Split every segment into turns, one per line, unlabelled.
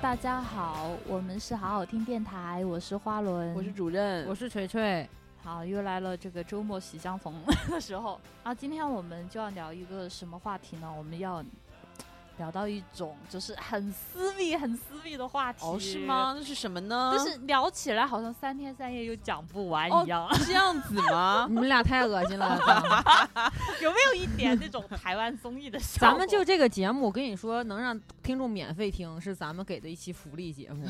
大家好，我们是好好听电台，我是花轮，
我是主任，
我是锤锤。
好，又来了这个周末喜相 逢的时候啊！今天我们就要聊一个什么话题呢？我们要聊到一种就是很私密、很私密的话题，
哦，是吗？那是什么呢？
就是聊起来好像三天三夜又讲不完一样，
这样子吗？
你们俩太恶心了，
有没有一点那种台湾综 艺的效果？
咱们就这个节目，我跟你说，能让听众免费听是咱们给的一期福 利节目，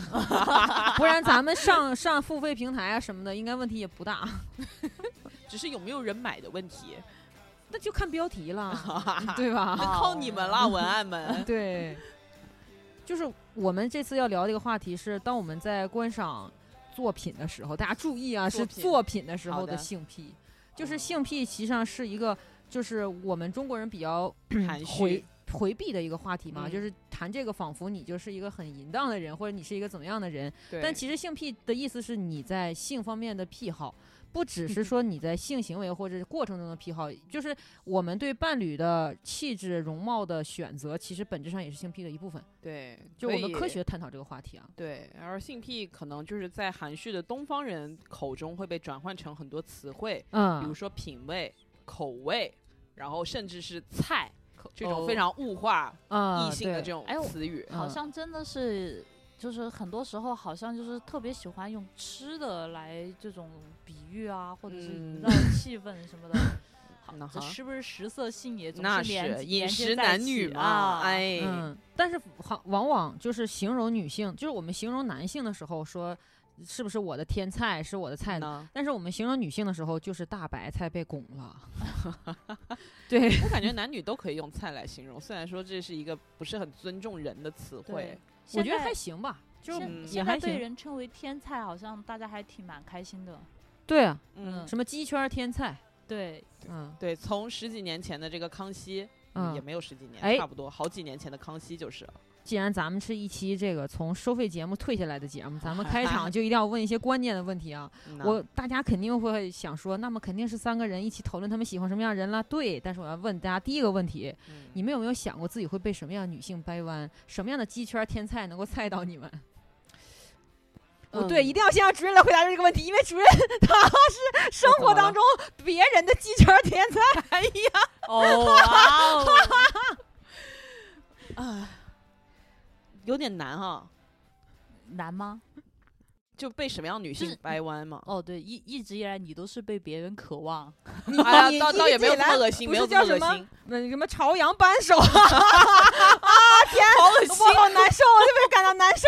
不然咱们上上付费平台啊什么的，应该问题也不大，
只是有没有人买的问题，
那就看标 题了，对吧？
靠你们啦，文案们。
对，就是我们这次要聊这个话题是，当我们在观赏作品的时候，大家注意啊，
作
是
品
作品的时
好
候
的
的性癖，就是性癖实际上是一个，就是我们中国人比较
含
回
蓄，
回避的一个话题嘛，
嗯
就是谈这个，仿佛你就是一个很淫荡的人，或者你是一个怎么样的人。
对
但其实性癖的意思是你在性方面的癖好，不只
嗯
是说你在性行为或者是过程中的癖好，就是我们对伴侣的气质、容貌的选择，其实本质上也是性癖的一部分。
对，
就我
所
们
以
科学探讨这个话题啊，
对，而性癖可能就是在含蓄的东方人口中会被转换成很多词汇，比如
嗯，
说品味、口味，然后甚至是菜
口
这种非常物化
啊，
异性的
对
这种
哎呦
词语。
嗯
好像真的是，就是很多时候好像就是特别喜欢用吃的来这种比喻啊，或者是营
嗯
造气氛什 么的。好
那，
这
哈
是不是食色性也总
那
连接
是饮
连接
食
在一
男女
起
嘛，
啊？，
哎，
嗯，但是好，往往就是形容女性，就是我们形容男性的时候说，是不是我的天菜，是我的菜
呢？
但是我们形容女性的时候，就是大白菜被拱了。对，
我感觉男女都可以用“菜”来形容，虽然说这是一个不是很尊重人的词汇
对。，
我
现
觉得
在
还行吧，就
现
是也
现在
还
被
行。
人称为天菜，好像大家还挺蛮开心的。
对啊，
嗯
什么鸡圈天菜，
对，
嗯
对，从十几年前的这个康熙，嗯也
嗯。
没有十几年，
哎
差不多好几年前的康熙就是了。
既然咱们是一期这个从收费节目退下来的节目，咱们 开场就一定要问一些关键的问题啊！
嗯呐
我大家肯定会想说，那么肯定是三个人一起讨论他们喜欢什么样的人了。对，但是我要问大家第一个问题：
嗯
你们有没有想过自己会被什么样的女性掰弯？什么样的鸡圈天菜能够菜到你们？哦，对，
嗯
一定要先让主任来回答这个问题，因为主任 他是生活当中别人的鸡圈天才。哎呀，
哦哇哦，
哦有点难啊，
难吗？
就被什么样女
就
性
是
掰弯嘛？
哦，对，一一直以来你都是被别人渴望，
哎
哦你
呀，倒
你
倒也没有这么
一直以来
恶心，
不
没有
是
这么
叫什
恶
么
心，
那什么朝阳扳手 啊！天，
好恶啊
我好难受，啊我特别感到难 受。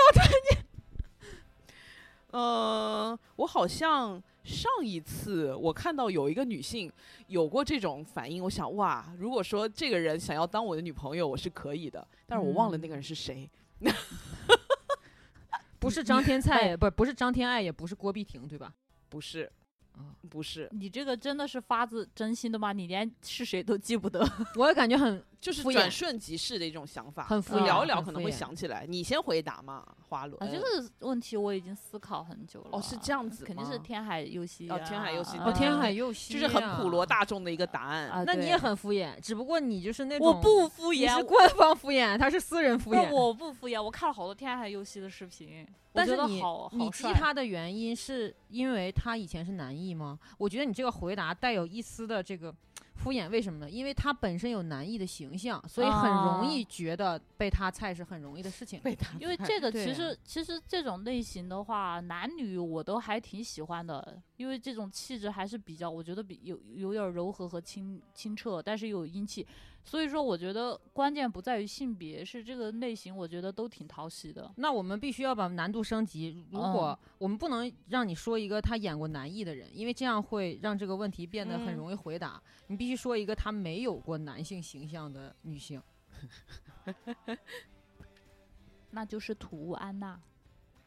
嗯、我好像上一次我看到有一个女性有过这种反应，我想哇，如果说这个人想要当我的女朋友，我是可以的，但是我忘了那个人是谁。
不是张天菜，
哎
不不是张天爱，也不是郭碧婷，对吧？
不是
哦，
不是，
你这个真的是发自真心的吗？你连是谁都记不得。
我也感觉很
就是
敷
转
衍
瞬即逝的一种想法。
很敷
我
衍
聊一聊
很
可能
敷
会
衍
想起来，你先回答嘛，花轮。
啊，
哎
这个问题我已经思考很久了。啊
哦是这样子
肯定是
吗
天海啊佑希、
哦天海佑希
哦，
嗯
天海佑希
就是很普罗
啊。
大众的一个答案。
啊，
那你
对
也，很敷衍，只不过你就是那种
我不敷
你
衍，
是
我
官方敷衍，他是私人敷
不
衍
是。我不敷衍，我看了好多天海佑希的视频，我
但
觉
是
得
你
好
你
好
激
帅
他的原因是因为他以前是男艺吗？我觉得你这个回答带有一丝的这个敷衍，为什么呢？因为他本身有男艺的形象，所以很
哦
容易觉得被他菜是很容易的事情。
被他
因为这个
对
其
啊
实其实这种类型的话，男女我都还挺喜欢的，因为这种气质还是比较，我觉得比有有点柔和和清清澈，但是有英气。所以说，我觉得关键不在于性别，是这个类型，我觉得都挺讨喜的。
那我们必须要把难度升级。如
哦
果我们不能让你说一个他演过男艺的人，因为这样会让这个问题变得很
嗯
容易回答。你必须说一个他没有过男性形象的女性。
那就是土屋安娜，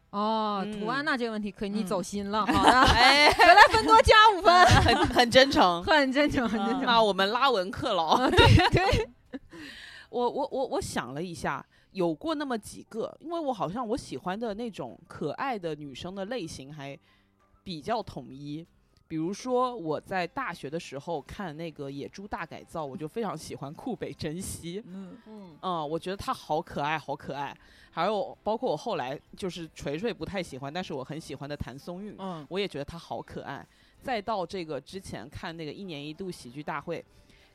哦，
嗯
图安娜这个问题可以，你
嗯
走心了。好的，
哎，
回来分多加五分，
很很真 诚。
很真诚，很真 诚。
啊那我们拉文克劳。
对对，
啊 我我我我想了一下，有过那么几个，因为我好像我喜欢的那种可爱的女生的类型还比较统一。比如说我在大学的时候看那个《野猪大改造》，我就非常喜欢库北真希，
嗯，
嗯，
嗯，我觉得他好可爱，好可爱。还有包括我后来就是锤锤不太喜欢，但是我很喜欢的谭松韵，
嗯，
我也觉得他好可爱。再到这个之前看那个一年一度喜剧大会，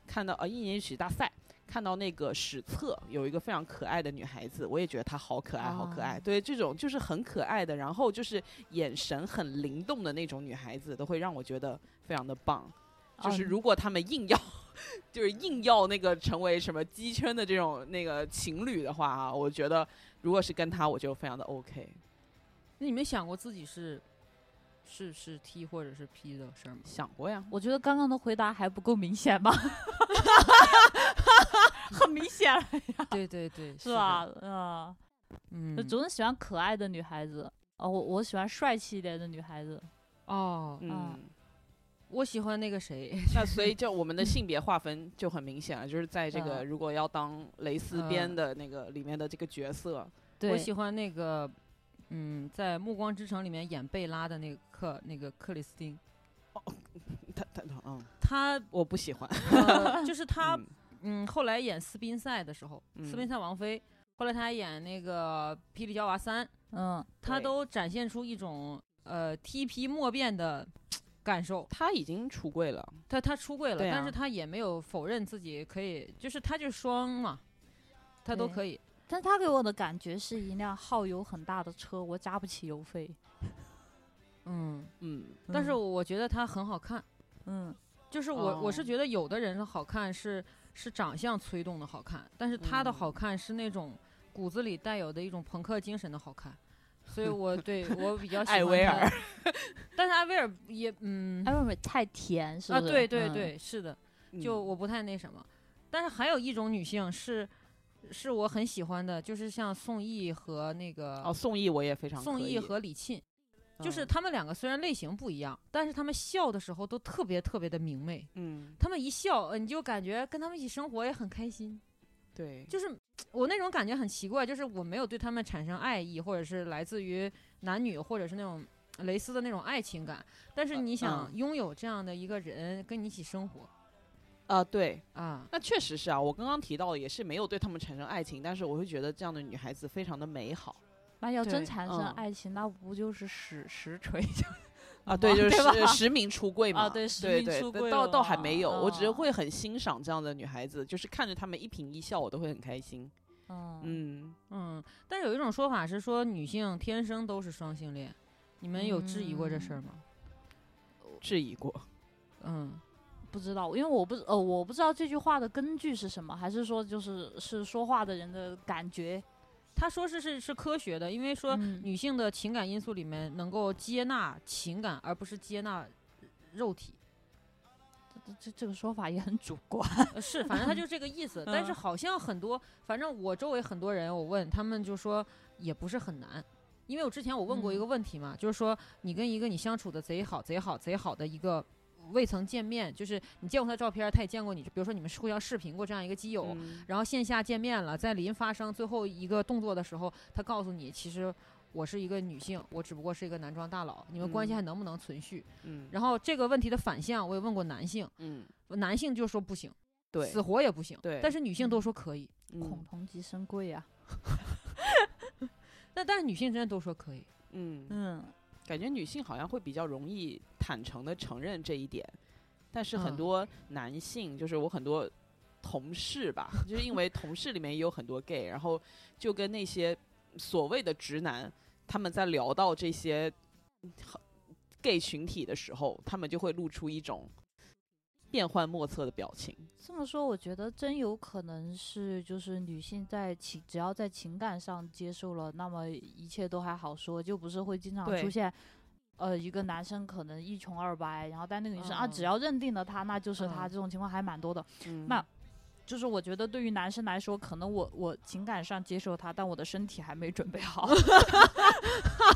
看到呃一年一度喜剧大赛，看到那个史册有一个非常可爱的女孩子，我也觉得她好可爱，好可爱。
哦
对，这种就是很可爱的，然后就是眼神很灵动的那种女孩子，都会让我觉得非常的棒。就是
啊
如果他们硬要， 就是硬要那个成为什么鸡圈的这种那个情侣的话啊，我觉得如果是跟他，我就非常的 OK。
那你没想过自己是是是 T 或者是 P 的 事儿吗？
想过呀，
我觉得刚刚的回答还不够明显吧，很明显了
对对对，
是
的？
吧？嗯，
嗯
就，总是喜欢可爱的女孩子。哦，我我喜欢帅气一点的女孩子。
哦，
啊
嗯，
我喜欢那个谁，
那所以就我们的性别划分就很明显了，就是在这个
嗯
如果要当蕾丝边
嗯
的那个里面的这个角色，
对，
我喜欢那个，嗯，在《暮光之城》里面演贝拉的那个克那个克里斯汀，
他他他嗯，
她、
我不喜欢
呃、就是她，
嗯
嗯，后来演斯宾塞的时候，斯宾
嗯
塞王妃，后来她还演那个《霹雳娇娃三》，
嗯，
她
对
都展现出一种呃 TP 莫辩的感受。
他已经出柜了，
她她出柜了，
对啊
但是她也没有否认自己可以，就是她就是双嘛，她都
对
可以。
但他给我的感觉是一辆耗油很大的车，我加不起油费。
嗯，
嗯
但是
嗯
我觉得她很好看，
嗯，
就是我、我是
哦
觉得有的人的好看是是长相催动的好看，但是她的好
嗯
看是那种骨子里带有的一种朋克精神的好看。所 以我对我比较喜欢
艾薇
她
儿，
但是艾薇儿也嗯
艾薇薇太甜，是不
啊，
是？
对对
嗯，
对，是的，
嗯
就我不太那什么。但是还有一种女性是，是我很喜欢的，就是像宋轶和那个、
哦宋轶我也非常
宋
可以
轶和李沁，就是
嗯
她们两个虽然类型不一样，但是她们笑的时候都特别特别的明媚。
嗯
她们一笑，呃你就感觉跟她们一起生活也很开心。
对
就是我那种感觉很奇怪，就是我没有对她们产生爱意，或者是来自于男女，或者是那种。蕾丝的那种爱情感，但是
呃
你想
嗯
拥有这样的一个人跟你一起生活
啊对，
啊，
那确实是啊，我刚刚提到的也是没有对他们产生爱情，但是我会觉得这样的女孩子非常的美好
那要真
对
产生
嗯
爱情，那不就是实实锤
啊。对，就是
对吧
实实名出柜嘛。
啊对实
对
名出
对
柜
倒
了
倒还
嘛
没有，我只是
啊
会很欣赏这样的女孩子，就是看着她们一颦一笑，我都会很开心。
嗯，
嗯，
嗯，但是有一种说法是说女性天生都是双性恋，你们有质疑过这事儿吗？
质疑过。
嗯，
不知道，因为我不呃，我不知道这句话的根据是什么，还是说就是是说话的人的感觉？
他说是是是科学的，因为说
嗯
女性的情感因素里面能够接纳情感，而不是接纳肉体。
这这这个说法也很主观。
呃是，反正他就这个意思。但是
嗯
好像很多，反正我周围很多人，我问他们就说也不是很难，因为我之前我问过一
嗯
个问题嘛，就是说你跟一个你相处的贼好、贼好、贼好的一个未曾见面，就是你见过他照片儿，他也见过你，就比如说你们是互相视频过这样一个基友，
嗯
然后线下见面了，在临发生最后一个动作的时候，他告诉你其实。我是一个女性，我只不过是一个男装大佬，你们关系
嗯
还能不能存续？
嗯
然后这个问题的反向，我也问过男性，
嗯，
男性就说不行，
对，
死活也不行。
对
但是女性都说可以，
孔
嗯
同即生贵啊呀、
那但是女性真的都说可以。
嗯，
嗯，
感觉女性好像会比较容易坦诚的承认这一点，但是很
嗯
多男性，就是我很多同事吧，就是因为同事里面也有很多 gay，然后就跟那些所谓的直男，他们在聊到这些 gay 群体的时候，他们就会露出一种变幻莫测的表情。
这么说，我觉得真有可能是，就是女性在情，只要在情感上接受了，那么一切都还好说，就不是会经常
对
出现，呃，一个男生可能一穷二白，然后但那个女生、啊，
嗯
只要认定了他，那就是他，
嗯
这种情况还蛮多的。
嗯
那就是我觉得对于男生来说，可能我我情感上接受他，但我的身体还没准备 好。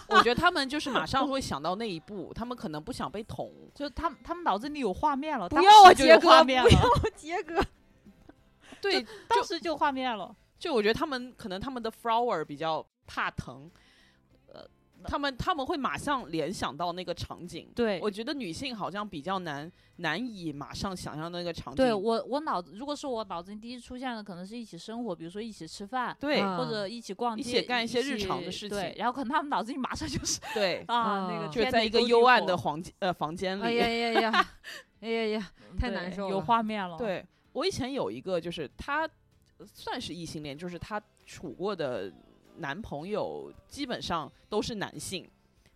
我觉得他们就是马上会想到那一步，他们可能不想被捅。
就他们他们脑子里有画面了，
不
当
要啊
时就有
杰哥
画面
不
了，
杰哥，
对，
当时就有画面了。
就我觉得他们可能他们的 flower 比较怕疼，呃，他们他们会马上联想到那个场景。
对，
我觉得女性好像比较难难以马上想象那个场景。
对我我脑子如果是我脑子里第一出现的，可能是一起生活，比如说一起吃饭，
对
啊
或者嗯一起逛
一
街，
起干一些日常的
起
事
对
情，
然后可能他们脑子里马上就是
对，
啊，
啊
那个
就
天
在
雷
一个
勾地
幽暗的
火
房间呃房间里。
哎呀呀呀， 哎呀呀，
嗯
太
对
难受
有
了
画面了。，
对我以前有一个，就是她呃算是异性恋，就是她处过的男朋友基本上都是男性，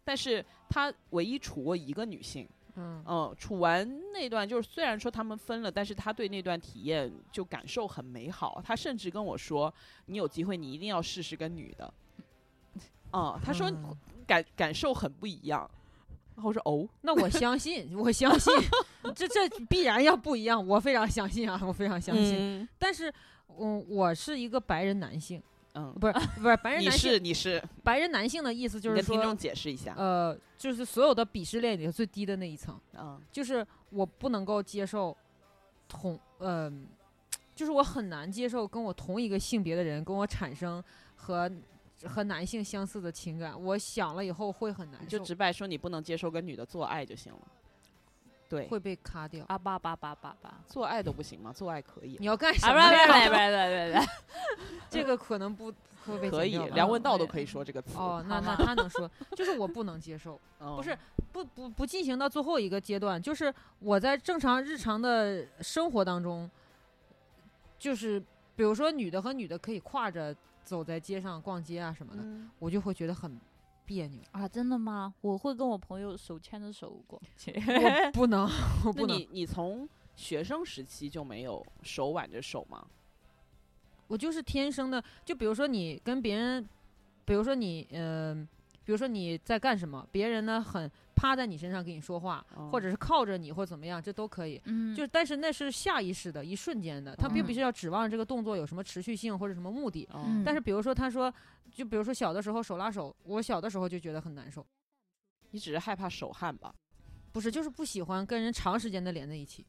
但是她唯一处过一个女性。
嗯
嗯，处完那段就是虽然说他们分了，但是她对那段体验就感受很美好。她甚至跟我说：“你有机会，你一定要试试跟女的。”嗯，她说
嗯
感感受很不一样。然后我说：“哦，
那我相信，我相 信，这这必然要不一样，我非常相信啊，我非常相信。
嗯
但是，嗯，我是一个白人男性，
嗯，
不是不是白人
你
男性，
是你是，
白人男性的意思就
你
是
跟听
说
众，解释一下。
呃，就是所有的鄙视链里头最低的那一层，
嗯
就是我不能够接受同，呃，就是我很难接受跟我同一个性别的人跟我产生和和男性相似的情感，我想了以后会很难
你
受，
就直白说你不能接受跟女的做爱就行了。对，
会被卡掉。
啊吧吧吧吧吧，
做爱都不行吗？做爱可以
你，要干什
啊
么
不
呀？
不不不 不不不，
这个可能不会被
可
剪
以
掉，吧
梁文道都可以说这个词。
哦，那那
好
他能说，就是我不能接受，
嗯
不是不不不进行到最后一个阶段，就是我在正常日常的生活当中，就是比如说女的和女的可以挎着走在街上逛街啊什么的，
嗯
我就会觉得很别扭，
啊，真的吗？我会跟我朋友手牵着手 过街，哎
我不能，我
那
不能，
你你从学生时期就没有手挽着手吗？
我就是天生的，就比如说你跟别人，比如说你嗯、比如说你在干什么，别人呢很趴在你身上跟你说话，或者是靠着你或者怎么样，这都可以。
哦嗯
就是，但是那是下意识的、一瞬间的，他并不
嗯
是要指望这个动作有什么持续性或者什么目的。
嗯，
但是比如说，他说，就比如说小的时候手拉手，我小的时候就觉得很难受，
你只是害怕手汗吧？
不是，就是不喜欢跟人长时间的连在一起。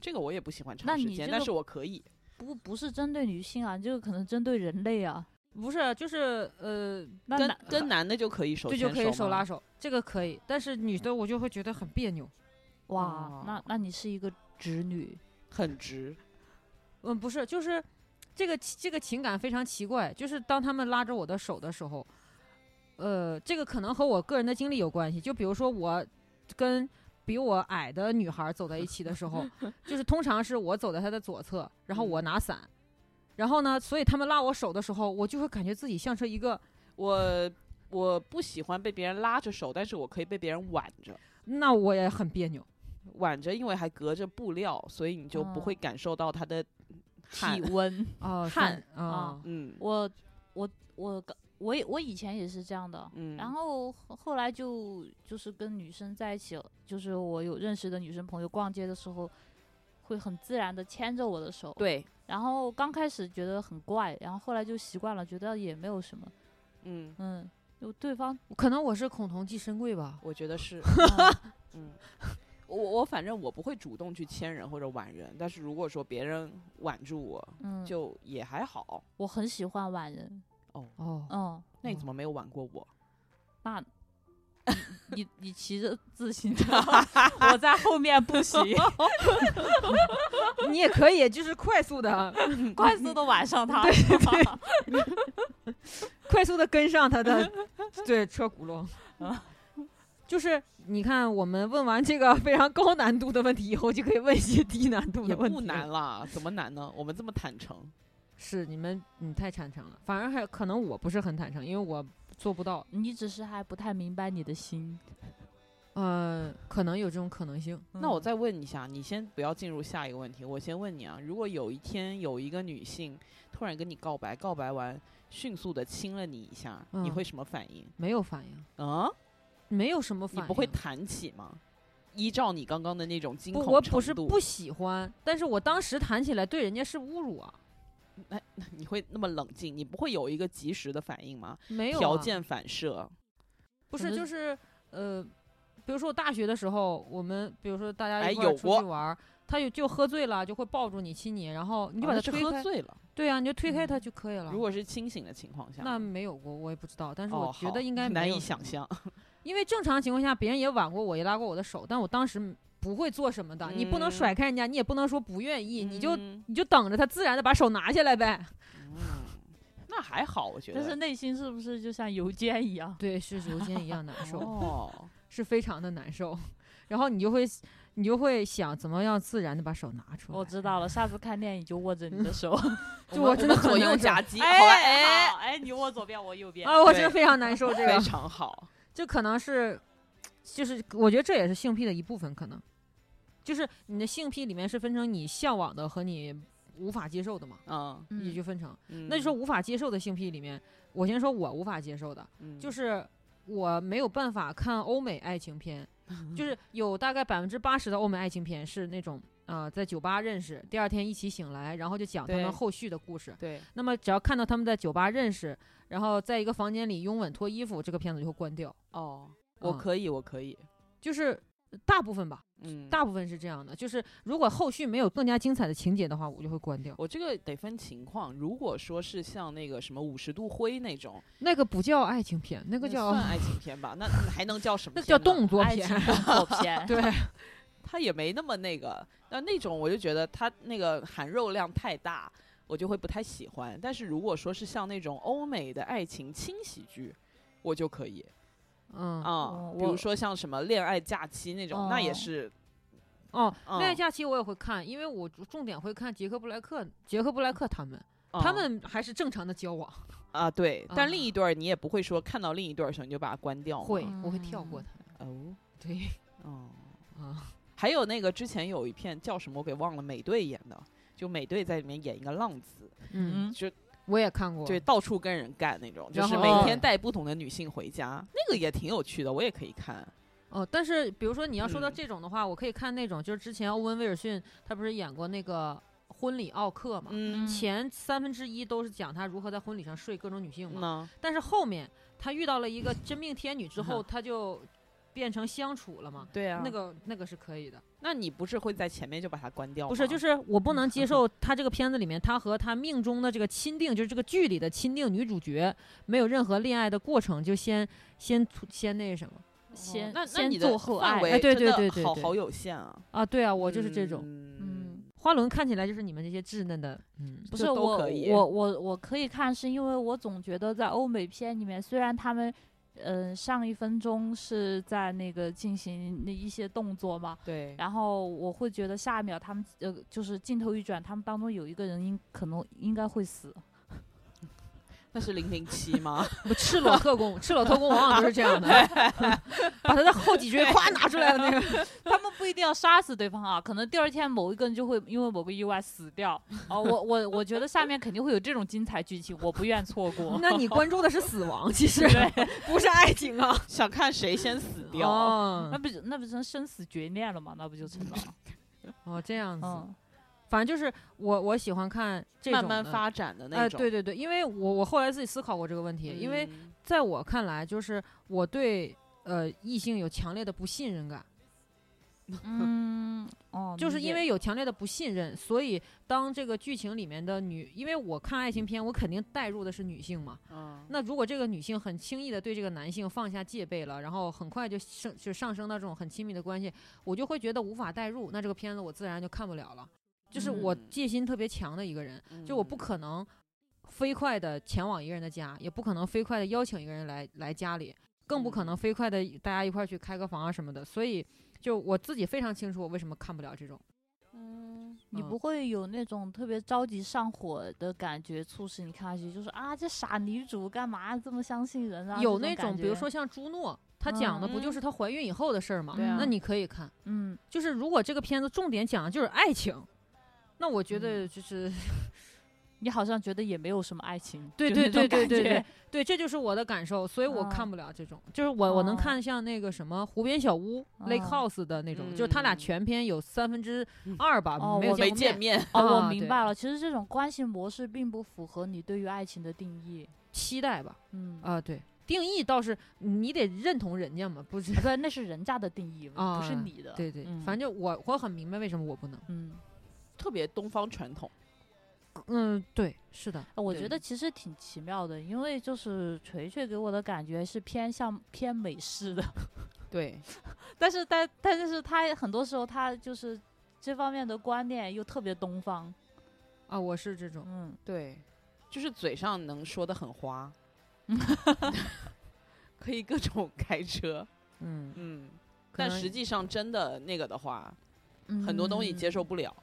这个我也不喜欢长
那
时
你
间，
这
但
个
是我可以。
不不是针对女性啊，这个可能针对人类啊。
不是，就是呃，
那
跟
男
跟男的就可以手
这
牵
就可以手拉
吗
手，这个可以。但是女的我就会觉得很别扭。
哇，那那你是一个直女，
很直。
嗯，不是，就是这个这个情感非常奇怪，就是当他们拉着我的手的时候，呃，这个可能和我个人的经历有关系。就比如说我跟比我矮的女孩走在一起的时候，就是通常是我走在她的左侧，然后我拿伞，然后呢，所以他们拉我手的时候，我就会感觉自己像是一个。
我我不喜欢被别人拉着手，但是我可以被别人挽着。
那我也很别扭，
挽着，因为还隔着布料，所以你就
哦
不会感受到它的汗
体。 温。
哦，
汗
啊，哦
嗯
我我我刚我也我以前也是这样的，
嗯，
然后后后来就就是跟女生在一起了，就是我有认识的女生朋友，逛街的时候会很自然的牵着我的手，，
对，
然后刚开始觉得很怪，然后后来就习惯了，觉得也没有什么，
嗯，
嗯，有对方，
可能我是恐同即深贵吧。
我觉得 是，
嗯
嗯， 我我反正我不会主动去牵人或者挽人，但是如果说别人挽住我，
嗯，
就也还好。
我很喜欢挽人，
哦，
嗯，
那你怎
哦
么没有挽过我？
那你你你骑着自行车，我在后面不行，
你也可以，就是快速的、
快速的挽上他，是吧
快速的跟上 他的对车轱辘
啊。
就是你看，我们问完这个非常高难度的问题以后，就可以问一些低难度
也
的问题。
不难，啦，怎么难呢？我们这么坦诚，
是你们你太坦诚了，反而还可能我不是很坦诚，因为我做不到。
你只是还不太明白你的心。
呃，可能有这种可能性。
那我
嗯
再问一下，你先不要进入下一个问题，我先问你啊，如果有一天有一个女性突然跟你告白，告白完迅速的亲了你一下，你
嗯
会什么反应？
没有反应，
啊，
没有什么反
你
应。
不会弹起吗？依照你刚刚的那种惊
不，
恐
我不
程
是
度
不喜欢，但是我当时谈起来对人家是侮辱啊，
你会那么冷静，你不会有一个及时的反应吗？
没有、啊、
条件反射，
不
可
是，
能
就是呃，比如说我大学的时候，我们比如说大家
哎
一块儿
有
出
过
去玩儿，他有就喝醉了，就会抱住你亲你，然后你就把他
哦是
推
喝
开，
醉了。
对啊呀、你就推开他
嗯
就可以了。
如果是清醒的情况下，
那没有过，我也不知道，但是
哦
我觉
好
得应该没
难
有
以
什
想
么，
象。
因为正常情况下别人也挽过我，也拉过我的手，但我当时不会做什么的，你不能甩
嗯
开人家，你也不能说不愿意， 你就
嗯
你就等着他自然的把手拿下来呗。
嗯那还好，我觉得。
但是内心是不是就像油煎一样？
对，是如今一样难受，
哦，
是非常的难受。 然后你就会你就会想怎么样自然的把手拿出来。哎
我知道了，下次看电影就握着你的手。
就
我们
我真的
们左
很
右
难受
夹 击，好吧
哎好哎，你握左边，我 右边。
啊，我觉得
对
非常难受。这
非
个
常好。
就可能是，就是我觉得这也是性癖的一部分，可能就是你的性癖里面是分成你向往的和你无法接受的嘛，
嗯，
也
嗯
就分成。 那
那
就说无法接受的性癖里面，我先说我无法接受的，
嗯
就是我没有办法看欧美爱 情片，就是有大概百分之八十的欧美爱情片是那种呃在酒吧认识，第二天一起醒来，然后就讲他
对
们后续的故事。
对，
那么只要看到他们在酒吧认识，然后在一个房间里拥吻脱衣服，这个片子就会关掉。
哦，我
嗯
可以，我可以，
就是大部分吧，
嗯，
大部分是这样的。就是如果后续没有更加精彩的情节的话，我就会关掉。
我这个得分情况，如果说是像那个什么五十度灰那种，
那个不叫爱情片，那
那
个叫
算爱情片吧？那那还能叫什么？
那叫动作
爱
片
情。动 作片。
对，
它也没那么那个。那那种我就觉得它那个含肉量太大，我就会不太喜欢。但是如果说是像那种欧美的爱情轻喜剧，我就可以
嗯，
啊、
哦
比如
我
说像什么《恋爱假期》那种，那也
哦
是
哦，
嗯
恋爱假期我也会看，因为我重重点会看杰克布莱克、杰克布莱克他们，他
嗯
们还是正常的交往，
啊，对。但
啊
另一对儿你也不会说看到另一对儿的时候你就把它关掉嘛。
会我会跳过
嗯
他们。
哦
对，
哦。
啊，
还有那个之前有一片叫什么我给忘了，美队演的，就美队在里面演一个浪子，
嗯，
嗯，
就
我也看过。
就到处跟人干那种，就
然
是
后
每天带不同的女性回家，那个也挺有趣的，我也可以看。
哦，但是比如说你要说到
嗯
这种的话，我可以看那种，就是之前欧文威尔逊他不是演过那个《婚礼奥克》嘛，
嗯，
前三分之一都是讲他如何在婚礼上睡各种女性嘛，
呢，
但是后面他遇到了一个真命天女之后，他就变成相处了嘛。
对啊，
那，个那个是可以的，
那你不是会在前面就把它关掉吗？
不是，就是我不能接受他这个片子里面，他和他命中的这个钦定，就是这个剧里的钦定女主角，没有任何恋爱的过程，就先先先那什么
先
哦那那
先
你的
做后
范
爱。
围
哎对
真的
对对对
好
对
好有限啊。
啊？对啊，我就是这种。
嗯
嗯，
花轮看起来就是你们这些稚嫩的，嗯，
不
就是都
我
可以
我我我可以看，是因为我总觉得在欧美片里面，虽然他们，嗯、上一分钟是在那个进行那一些动作嘛，
对，
然后我会觉得下一秒他们呃，就是镜头一转，他们当中有一个人应可能应该会 死。
那是零零七吗？
不赤裸特工，赤裸特工往往都是这样的，把他的后脊椎咵拿出来的 那个，
他们不一定要杀死对方啊，可能第二天某一个人就会因为某个意外死掉。 哦，我我我觉得下面肯定会有这种精彩剧情，我不愿错 过。
那你关注的是死亡，其实 不是爱情啊。
想看谁先死
那
掉？
哦
不就那不成生死决裂了吗？那不就 成了吗？
哦，这样子，
嗯，
反正就是我我喜欢看这种
慢慢
的。
发展的那
哎，
种。
对对对，因为我我后来自己思考过这个问题，因为
嗯
在我看来，就是我对呃异性有强烈的不信任感，
嗯，哦，
就是
理
因
解
为有强烈的不信任，所以当这个剧情里面的女，因为我看爱情片，我肯定带入的是女性嘛，
嗯
那如果这个女性很轻易的对这个男性放下戒备了，然后很快就升就上升到这种很亲密的关系，我就会觉得无法代入，那这个片子我自然就看不了了。就是我
嗯
戒心特别强的一个人，就我不可能飞快的前往一个人的家，也不可能飞快的邀请一个人来来家里，更不可能飞快的大家一块儿去开个房啊什么的。所以就我自己非常清楚我为什么看不了这种。
嗯
你
嗯
不会有那种特别着急上火的感觉，促使你看下去，就是啊，这傻女主干嘛这么相信人啊？
有
这
那
种
种
感
比如
觉
说，像朱诺，她讲的不就
嗯
是她怀孕以后的事儿嘛？
对啊
那你可以看。
嗯，
就是如果这个片子重点讲的就是爱情，那我
嗯
觉得 就是、
你好像觉得也没有什么爱情，
对
就
对
那种
对对
感
对
觉
对，对，这就是我的感受，所以我看不了这种。就是我、我能看像那个什么湖边小屋、Lake
哦
House 的那种，就是他俩
嗯
全篇有三分之二吧、
哦
没有
我
见
没
过
见
面
面，
哦，
啊
我
对
明白了，其实这种关系模式并不符合你对于爱情的定义，
期待吧？
嗯，
啊，对，定义倒是你得认同人家嘛， 不是？
不，那是人家的定义，不是
啊
你的。，
对对，
嗯
反正我我很明白为什么我不能。
嗯，
特别东方传统。
嗯，对，是的，
我
对
觉得其实挺奇妙的，因为就是锤锤给我的感觉是偏向偏美式的，
对，
但是但但是他很多时候他就是这方面的观念又特别东方，
啊，我是这种，
嗯，
对，就是嘴上能说的很花，
嗯
可以各种开车，
嗯，
嗯，
可
但
能
实际上真的那个的话，很多东西
嗯
接
嗯
受不了。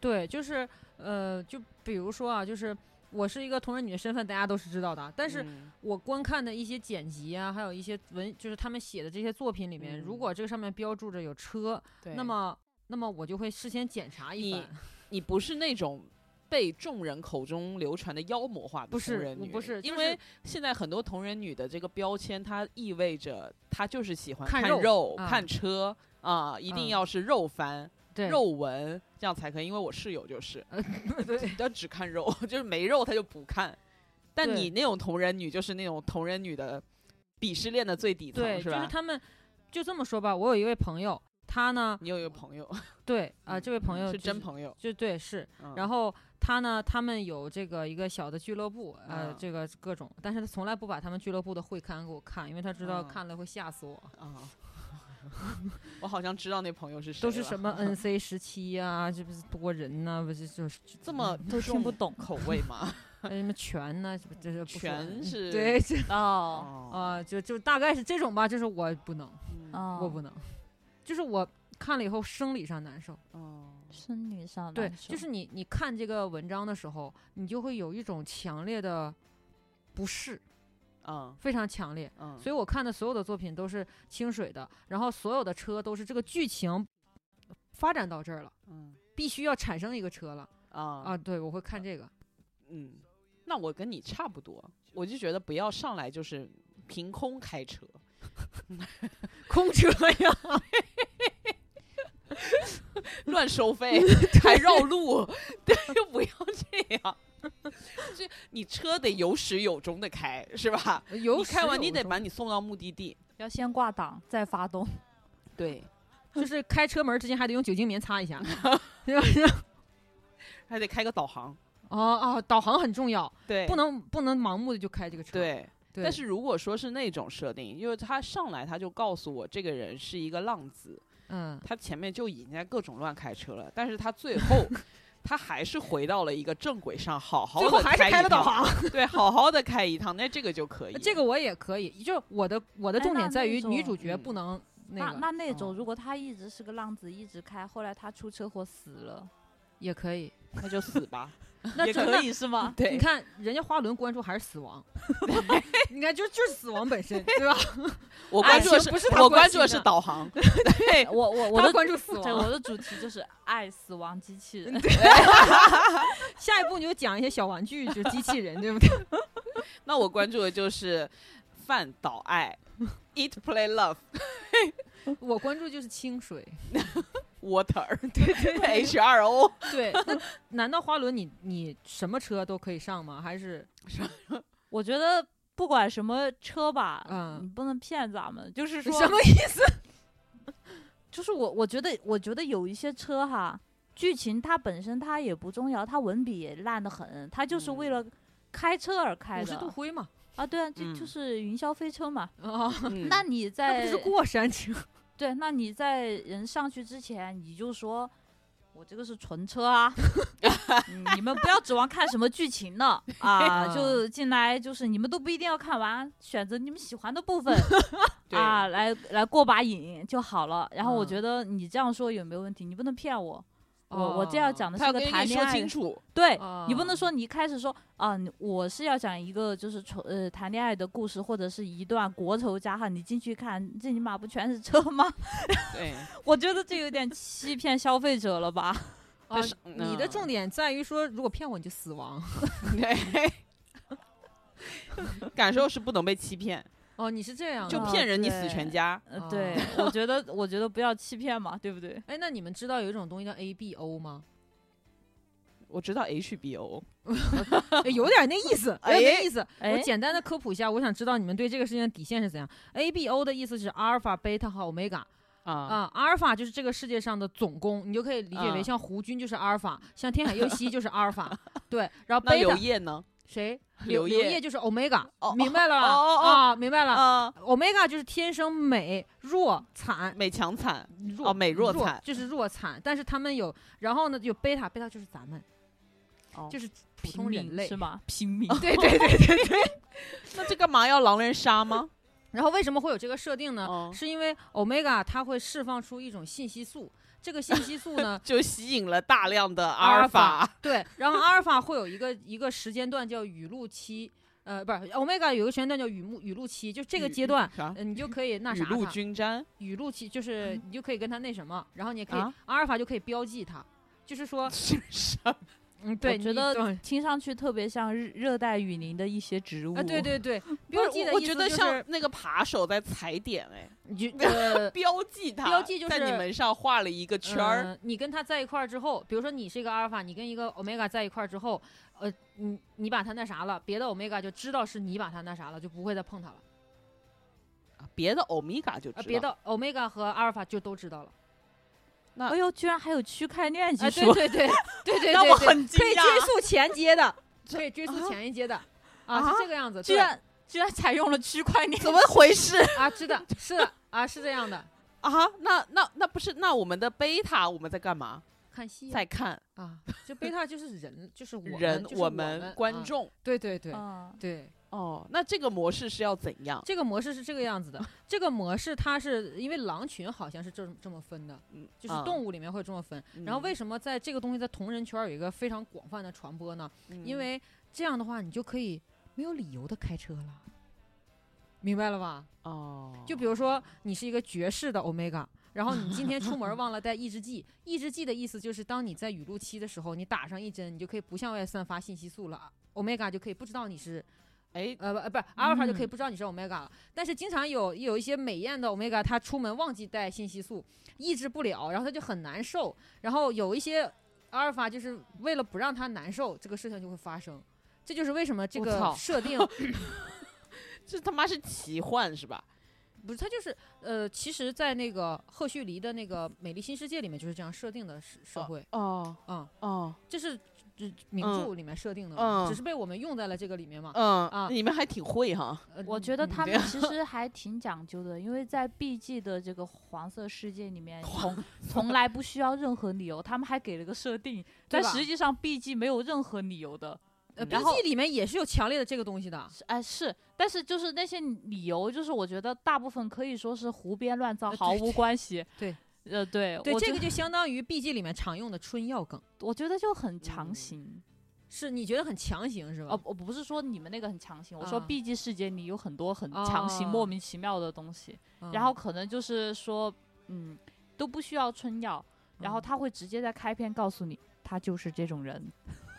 对，就是呃，就比如说啊，就是我是一个同人女的身份，大家都是知道的啊，但是
嗯
我观看的一些剪辑啊，还有一些文，就是他们写的这些作品里面，如
嗯
果这个上面标注着有车，
对
那么那么我就会事先检查一
你
番。
你不是那种被众人口中流传的妖魔化的
不
同
是
人
我
女，
不是就
因为
是
现在很多同人女的这个标签，它意味着她就是喜欢
看
看
肉啊
看车啊、一定
嗯
要是肉番、
对，呃
肉文这样才可以。因为我室友就是，
对，
她只看肉， 就是没肉她就不看。但
对
你那种同人女，就是那种同人女的鄙视链的最底层，
对，
是
就
吧？
是他们就这么说吧。我有一位朋友，他呢，
你有一个朋友
对啊、
嗯
这位朋友、
是真朋友，
就对是，
嗯、
然后他呢，他们有这个一个小的俱乐部，呃，
嗯
这个各种，但是他从来不把他们俱乐部的会刊给我看，因为他知道
嗯
看了会吓死我。
啊， 我好像知道那朋友是谁，
都是什？么 NC 十七呀，这不是多人呐、不是就是
这么
嗯
都听不
重
懂
口味吗？
还有什么拳呐、这不这是 不说
全是
对，这
哦，
哦，
啊、就就大概是这种吧，就是我不能，
嗯
哦
我不能，就是我看了以后生理上难受。
哦，
生理上
对，
难受
就是你你看这个文章的时候，你就会有一种强烈的不适，
嗯
非常强烈。
嗯，
啊所以我看的所有的作品都是清水的，然后所有的车都是这个剧情发展到这儿了，
嗯
必须要产生一个车了
啊
啊！对，我会看这个。
嗯，那我跟你差不多，我就觉得不要上来就是凭空开车，
空车 呀，
乱收 费还绕路，对，就不要这样。 这你车得有始有终的开，是吧？
有
你开完
始
你
有
得
终
把你送到目的地。
要先挂档再发动，
对，
就是开车门之前还得用酒精棉擦一下。
嗯还得开个导航。
哦哦，导航很重要，
对，
不能不能盲目的就开这个车。
对。
对，
但是如果说是那种设定，因为他上来他就告诉我这个人是一个浪子，
嗯，
他前面就已经在各种乱开车了，但是他最 后他还是回到了一个正轨上，好好
最
的
后还是开了导，航。
对，好好的开一趟，那这个就可以。
这个我也可以，就是我的我的
哎
重
那
点在
那
于
种
女主角
嗯
不能
那
个
那那种
嗯
如果他一直是个浪子，一直开，后来他出车祸死了，
也可以。
那就死吧，
那
也
真
可
的
以是吗？
对，
你看人家花轮关注还是 死亡，你看就就是死亡本身，对吧？
我关注的
爱情不是他
我
关
关
心
注的是
的
导航， 对
我我我
他
的
关注死
对
亡。
我的主题就是爱死亡机器人，
下一步你就讲一些小玩具，就是机器人，对不 对？
那我关注的就是饭导爱，eat play love
我关注就是清水。
water，对对 h 2 o
对，那 难道花轮你你什么车都可以上吗？还是
我觉得不管什么车吧，
嗯
你不能骗咱们，就是说，
什么意思？
就是我我觉得我觉得有一些车哈，剧情它本身它也不重要，它文笔也烂得很，它就是为了开车而开
嗯五十
的、
度灰嘛？
啊，对啊，这
嗯
就是云霄飞车嘛。
哦，
嗯
那你
那不
在
就是过山车？
对，那你在人上去之前，你就说，我这个是纯车 啊，嗯你们不要指望看什么剧情呢 啊，就进来就是你们都不一定要看完，选择你们喜欢的部分
对
啊，来来过把瘾就好了。然后我
嗯
觉得你这样说有没有问题？你不能骗我。我我这要讲的
他要
是个
跟你
谈恋
说
爱
清
的，
楚，
对
哦
你不能说你一开始说啊，你我是要讲一个就是纯呃谈恋爱的故事，或者是一段国仇家恨，你进去看，这尼玛不全是车吗？
对，
我觉得这有点欺骗消费者了吧？
啊
但是，
你的
嗯
重点在于说，如果骗我你就死亡。
对， 感受是不能被欺骗，
哦，你是这样
就
的。
骗人你死
对
全家。
呃
哦，
对，我觉得我觉得不要欺骗嘛，对不对？
哎，那你们知道有一种东西叫 ABO 吗？
我知道 HBO，
哎有点那 意思，有点那意思。
哎
我简单的科普一下，我想知道你们对这个事情的底线是怎样。A B O 的意思是阿尔法、贝塔和欧米伽
啊，
啊，阿尔法就是这个世界上的总攻，你就可以理解
啊
为像胡军就是阿尔法，像天海佑希就是阿尔 法，对。然后
那
贝
刘
塔
烨呢？
谁？
刘
刘
烨
烨就是欧米伽
哦，
明白了吧？
哦哦哦
啊，明白了。
呃
啊，
omega 就是天生美弱惨
美强惨
弱
哦美弱
弱
惨
就是弱惨，但是他们有，然后呢有贝塔，贝塔就是咱们，
哦
就是普
平
通人
民
类
是。吗？哦平民
对对 对对对。
那这干嘛要狼人杀吗？
然后为什么会有这个设定呢？
哦，
是因为 omega 它会释放出一种信息素，这个信息素 呢
就吸引了大量的阿
阿
尔
尔法
法，
对，然后阿尔法会有一个一个时间段叫雨露期，呃，不是 omega 有一个时间段叫雨露雨露期，就这个
雨
阶段。
啥？
呃你就可以那
嗯雨
啥
露
它，
均沾
雨露期就是你就可以跟它那什么，然后你也可以、
啊
阿尔法就可以标记它， 就是说，
是啥？
嗯，对，
我
你
觉得
懂
听上去特别像热热带雨林的一些植物。
啊，对对对，
不
标
是
记
我
的
我
意
觉
思
得
就
像
是
那个扒手在踩点哎，。
你就呃
标记它，
标记就
在你
是
们上画了一个圈儿，
呃你跟它在一块儿之后，比如说你是一个阿尔法，你跟一个欧米伽在一块儿之后，呃，你你把它那啥了，别的欧米伽就知道是你把它那啥了，就不会再碰它了。
啊别的欧米伽就知道。
啊，别的欧米伽和阿尔法就都知道了。
啊
哎呦，居然还有区块链技
啊，
术
对！对 对对对
让我
对对，
很惊
可以追
讶，
溯前阶的，
这
可以追
啊
溯前一阶的，
啊
啊，是这个 样子。
居
对
然居然采用了区块 链，
怎么回事
啊，知道是的啊，是这样的。
啊？那那那不是？那我们的贝塔我们在干嘛？
看戏啊
在 看
啊，就贝塔就是人，就是我们
人，
就是
我
我
们
啊
观众
对对对
嗯，
对，
哦。那这个模式是要怎样？
这个模式是这个 样子的。这个模式它是因为狼群好像是这么这么分的，
嗯
就是动物里面会这么分。然后为什么在这个东西在同人圈有一个非常广泛的传播呢？
嗯
因为这样的话，你就可以没有理由的开车了，明白了吧？
哦，
就比如说你是一个爵士的 omega，然后你今天出 门忘了带抑制剂，抑制剂的意思就是当你在雨露期的时候，你打上一针，你就可以不向外散发信息素了，omega 就可以不知道你是
哎，
呃不呃不是阿尔法就可以
嗯
不知道你是 omega 了。但是经常有有一些美艳的 omega，她出门忘记带信息素，抑制不了，然后她就很难受。然后有一些阿尔法就是为了不让她难受，这个事情就会发生。这就是为什么这
我操
个设 定
这他妈是奇幻是吧？
不是，它就是呃，其实，在那个赫胥黎的那个《美丽新世界》里面就是这样设定的社社会，
哦
嗯，
哦
这是这名著里面设定的嘛，
嗯
只是被我们用在了这个里面嘛。
嗯
啊
你们还挺会哈。
呃
我觉得
嗯
他
这
们其实还挺讲究的，因为在 BG 的这个黄色世界里面，从从来不需要任何理由，他们还给了个设定，
对
但
吧
实际上 BG 没有任何理由的。
呃
然后
BG 里面也是有强烈的这个东西的，
是哎是，但是就是那些理由，就是我觉得大部分可以说是胡编乱造，
呃对
毫无
对
关系。
对，
呃，对，
对，
我
这
觉
个就相当于 BG 里面常用的春药梗，
我觉得就很强
嗯
行。
是你觉得很强行是吧？
哦，我不是说你们那个很强行，我说
啊
B G 世界里有很多很强行、莫
哦
名其妙的东西，
嗯
然后可能就是说，嗯，都不需要春药，然后
嗯
他会直接在开篇告诉你，他就是这种人。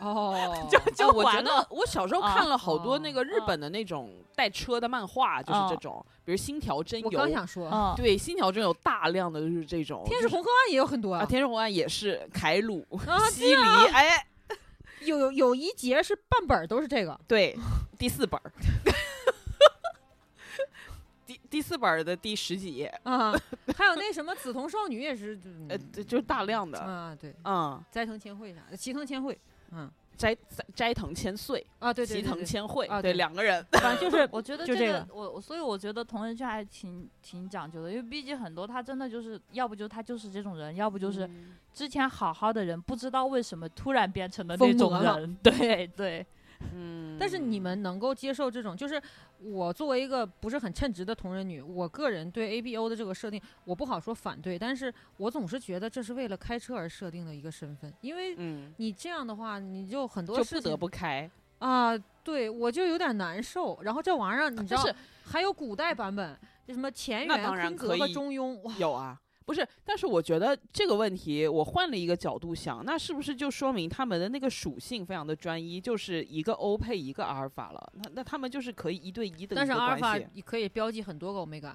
哦，
哎我觉
完
得我小时候
啊
看了好多那个日
嗯
啊
本的那种带车的漫画，就是这
啊
种，比如《星条真
哦我
由
刚》。想说，
嗯，
对，《星条真由》大量的就是这种。
天
就
使
是
红河岸也有很多
啊，《
啊，
天使红岸》也是凯鲁、
啊
西里，哎，
有有有一节是半本儿都是这个，
对，第四本儿。第 第四本儿的第十几页，
啊，还有那什么紫瞳少女也 是，
呃，对就是大量的，
啊，对，
嗯，
斋藤千惠啥的，齐藤千惠，嗯
斋斋斋藤千岁、
啊，对
齐
对
藤
对对，
千惠，
啊
对，
对
两个人，
反正 就是
我觉得
就
这
这
个
个
我我所以我觉得同人圈还挺挺讲究的，因为毕竟很多他真的就是要不就他就是这种人，要不
嗯
就是之前好好的人，不知道为什么突然变成了那
疯
种
魔了
人。 对对，
嗯，
但是你们能够接受这种，就是我作为一个不是很称职的同人女，我个人对 A B O 的这个设定，我不好说反对，但是我总是觉得这是为了开车而设定的一个身份，因为
嗯，
你这样的话，你就很多
就
事
不
情
得不开，
啊，对我就有点难受。然后这玩意儿你知
但
道
是，
还有古代版本，就什么乾
那
元、
当然
坤
可
泽和
以
中庸，哇，
有啊，不是，但是我觉得这个问题，我换了一个角度想，那是不是就说明他们的那个属性非常的专一，就是一个欧配一个阿尔法了？那那他们就是可以一对一的
但
一
是
个
阿尔
关
法
系，
也可以标记很多个 omega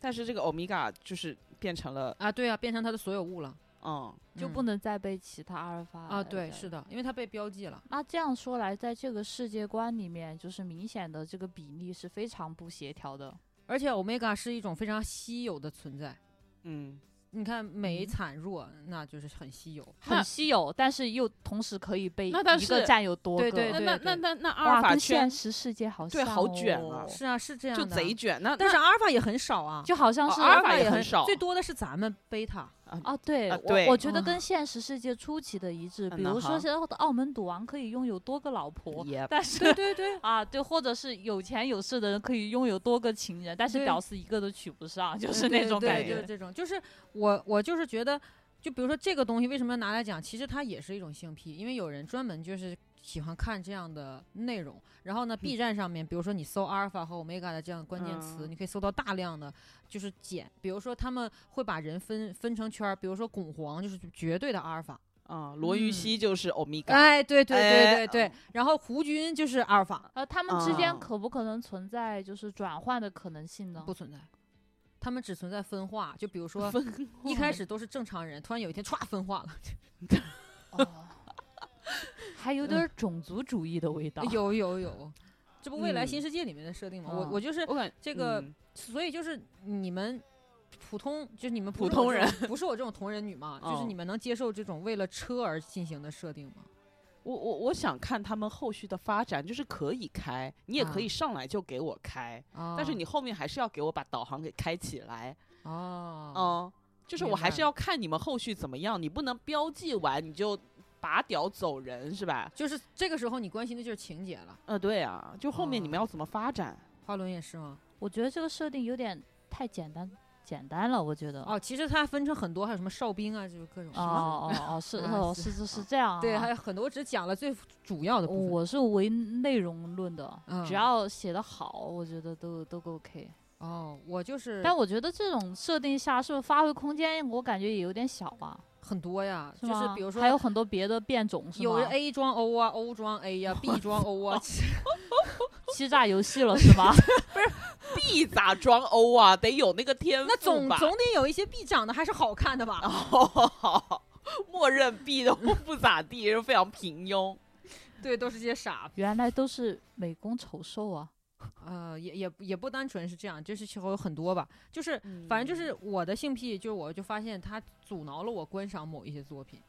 但是这个欧米伽就是变成了
啊，对啊，变成它的所有物了。
嗯，
就不
嗯
能再被其他阿尔法
啊，对，
的
是的，因为它被标记了。
那这样说来，在这个世界观里面，就是明显的这个比例是非常不协调的。
而且 omega 是一种非常稀有的存在。
嗯，
你看镁
嗯
产弱，那就是很稀有。
很
那
稀有，但是又同时可以被
那但
一个
是
占有多个。
对对
那那那那那阿
哇，
尔法
跟
圈
现实世界好像、
对
哦、
好卷啊
是啊，是这样
就
的。
贼，卷，那
但
那
是阿尔法也很少啊，
就好像
哦
是
阿尔
法
法也
很
很少
最多的是咱们贝塔。
啊，对，
啊对
我我觉得
嗯
跟现实世界出奇的一致。
嗯
比如
呐哈
说，现在的澳门赌王可以拥有多个老婆，
也
但是
对对对，
啊，对，或者是有钱有势的人可以拥有多个情人，但是
对
屌丝一个都娶不上，就是那种
嗯对
感
对就是
觉。
这种，就是我我就是觉得，就比如说这个东西为什么要拿来讲，其实它也是一种性癖，因为有人专门就是喜欢看这样的内容。然后呢，B 站上面，比如说你搜阿尔法和欧米伽的这样的关键词，
嗯
你可以搜到大量的就是简，比如说他们会把人分分成圈儿，比如说汞黄就是绝对的阿尔法，
啊，罗
嗯
云熙就是欧米伽，
哎，对对
哎
对对对，然后胡军就是阿尔法，
呃，他们之间
哦
啊
可不可能存在就是转换的可能性呢？
不存在。他们只存在分化，就比如说
分
一开始都是正常人，突然有一天歘分化了，
哦， 还有点儿种族主义的味道。
有有有，这不未来新
嗯
世界里面的设定吗？我
嗯
我就是
我感
这个
嗯
所以就是你们普通，就是你们不
普
是我
通
这种，不是我这种同人 女嘛，就
哦
是你们能接受这种为了车而进行的设定吗？
我我我想看他们后续的发展，就是可以开，你也可以上来就给我开，
啊，
但是你后面还是要给我把导航给开起来，
哦，
嗯，就是我
明白
还是要看你们后续怎么样，你不能标记完你就拔屌走人是吧？
就是这个时候你关心的就是情节了。
呃，对啊，就后面你们
哦
要怎么发展？
花轮也是吗？
我觉得这个设定有点太简单，简单了，我觉得。
哦，其实它还分成很多，还有什么哨兵啊，就是各种。
哦哦哦，是
啊
哦
是
是是
啊
是这样、啊。
对，还有很多，我只讲了最主要的部分。
我是唯内容论的，
嗯
只要写的好，我觉得都都 OK。
哦，我就是，
但我觉得这种设定下，是不是发挥空间我感觉也有点小啊？
很多呀，
是
就
吗
是比如说
还有很多别的变种，是
有
吗
人 A 装 O 啊，O 装 A 呀、b 装 O 啊，
欺诈游戏 了是吗？
必咋装欧啊？得有那个天赋
那总
吧
总得有一些 B 长得还是好看的吧？
啊哦，默认 B 都不咋地，非常平庸。
对，都是些傻。
原来都是美工丑兽啊！
呃，也也也不单纯是这样，就是其实有很多吧，就是
嗯
反正就是我的性癖，就是我就发现它阻挠了我观赏某一些作品，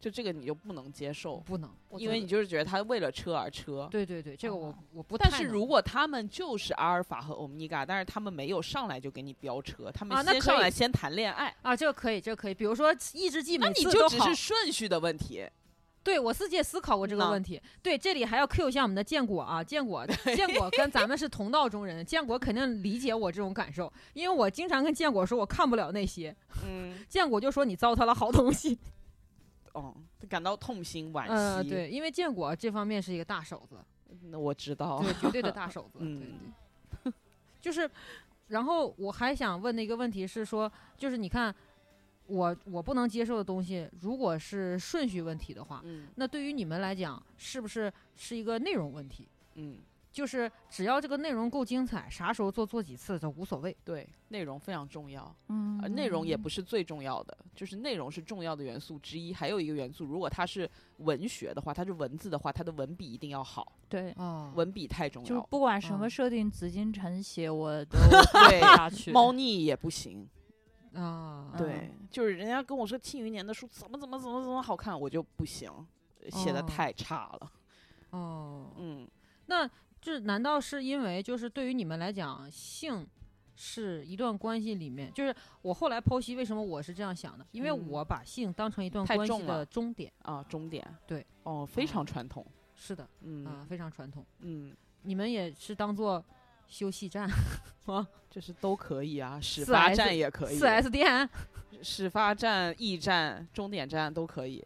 就这个你就不能接
我
受，
不能，我
哦因为
觉得
你就是觉得他为了车而车。
对对对，这个我、
啊
我不太
但
能。
是如果他们就是阿尔法和欧米伽，但是他们没有上来就给你飙车，他
啊
们先
那可以
上来先谈恋爱，
啊，这个可以，这个可以，比如说抑制剂
那
每
你
次都
就只
好
是，顺序的问题。
对我自己也思考过这个
嗯
问题。对，这里还要 Q 一下我们的建国啊，建国建国跟咱们是同道中人，建国肯定理解我这种感受，因为我经常跟建国说我看不了那些，
嗯，
建国就说你糟蹋了好东西。
哦，感到痛心惋
嗯、
惜。，
对，因为建国这方面是一个大手 子，
那我知道。
对，绝对的大手子，对
哦嗯
对，就是。然后我还想问的一个问题是说，就是你看，我我不能接受的东西，如果是顺序问题的话，
嗯
那对于你们来讲，是不是是一个内容问题？
嗯，
就是只要这个内容够精彩，啥时候做做几次都无所谓。
对，内容非常重要。
嗯
呃，内容也不是最重要的，就是内容是重要的元素之一。还有一个元素，如果它是文学的话，它是文字的话，它的文笔一定要好，
对，
哦
文笔太重
就是
要。
不管什
嗯
么设定，紫禁城写我 都
对
看不下去。
猫腻也不行，
啊，
嗯
对，就是人家跟我说《庆余年》的书怎么怎么怎么怎么好看，我就不行，呃写的
哦
太差了。
哦，
嗯，
那这难道是因为就是对于你们来讲，性是一段关系里面，就是我后来剖析为什么我是这样想的，因为
嗯
我把性当成一段
太
关系
重
的
了
终点。
啊，终点，
对，
哦，非
哦
常传统，
是的，啊、
嗯
非常传统。
嗯，
你们也是当做休息站 吗？
就是都可以啊，始
4S
发站也可以，
四 S 店
始发站、驿站、终点站都可以，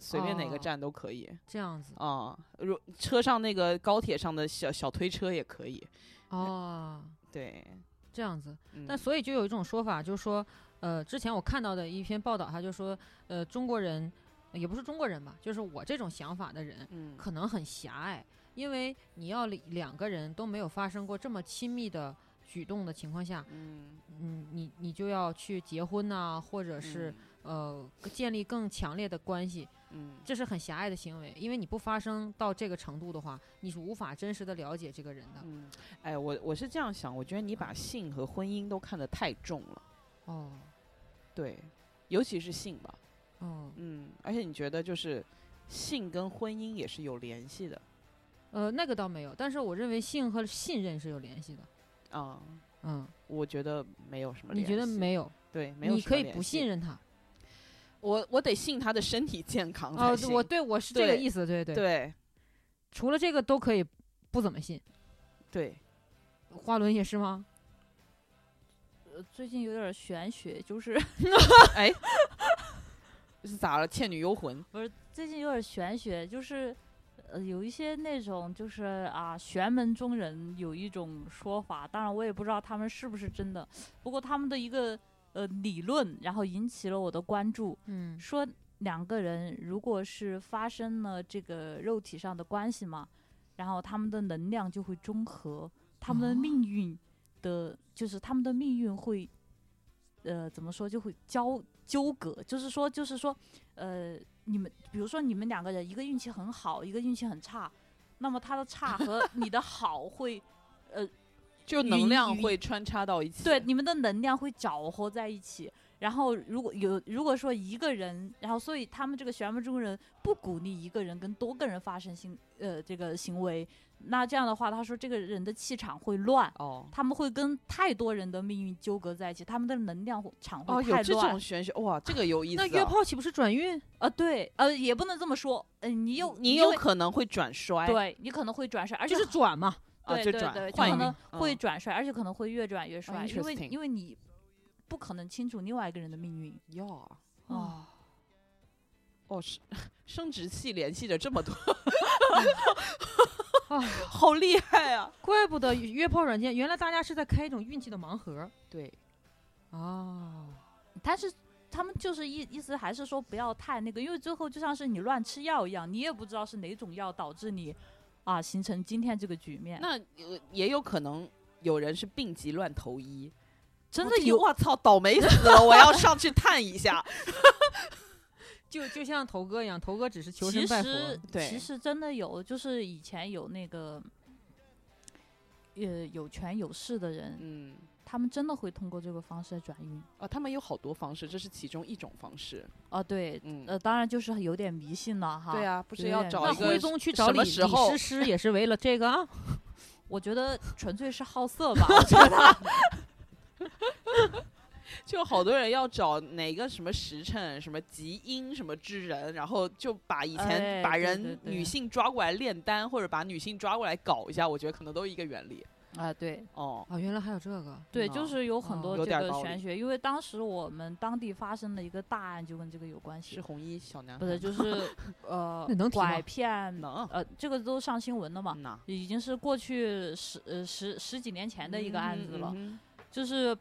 随便哪
哦
个站都可以。
这样子
啊、如车上那个高铁上的小小推车也可以。
哦，
对，
这样子。
嗯、
那所以就有一种说法，就是说，呃，之前我看到的一篇报道，他就说，呃，中国人呃也不是中国人吧，就是我这种想法的人，
嗯，
可能很狭隘，因为你要里两个人都没有发生过这么亲密的举动的情况下，
嗯，
嗯，你你就要去结婚呐、或者是、呃建立更强烈的关系，
嗯，
这是很狭隘的行为，因为你不发生到这个程度的话，你是无法真实的了解这个人的。
嗯，哎，我我是这样想，我觉得你把性和婚姻都看得太重了，
哦
对，尤其是性吧，
哦，
嗯，而且你觉得就是性跟婚姻也是有联系的
呃，那个倒没有，但是我认为性和信任是有联系的。
啊、
嗯，
我觉得没有什么
你
联系，
觉得没有？
对，没有
你
什
可
么
以
联
不
系
信任他。
我，我得信他的身体健康才
哦，
行，
我对我是这个
对
意思，对对。
对
除了这个都可以不怎么信。
对，
花轮也是吗？
呃最近有点玄学， 就是
哎，是咋了？倩女幽魂
不是最近有点玄学，就是呃有一些那种就是啊玄门中人有一种说法，当然我也不知道他们是不是真的，不过他们的一个呃理论，然后引起了我的关注，
嗯
说两个人如果是发生了这个肉体上的关系嘛，然后他们的能量就会中和，他们的
哦
命运的，就是他们的命运会，呃，怎么说就会交纠葛，就是说，就是说，呃，你们比如说你们两个人，一个运气很好，一个运气很差，那么他的差和你的好会。呃
就
云
能量
云
会穿插到一起，
对，你们的能量会搅和在一起。然后，如果有如果说一个人，然后所以他们这个玄门中人不鼓励一个人跟多个人发生性呃这个行为，那这样的话，他说这个人的气场会乱，
哦
他们会跟太多人的命运纠葛在一起，他们的能量场
哦，
会
有
太
这
乱。
种玄学哇，这个有意思、
那
啊。
约炮岂不是转运？
呃，对，呃，也不能这么说，嗯、你有
你
因
有
为
可能会转衰，
对你可能会转身，而且
就是 转嘛。
啊，
对
就
对
转
对，就
换
可
一个
能会
嗯哦
转帅，而且可能会越转越帅，因为
interesting
因为你不可能清楚另外一个人的命运
哟
啊。
哦，生 生殖器联系着这么多，
哎
好厉害啊！
怪不得约炮软件，原来大家是在开一种运气的盲盒
对，
哦，
但是他们就是意意思还是说不要太那个，因为最后就像是你乱吃药一样，你也不知道是哪种药导致你啊形成今天这个局面。
那呃也有可能有人是病急乱投医，
真
我
的
这
有
我操，倒霉死了，我要上去探 一下。
就就像头哥一样，头哥只是求
其
神拜佛。
实
对
其实真的有，就是以前有那个。呃，有权有势的人，
嗯，
他们真的会通过这个方式来转运
啊，他们有好多方式，这是其中一种方式。
啊。对，
嗯，
呃，当然就是有点迷信了哈。
对啊，不
有
是要
点
找
那
一个
徽宗去找
什
李
么
李
时候
师师也是为了这个啊。
我觉得纯粹是好色吧，我觉得
就好多人要找哪个什么时辰、什么吉阴、什么之人，然后就把以前
哎
把
对
人
对对
女性抓过来炼丹，或者把女性抓过来搞一下，我觉得可能都是一个原理。
啊，对
哦，
哦，原来还有这个。
对，
嗯
就
啊
是有很
哦
多
有
这
点
个
道
玄
理
学，因为当时我们当地发生了一个大案，就跟这个有关
是
系，
红衣小男孩，
不是就是 呃
那能提吗
拐骗，
能啊嗯
呃，这个都上新闻了嘛，
呐
已经是过去十呃十十几年前的一个案子了，
嗯
就是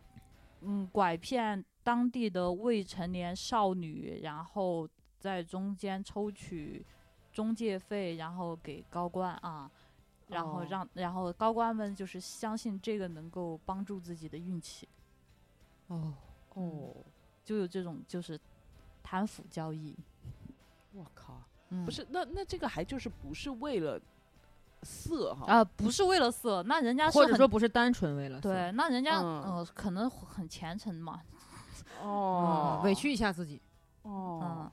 嗯拐骗当地的未成年少女，然后在中间抽取中介费，然后给高官啊，然后
哦
让、然后高官们就是相信这个能够帮助自己的运气，
哦，
嗯
哦，
就有这种就是贪腐交易。
我靠，
嗯，
不是那那这个还就是不是为了色哈？
啊、不是为了色，那人家是
或者
很
说不是单纯为了色
对，那人家
嗯
呃可能很虔诚嘛，
哦
哦，
委屈一下自己。
哦
嗯，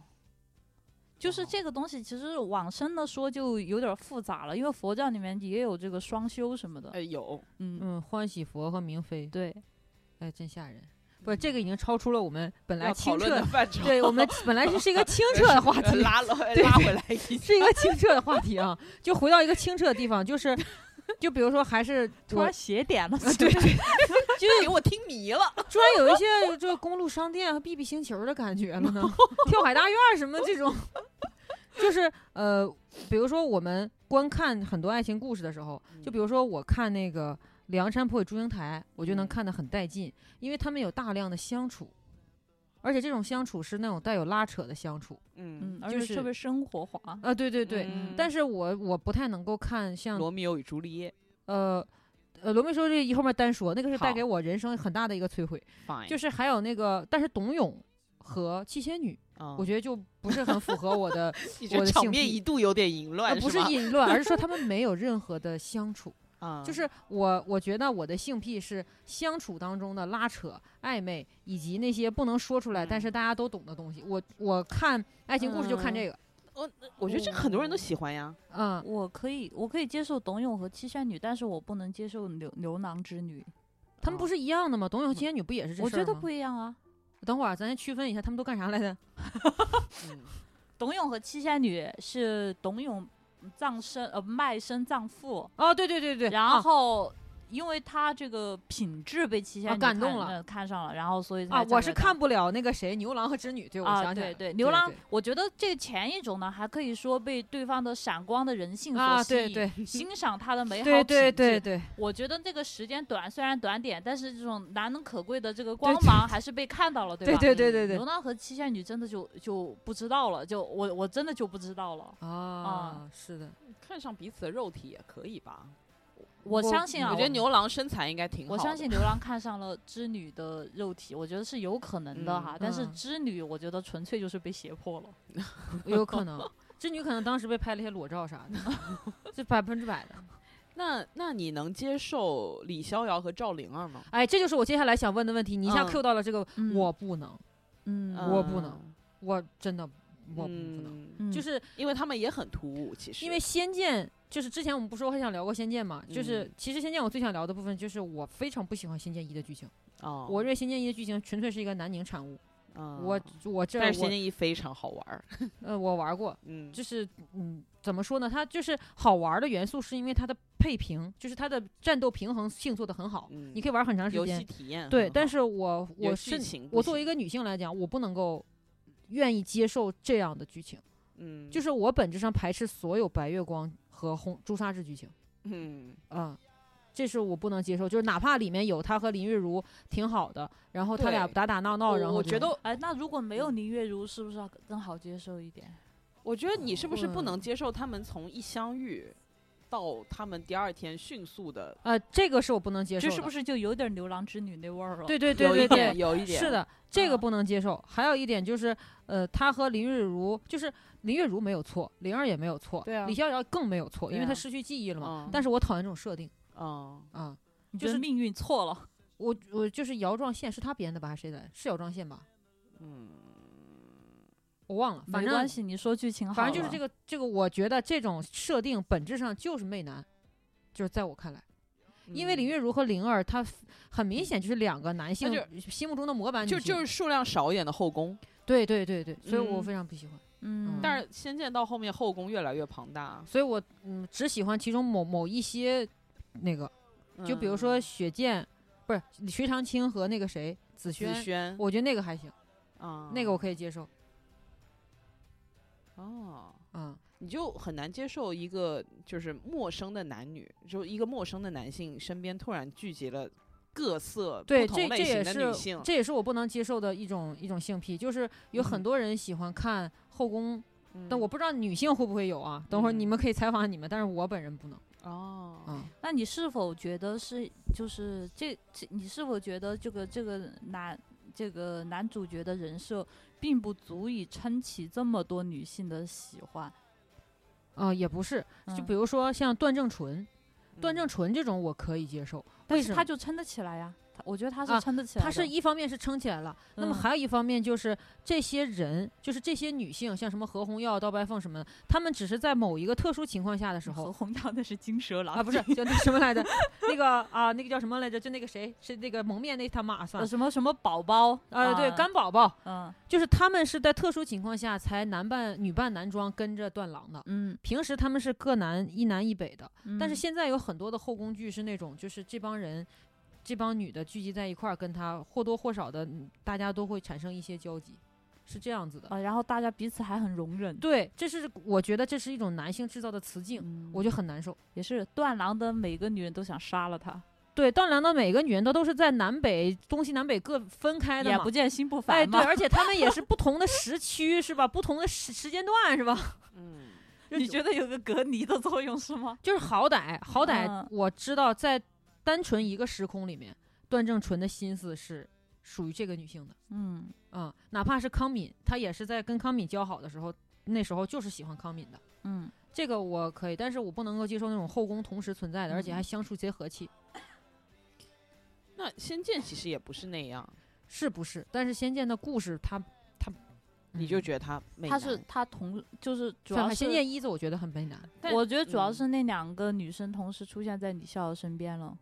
就是
哦
这个东西，其实往深的说就有点复杂了，因为佛教里面也有这个双修什么的。
哎有
嗯，
嗯，欢喜佛和明妃，
对，
哎，真吓人。不是，这个已经超出了我们本来
要讨
清
论的
澈，
范畴，
对 我们本来是是一个清澈的话题，
拉了
对
拉回来一下。
是一个清澈的话题啊。就回到一个清澈的地方，就是，就比如说 还是
突然斜点了，
啊 对对，
就是给我听迷了。
突然有一些这公路商店和 B B 星球的感觉 了呢，跳海大院儿什么这种， 就是呃，比如说我们观看很多爱情故事的时候，
嗯
就比如说我看那个《梁山伯与祝英台》，我就
嗯
能看得很带劲，因为他们有大量的相处，而且这种相处是那种带有拉扯的相处
嗯
嗯，而
就
且
是嗯
特别生活化。
啊，对对对，
嗯
但是我我不太能够看像
罗密欧与朱丽叶
呃呃，罗密欧这一后面单说，那个是
好
带
哎
给我人生很大的一个摧毁。
fine，
就是还有那个，但是董永和七仙女，
哦
我觉得就不是很符合我的，
嗯你
我
这
的
场
性
面
癖
一度有点淫
呃
乱，
不是
吗
淫乱，而是说他们没有任何的相处。
嗯
啊，
就是我，我觉得我的性癖是相处当中的拉扯、暧昧，以及那些不能说出来，但
嗯
是大家都懂的东西。我我看爱情故事就看这个，
我觉得这个很多人都
哦
喜欢呀。
嗯，
我可以，我可以接受董永和七仙女，但是我不能接受牛牛郎织女。
他们不是一样的吗？董永和七仙女不也是这
我
事儿
觉得
吗
不一样啊。
等会儿咱先区分一下，他们都干啥来着？
嗯
董永和七仙女是董永葬身呃卖身葬父，
哦，对对对对，
然
啊
后因为他这个品质被七仙
啊
女
感动
看
了
呃看上了，然后所以才
啊，
嫁
我
给
是
他
看不了那个谁牛郎和织女，对我
啊，
想起来
对对，
了，
牛郎，我觉得这前一种呢，还可以说被对方的闪光的人性所
啊，
吸
对
引，
对
欣赏他的美好
对对
品
对
质
对，
我觉得这个时间短，虽然短点，但是这种难能可贵的这个
对
光
对
芒还是被看到了，
对
吧？
对对对
牛
对
郎和七仙女真的就就不知道了，就我我真的就不知道了。
啊，是的，
看上彼此的肉体也可以吧？
我
我
相信啊，
我觉得牛郎身材应该挺好
我
的。
相信牛郎看上了织女的肉体，我觉得是有可能的哈。
嗯
但是
嗯
织女，我觉得纯粹就是被胁迫了。
有可能织女可能当时被拍了一些裸照啥的，这百分之百的。
那那你能接受李逍遥和赵灵儿吗？
哎，这就是我接下来想问的问题，你一下
嗯
Q 到了这个，
嗯
我不能，
嗯
我不能我真的我不能，
嗯，
嗯
就是
因为他们也很突兀，其实
因为《仙剑》就是之前我们不是我很想聊过《仙剑》嘛，就是、
嗯
其实《仙剑》我最想聊的部分就是我非常不喜欢《仙剑一》的剧情，
哦，
我认为《仙剑一》的剧情纯粹是一个南宁产物。
嗯
我我这
但是《仙
我
剑一》非常好玩儿，
呃我玩过，
嗯，
就是嗯怎么说呢，它就是好玩的元素是因为它的配平，就是它的战斗平衡性做得很好，
嗯
你可以玩很长时
游戏
间。
体验
对，
很
但
嗯好
是我
有
我
剧
是
情不
我作为一
行
个女性来讲，我不能够愿意接受这样的剧情，
嗯
就是我本质上排斥所有白月光和红朱砂痣剧情
嗯
啊、这是我不能接受。就是哪怕里面有他和林月如挺好的，然后他俩
对
打打闹闹，
我
然后
我
就
觉得
哎，那如果没有林月如，是不是要更好接受一点？
我觉得你是不是不
嗯
能接受他们从一相遇到他们第二天迅速的，
呃这个是我不能接受
这
的，
是不是就有点牛郎织女那味儿了？
对对对对
有一
对
点，有一点
是，的，这个
嗯
不能接受。还有一点就是，呃，他和林月如，就是林月如没有错，灵儿也没有错，
对啊
李逍遥更没有错，因
对
为
啊
他失去记忆了嘛。
嗯
但是我讨厌这种设定
嗯，
啊、
你
就
觉得
是
命运错了。
我我就是姚壮宪是他编的吧，还是谁的？是姚壮宪吧？
嗯
我忘了，反
没关
正
系，你说剧情好
反正就是这
个。
个这个，我觉得这种设定本质上就是媚男，就是在我看来，因为林
嗯
月如和灵儿，她很明显就是两个男性
就
心目中的模板女
就
性，
就是数量少一点的后宫，
对对对对，所以我
嗯
非常不喜欢。
嗯，
但是《仙剑》到后面后宫越来越庞大，
所以我嗯只喜欢其中某某一些那个，就比如说
嗯
雪见，不是徐长卿和那个谁
紫
紫萱，
萱，
我觉得那个还行，
啊，
那个我可
以
以接受
哦。
啊、
你就很难接受一个就是陌生的男女，就一个陌生的男性身边突然聚集了各色
对，
不
这
同
这
类型
也
的女
是
性，
这也是我不能接受的一种一种性癖，就是有很
嗯
多人喜欢看后宫，
嗯
但我不知道女性会不会有啊。等会儿你
嗯
们可以采访你们，但是我本人不能
哦，
啊。
那你是否觉得是就是这这？你是否觉得这个这个男这个男主角的人设并不足以撑起这么多女性的喜欢？
啊、也不是，就
嗯
比如说像段正淳，段正
嗯
淳这种我可以接受，
但
为
是
什
他
么？
就撑得起来呀，他我觉得他
啊
是撑得起来
他
的。
是一方面是撑起来了，那么
嗯
还有一方面就是这些人，就是这些女性，像什么何红药、刀白凤什么的，她们只是在某一个特殊情况下的时
何
候
鸿燊那是金蛇郎
啊，不是叫那什么来着，那个啊，那个叫什么来着？就那个谁是那个蒙面那他妈算
呃
了，
什么什么宝宝？
呃，对，
啊
甘宝宝，
嗯
就是他们是在特殊情况下才男扮女扮男装跟着段郎的。
嗯，
平时他们是各男一男一北的，但是
嗯
现在有很多的后宫剧是那种，就是这帮人，这帮女的聚集在一块儿，跟他或多或少的，嗯大家都会产生一些交集，是这样子的。
啊，然后大家彼此还很容忍。
对，这是我觉得这是一种男性制造的雌竞，
嗯
我就很难受。
也是段郎的每个女人都想杀了他，
对，当然的，每个女人她都是在南北、东西南北各分开的
眼
嘛
不。见心不
哎，
烦
对，
嘛。
而且她们也是不同的时区，是吧？不同的时时间段，是吧？
嗯，
你觉得有个隔离的作用是吗？
就是好歹好歹
嗯
我知道在单纯一个时空里面，段正淳的心思是属于这个女性的
嗯
啊、哪怕是康敏，他也是在跟康敏交好的时候，那时候就是喜欢康敏的。
嗯
这个我可以，但是我不能够接受那种后宫同时存在的，而且还
嗯
相处结合气，
那《仙剑》其实也不是那样，
是不是？但是《仙剑》的故事，它它，
你就
嗯
觉得它美
他
男，
是他同就是主
反
要
正
是
仙剑一》子，我觉得很悲男。
但
我觉得主要
嗯
是那两个女生同时出现在李逍遥身边了。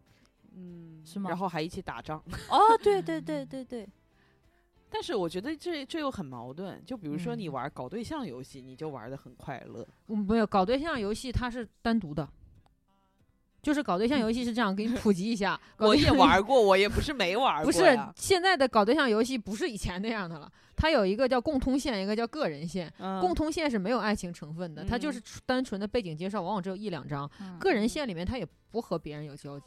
嗯，
是吗
然后还一起打仗，
哦，对对对对 对，
但是我觉得这这又很矛盾。就比如说你
嗯
玩搞对象游戏，你就玩的很快乐，。
我们嗯没有搞对象游戏，它是单独的，就是搞对象游戏是这样，给你普及一下
我
搞对
也
象游
玩过，我也不是没玩
不
过
是
呀，
现在的搞对象游戏不是以前那样的了，它有一个叫共通线，一个叫个人线。
嗯
共通线是没有爱情成分的，它就
嗯
是纯单纯的背景介绍，往往只有一两张。
嗯
个人线里面它也不和别人有交集，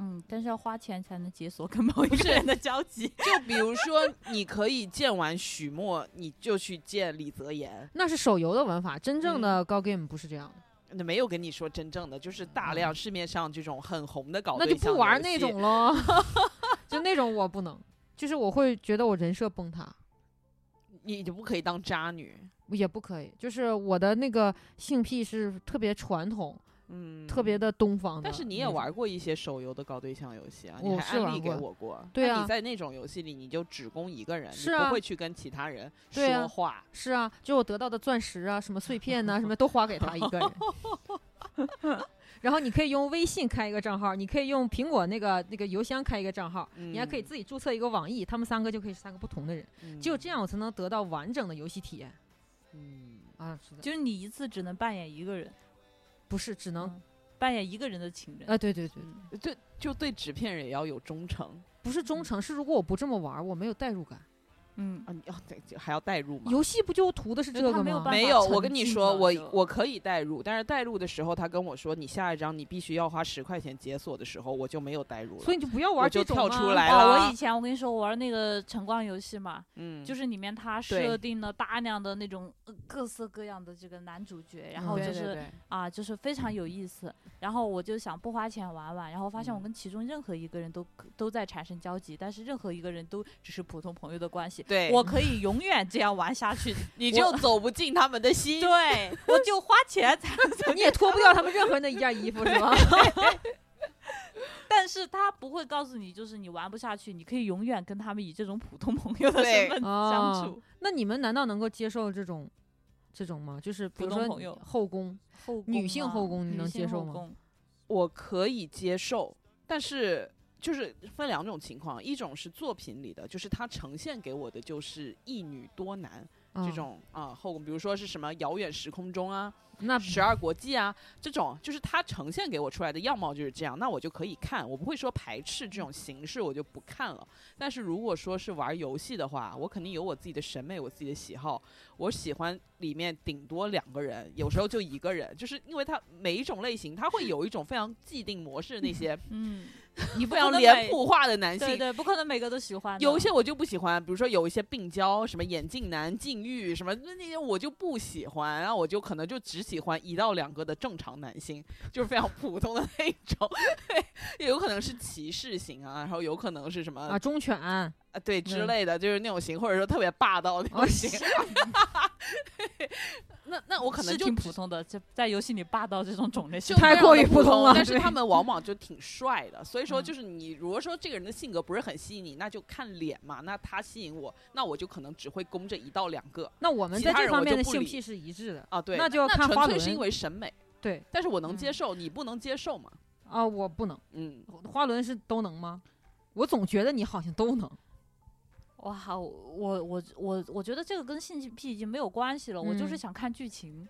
嗯，但是要花钱才能解锁跟某一个人的交集。
就比如说，你可以见完许墨，你就去见李泽言。
那是手游的玩法。真
嗯
正的高 game 不是这样的，
那没有跟你说真正的，就是大量市面上这种很红的搞
嗯那
对
就
象
不玩那
游戏
种喽， 就那种我不能，就是我会觉得我人设崩塌。
你就不可以当渣女。
也不可以，就是我的那个性癖是特别传统、
嗯，
特别。的东方的
但是你也
那种
玩过一些手游的搞对象游戏啊，你
我
还
是
安
玩
利给
过
我过。
对
那
啊
你在那种游戏里，你就只攻一个人，
是
你
啊
不会去跟其他人
对啊
说话。
是啊，就我得到的钻石啊、什么碎片呐、什么都花给他一个人。 然后你可以用微信开一个账号，你可以用苹果那个那个邮箱开一个账号，你还可以
嗯
自己注册一个网易，他们三个就可以是三个不同的人，只有这样我才能得到完整的游戏体验
嗯，
啊！是的，
就是你一次只能扮演一个人，
不是只能
嗯扮演一个人的情人。
呃
啊，对对对，
嗯
嗯，就就对纸片人也要有忠诚
不是
嗯
忠诚，是如果我不这么玩儿，我没有代入感。
嗯，
啊！你要对还要代入吗？
游戏不就图的是
对
这
他
个
没有
吗
办？
没
法
有，
沉
我跟你
浸
说，
到
我
这
我可以代入，但是代入的时候，他跟我说你下一张你必须要花十块钱解锁的时候，我就没有代入了。
所以你就不要
我
玩
就
这种嘛。
跳出来
哦，
啦
我以前我跟你说，我玩那个晨光游戏嘛，
嗯，
就是里面它
对
设定了大量的那种呃各色各样的这个男主角，然
嗯
后
对
就
对
是
对
啊，就是非常有意思。然后我就想不花钱玩玩，然后发现我
嗯
跟其中任何一个人都可都在产生交集，但是任何一个人都只是普通朋友的关系。
对
我可以永远这样玩下去，
你
我
就走不进他们的心。
对我就花钱才才
你也脱不掉他们任何人的一件衣服，是吧？
但是他不会告诉你，就是你玩不下去，你可以永远跟他们以这种普通朋友的
对
身份
哦
相处。
那你们难道能够接受这种这种吗？就是
普
比如
通
说
朋
你
友
后宫，
后
女
宫啊
性
嘛
后宫你
女
能
性
接
后
受吗
宫
我可以接受，但是就是分两种情况，一种是作品里的，就是他呈现给我的就是一女多男这
嗯
种啊后宫，比如说是什么遥远时空中啊，
那
十二国际啊，这种就是它呈现给我出来的样貌就是这样，那我就可以看，我不会说排斥这种形式，我就不看了。但是如果说是玩游戏的话，我肯定有我自己的审美，我自己的喜好，我喜欢里面顶多两个人，有时候就一个人，就是因为它每一种类型，它会有一种非常既定模式，那些
嗯，
你非
可
常
能
脸
每
谱化的男
对
性。
对，不可能每个都喜欢的。
有一些我就不喜欢，比如说有一些病娇，什么眼镜男、禁欲，什么那那些我就不喜欢，然后我就可能就只喜欢一到两个的正常男性，就是非常普通的那种，对，也有可能是歧视型啊，然后有可能是什么
啊
啊
忠 犬啊
对之
嗯
类的，就是那种型，或者说特别霸道
哦
那种型。那那我可能
是
就
挺
只
普通的，就在游戏里霸道这种种类是
就
吧
太
非常
过
的
于普通了
但是
对
他们往 往就挺帅的，所以说
嗯
就是你如果说这个人的性格不是很吸引你，那就看脸嘛。那他吸引我，那我就可能只会攻这一到两个
那我们
其
在
他
这
人
方
我
面
就
的
不
性
理
癖是一致的。
啊。对，
那就要看
纯
花
粹是因
轮
为审美，
对
但是我能接
嗯
受，你不能接受嘛？
啊，我不能，
嗯，
花轮是都能吗？我总觉得你好像都能，
哇，我我我我觉得这个跟性癖已经没有关系了，我就是
嗯
想看剧情。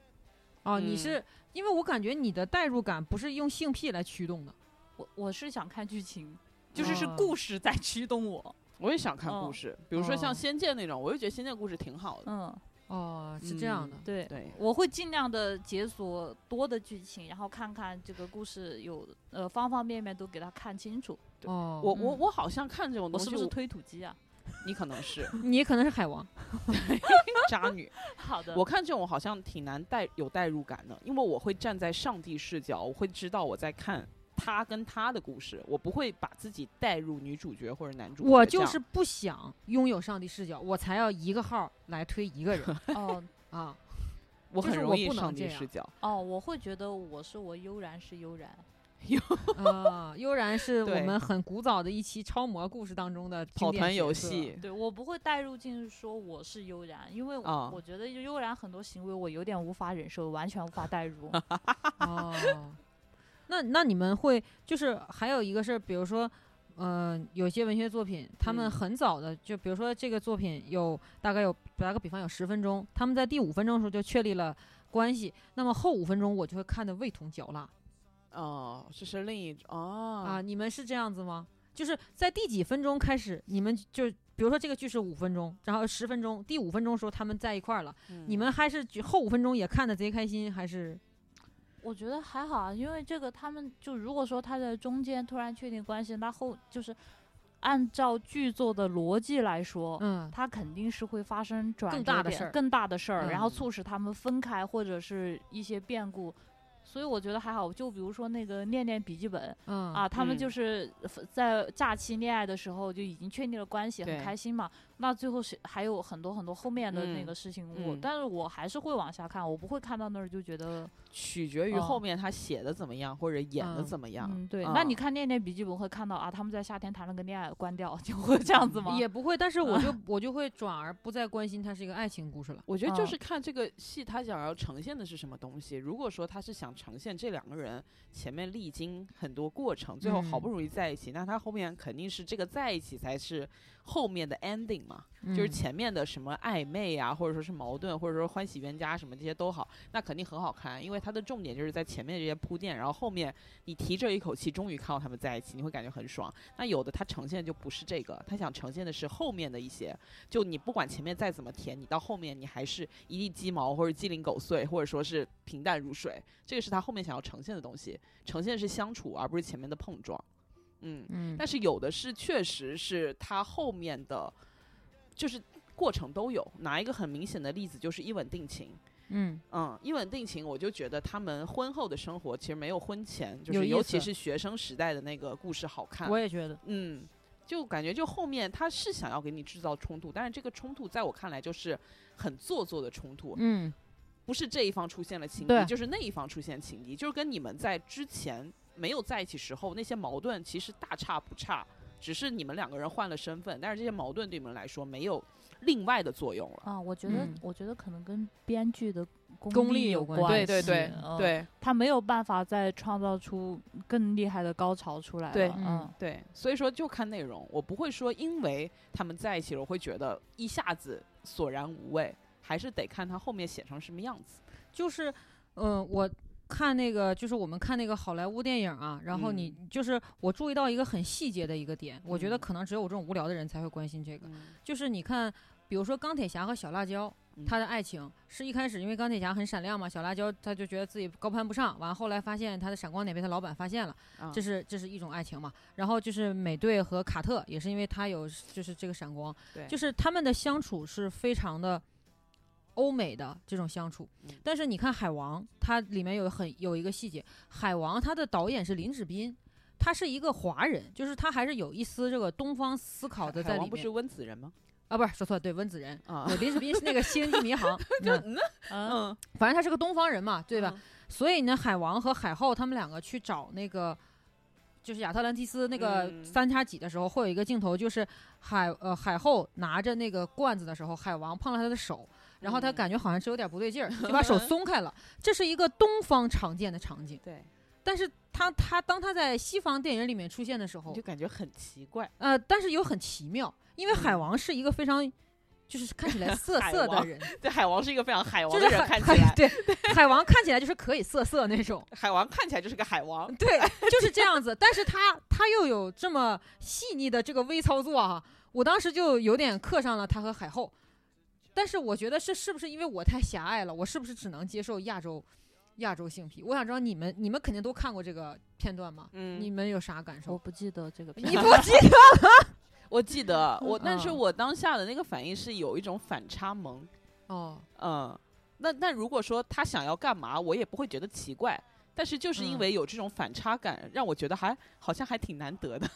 哦，你
嗯
是因为我感觉你的代入感不是用性癖来驱动的，
我我是想看剧情，就是是
哦
故事在驱动我。
嗯我也想看故
哦
事，比如说像
哦
《仙剑》那种，我就觉得《仙剑》故事挺好的。
嗯，
哦，是这样的，
嗯
对。
对，
我会尽量的解锁多的剧情，然后看看这个故事有呃方方面面都给它看清楚。
对
哦，
我我
嗯
我好像看这种
我
东
是
西，
不是
我
推土机啊？
你可能是
你可能是海王，
渣女。
好的，
我看这种好像挺难带有代入感的，因为我会站在上帝视角，我会知道我在看他跟他的故事，我不会把自己带入女主角或者男主角这样。
我就是不想拥有上帝视角，我才要一个号来推一 个人
哦
啊。
我
就是
很
我
容易
不能
上
这
帝
样
视角，
哦，我会觉得我是我悠然是悠然，
啊，悠然是我
对
们很古早的一期超模故事当中的经
跑
典
团游
角色
戏，
对我不会带入进去说我是悠然，因为我,、
哦
我觉得悠然很多行为我有点无法忍受，完全无法代 入。
哦，那那你们会就是还有一个是，比如说，呃，有些文学作品，他们
嗯
很早的、就比如说这个作品有大概有打个比方有十分钟，他们在第五分钟的时候就确立了关系，那么后五分钟我就会看得味同嚼蜡
哦，这是另一种哦
啊，你们是这样子吗？就是在第几分钟开始，你们就比如说这个剧是五分钟，然后十分钟，第五分钟的时候他们在一块儿了，你
嗯
们还是觉后五分钟也看得贼开心，还是
我觉得还好啊，因为这个他们就如果说他在中间突然确定关系，那后就是按照剧作的逻辑来说，
嗯
他肯定是会发生转
更
折
大的
点
事儿
更大的事儿，然后
嗯
促使他们分开或者是一些变故。所以我觉得还好，就比如说那个《恋恋笔记本》
嗯
啊，他们
嗯
就是在假期恋爱的时候就已经确定了关系，很
对
开心嘛。那最后是还有很多很多后面的那
嗯
个事情，我
嗯
但是我还是会往下看，我不会看到那儿就觉得，
取决于后
哦
面他写的怎么样或者演的
嗯
怎么样。
嗯，对。那你
嗯
看《恋恋笔记本》会看到啊，他们在夏天谈了个恋爱，关掉就会这样子吗？
嗯也不会，但是我就我就会转而不再关心它是一个爱情故事了。
我觉得就
嗯
是看这个戏他想要呈现的是什么东西。如果说他是想呈现这两个人前面历经很多过程，最后好
嗯
不容易在一起，那他后面肯定是这个在一起才是后面的 ending 嘛，
嗯
就是前面的什么暧昧啊，或者说是矛盾，或者说欢喜冤家什么这些都好，那肯定很好看，因为它的重点就是在前面这些铺垫，然后后面你提着一口气，终于看到他们在一起，你会感觉很爽。那有的它呈现就不是这个，它想呈现的是后面的一些，就你不管前面再怎么甜，你到后面你还是一地鸡毛，或者鸡零狗碎，或者说是平淡如水，这个是他后面想要呈现的东西，呈现的是相处，而不是前面的碰撞。嗯，
嗯，
但是有的是确实是它后面的，就是过程都有。拿一个很明显的例子，就是一吻定情。
嗯
嗯，一吻定情，我就觉得他们婚后的生活其实没有婚前，就
有
是
意
尤其
思
是学生时代的那个故事好看。
我也觉得，
嗯，就感觉就后面他是想要给你制造冲突，但是这个冲突在我看来就是很做作的冲突，
嗯
不是这一方出现了情
对
敌，就是那一方出现情敌，就是跟你们在之前没有在一起时候那些矛盾其实大差不差，只是你们两个人换了身份，但是这些矛盾对你们来说没有另外的作用了。
啊，我觉得，
嗯
我觉得可能跟编剧的
功力
力
有
有
关
对
关
对对
系
哦
嗯
对
他没有办法再创造出更厉害的高潮出来了。
对
嗯，
对，所以说就看内容，我不会说因为他们在一起了，我会觉得一下子索然无味，还是得看他后面写成什么样子。
就是嗯、呃我看那个就是我们看那个好莱坞电影啊，然后你、就是我注意到一个很细节的一个点，我觉得
嗯
可能只有我这种无聊的人才会关心这个，就是你看。比如说钢铁侠和小辣椒，
嗯
他的爱情是一开始因为钢铁侠很闪亮嘛，小辣椒他就觉得自己高攀不上，完后来发现他的闪光点被他老板发现了，
啊
这是这是一种爱情嘛。然后就是美队和卡特也是因为他有就是这个闪光，
对
就是他们的相处是非常的欧美的这种相处。
嗯
但是你看海王，它里面有很有一个细节，海王他的导演是林志斌。他是一个华人，就是他还是有一丝这个东方思考的
海
在
王
里
不是
面
温子仁吗？
啊，不是说错了，对温子仁，
啊
对林志斌是那个《星际迷航》嗯，
嗯
嗯，
反正他是个东方人嘛，对吧？
嗯？
所以呢，海王和海后他们两个去找那个，就是亚特兰蒂斯那个
嗯
三叉戟的时候，会有一个镜头，就是海呃海后拿着那个罐子的时候，海王碰了他的手，然后他
嗯
感觉好像是有点不 对劲儿，就把手松开了。这是一个东方常见的场景，
对，
但是他他当他在西方电影里面出现的时
你
候
就，感觉很奇怪。
呃，但是又很奇妙，因为海王是一个非常。就是 看起来涩
嗯海
涩的
王
人，
对，海王是一个非常海王
就
的
是
人，
海
看起
海
来，
对 海王看起来就是可以涩涩那种，
海王看起来就是个海王。
对，就是这样子。但是他他又有这么细腻的这个微操作啊，我当时就有点刻上了他和海后。但是我觉得是是不是因为我太狭隘了？我是不是只能接受亚洲亚洲性癖？我想知道你们你们肯定都看过这个片段吗？
嗯
你们有啥感
我
受？
不记得这个
你
片。
不记 得？
我记得我，
嗯
但是
嗯
我当下的那个反应是有一种反差萌。
哦，
嗯，那那如果说他想要干嘛，我也不会觉得奇怪。但是就是因
嗯
为有这种反差感，让我觉得还好像还挺难得的。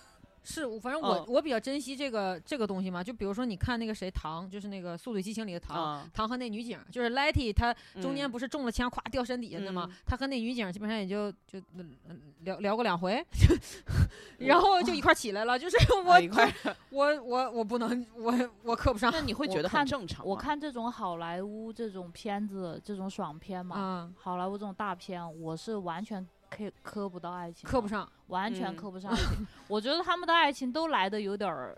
是我，反正我、
嗯
我比较珍惜这个这个东西嘛。就比如说，你看那个谁唐，就是那个《速度与激情》里的唐，
啊，
唐和那女警，就是 Letty，她中间
嗯
不是中了枪，咵掉山底下的嘛
嗯？
她和那女警基本上也就就嗯嗯聊聊过 两回，就然后就一块儿起来了。就是我
啊一块儿，
我我我不能，我我磕不上啊
那你会
我
觉得很
看
正常
我
吗
看这种好莱坞这种片子，这种爽片嘛，
啊，
好莱坞这种大片，我是完全磕磕不到爱情的，
磕不上。
完全
嗯
磕不上爱 情。我觉得他们的爱情都来的有点儿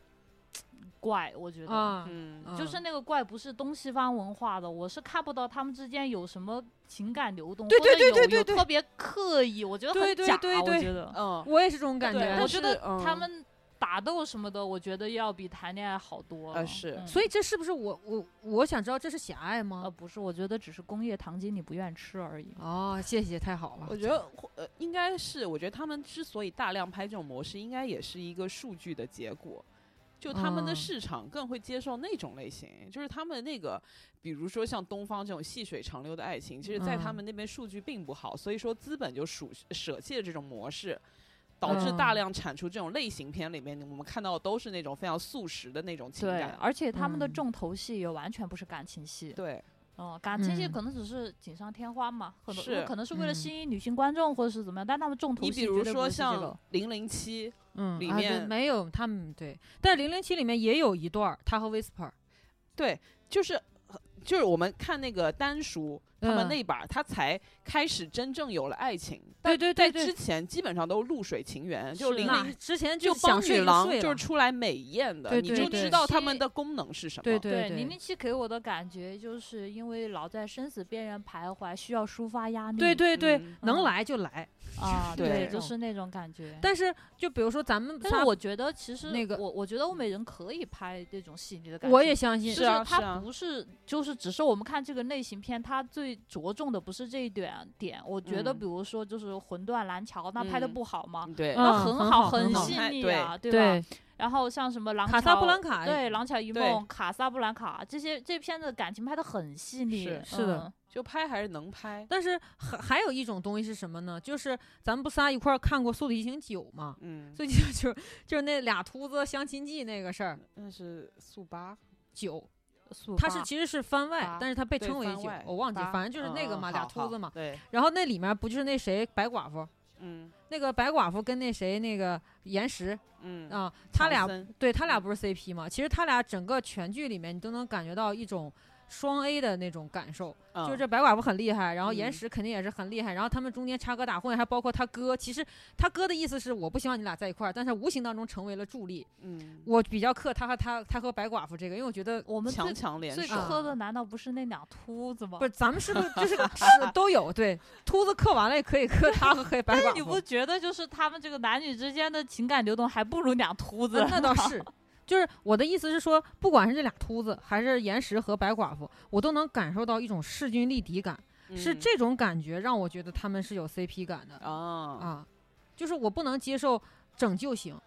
怪，我觉得。
啊，
嗯，
嗯
就是那个怪不是东西方文化的，我是看不到他们之间有什么情感流动，
对
或者
对对
有
对
有
对
特别刻意，我觉得
对
很
对
假，
对
我
对
觉得
嗯，
我也是这种感
对
觉
但
我。觉
是
得
嗯
他们打斗什么的，我觉得要比谈恋爱好多了。
呃是
嗯
所以这是不是我我我想知道这是狭隘
呃
哦
吗？
不是，我觉得只是工业糖精你不愿吃而已。
哦，谢谢，太好了
我。觉得呃，应该是，我觉得他们之所以大量拍这种模式，应该也是一个数据的结果。就他们的
嗯
市场更会接受那种类型，就是他们那个，比如说像东方这种细水长流的爱情，其实在他
嗯
们那边数据并不好，所以说资本就舍舍弃了这种模式，导致大
嗯
量产出这种类型片里面，我们看到的都是那种非常速食的那种情
对，
感。
而且他们的
嗯
重头戏也完全不是感情戏，
对，
嗯，感情戏
嗯
可能只是锦上添花嘛，可
是
能可能是为了
嗯
吸引女性观众或者是怎么样，但他们重头
你
戏绝
比如
对不
说
会是这
像
个
《零零七》，
嗯，
里
啊对
面
没有他们对，但零零七里面也有一段儿他和 Whisper，
对，就是就是我们看那个丹叔他们
嗯
那把，他才开始真正有了爱情。
对对
在
对
之
对，
前基本上都是露水情缘，就是零
那
零
之前
就
想
帮
睡
女
就
郎
睡
就是
了
出来美艳的，
对
你
对
就
对
知道
其
他们的功能是什么。
对对
对，
对
零零七给我的感觉就是因为老在生死边缘徘徊，需要抒发压力。
对对对，
嗯
嗯
能来就来。
啊，
对
对，就是那种感觉。
但是就比如说咱们
但是
仨，
我觉得其实
那个
我我觉得欧美人可以拍这种细腻的感觉。
我也相信
就是
啊是
他
啊
不是，就是只是我们看这个类型片，他最着重的不是这一点点。我觉得，
嗯
比如说就是《魂断蓝桥》，那拍的
嗯
不好吗？
对
嗯
那很好，
很好
细
很好
腻啊，对吧？
对
然后像什么《狼
卡萨
桥
布兰卡
对《廊桥遗
对
梦》、《卡萨布兰卡》这些这片子感情拍的很细腻，
是
是的
嗯
就拍还是能拍。
但是还还有一种东西是什么呢？就是咱们不仨一块儿看过《速度与激情九》吗？
嗯，
最近就就是那俩秃子相亲记那个事儿，
那是速八，
九，
速
它是
八
其实是番外
八，
但是它被
对
称为
番
九
外，
我忘记
八，
反正就是那个
嗯
嘛，
嗯
俩
好
秃子
好
嘛。
对，
然后那里面不就是那谁白寡妇，
嗯
那个白寡妇跟那谁那个岩石
嗯，
啊，他俩
唐僧
对他俩
嗯
不是 CP 吗？其实他俩整个全剧里面，你都能感觉到一种双 A 的那种感受，
嗯
就是这白寡妇很厉害，然后岩
嗯
石肯定也是很厉害，然后他们中间插科打诨，还包括他哥。其实他哥的意思是我不希望你俩在一块儿，但是无形当中成为了助力。
嗯，
我比较克他和他他和白寡妇这个，因为我觉得
我们
强啊
最
强联
最
手。
啊
磕的难道不是那俩秃子吗？
不是咱们是不是就是是都有对秃子克完了也可以克他和黑白寡
你
妇
不，觉得就是他们这个男女之间的情感流动还不如俩秃子？
那那倒是。就是我的意思是说，不管是这俩秃子，还是岩石和白寡妇，我都能感受到一种势均力敌感。是
嗯
这种感觉让我觉得他们是有 CP 感的
啊，
啊，就是我不能接受拯救型，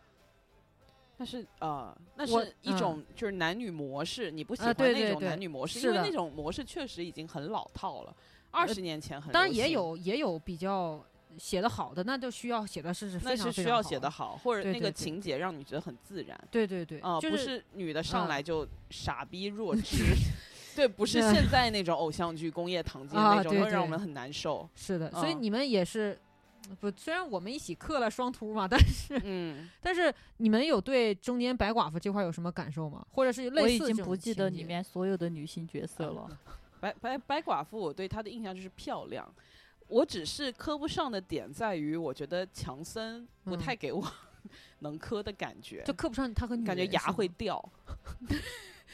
那是啊，那
我嗯
是一种就是男女模式，你不喜
啊
欢
对
那
对
种
对
男女模式，
是
因为
的呃
那种模式确实已经很老套了，二十年前很
当然
流
也
行，
有也有比较写的好的，那就需要写的是是
那
非常
是
非
需
常
要
好
写的，好，或者
对
那
对
个
对
情节让你觉得很自然
对对对，
啊，
就
不
是
是女的上
嗯
来就傻逼弱智， 对，不是
对
现在那种偶像剧工业糖精
啊
那种，
对
会让我
对。
们很难受
是的，所以
嗯
你们也是。不，虽然我们一起刻了双突嘛，但是
嗯，
但是你们有对中间白寡妇这块有什么感受吗？或者是类似
我已经
这种
不记得
情
里
节
面所有的女性角色了。
白白白寡妇，我对她的印象就是漂亮。我只是磕不上的点在于，我觉得强森不
嗯
太给我 能磕的感觉，
就刻不上他和女
感觉
人
牙
是
会
吗
掉，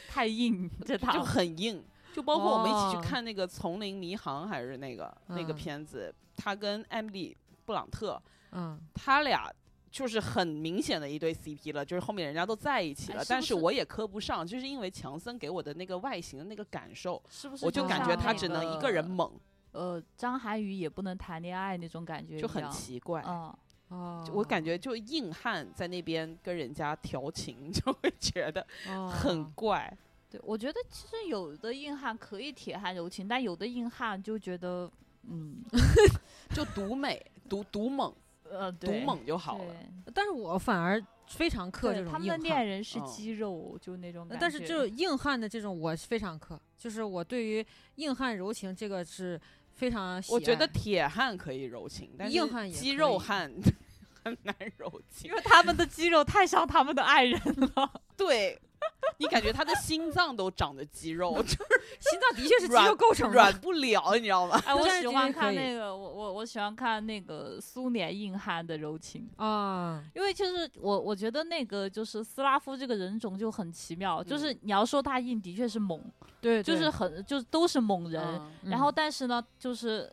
太硬，这
就
套
很硬。就包括我们一起
哦
去看那个《丛林迷航》还是那个、那个
嗯
片子，他跟艾米丽·布朗特，
嗯
他俩就是很明显的一对 CP 了，就是后面人家都在一起
哎
了，
是
但
不
是
是
我也磕不上，就是因为强森给我的那个外形的那个感受，
是不是
我就
就
感
像
觉他
那
只能一个人。猛，
呃，张涵予也不能谈恋爱那种感觉一样，
就很奇怪。
嗯，
哦
就，我感觉就硬汉在那边跟人家调情， 就会觉得
哦
很怪。
对，我觉得其实有的硬汉可以铁汉柔情，但有的硬汉就觉得，嗯，
就独美，毒毒猛，
呃，
毒
对，
猛就好了。
对
但是我反而非常克
对
这种
他们
硬
的
汉。
恋人是
嗯
肌肉，呃就那种感觉。
呃但是这硬汉的这种我是非常克，就是我对于硬汉柔情这个是非常喜爱。
我觉得铁汉可以柔情，但
硬
是
汉也
肌
可
肉
以
汉 很难柔 情
因。为他们的肌肉太像他们的爱人了，
对，你感觉他的心脏都长着肌肉，就
心脏的确是肌
软
肉构成
软
的，
不了，你知道吗？
哎，我
但是
喜
这
欢
个可
看
以
那个，我我我喜欢看那个苏联硬汉的柔情，
啊，
因为就是我我觉得那个就是斯拉夫这个人种就很奇妙，就是你要说他硬，的确是猛，
对，
就是
对
很就是都是猛 人，
嗯
然后
嗯
但是呢，就是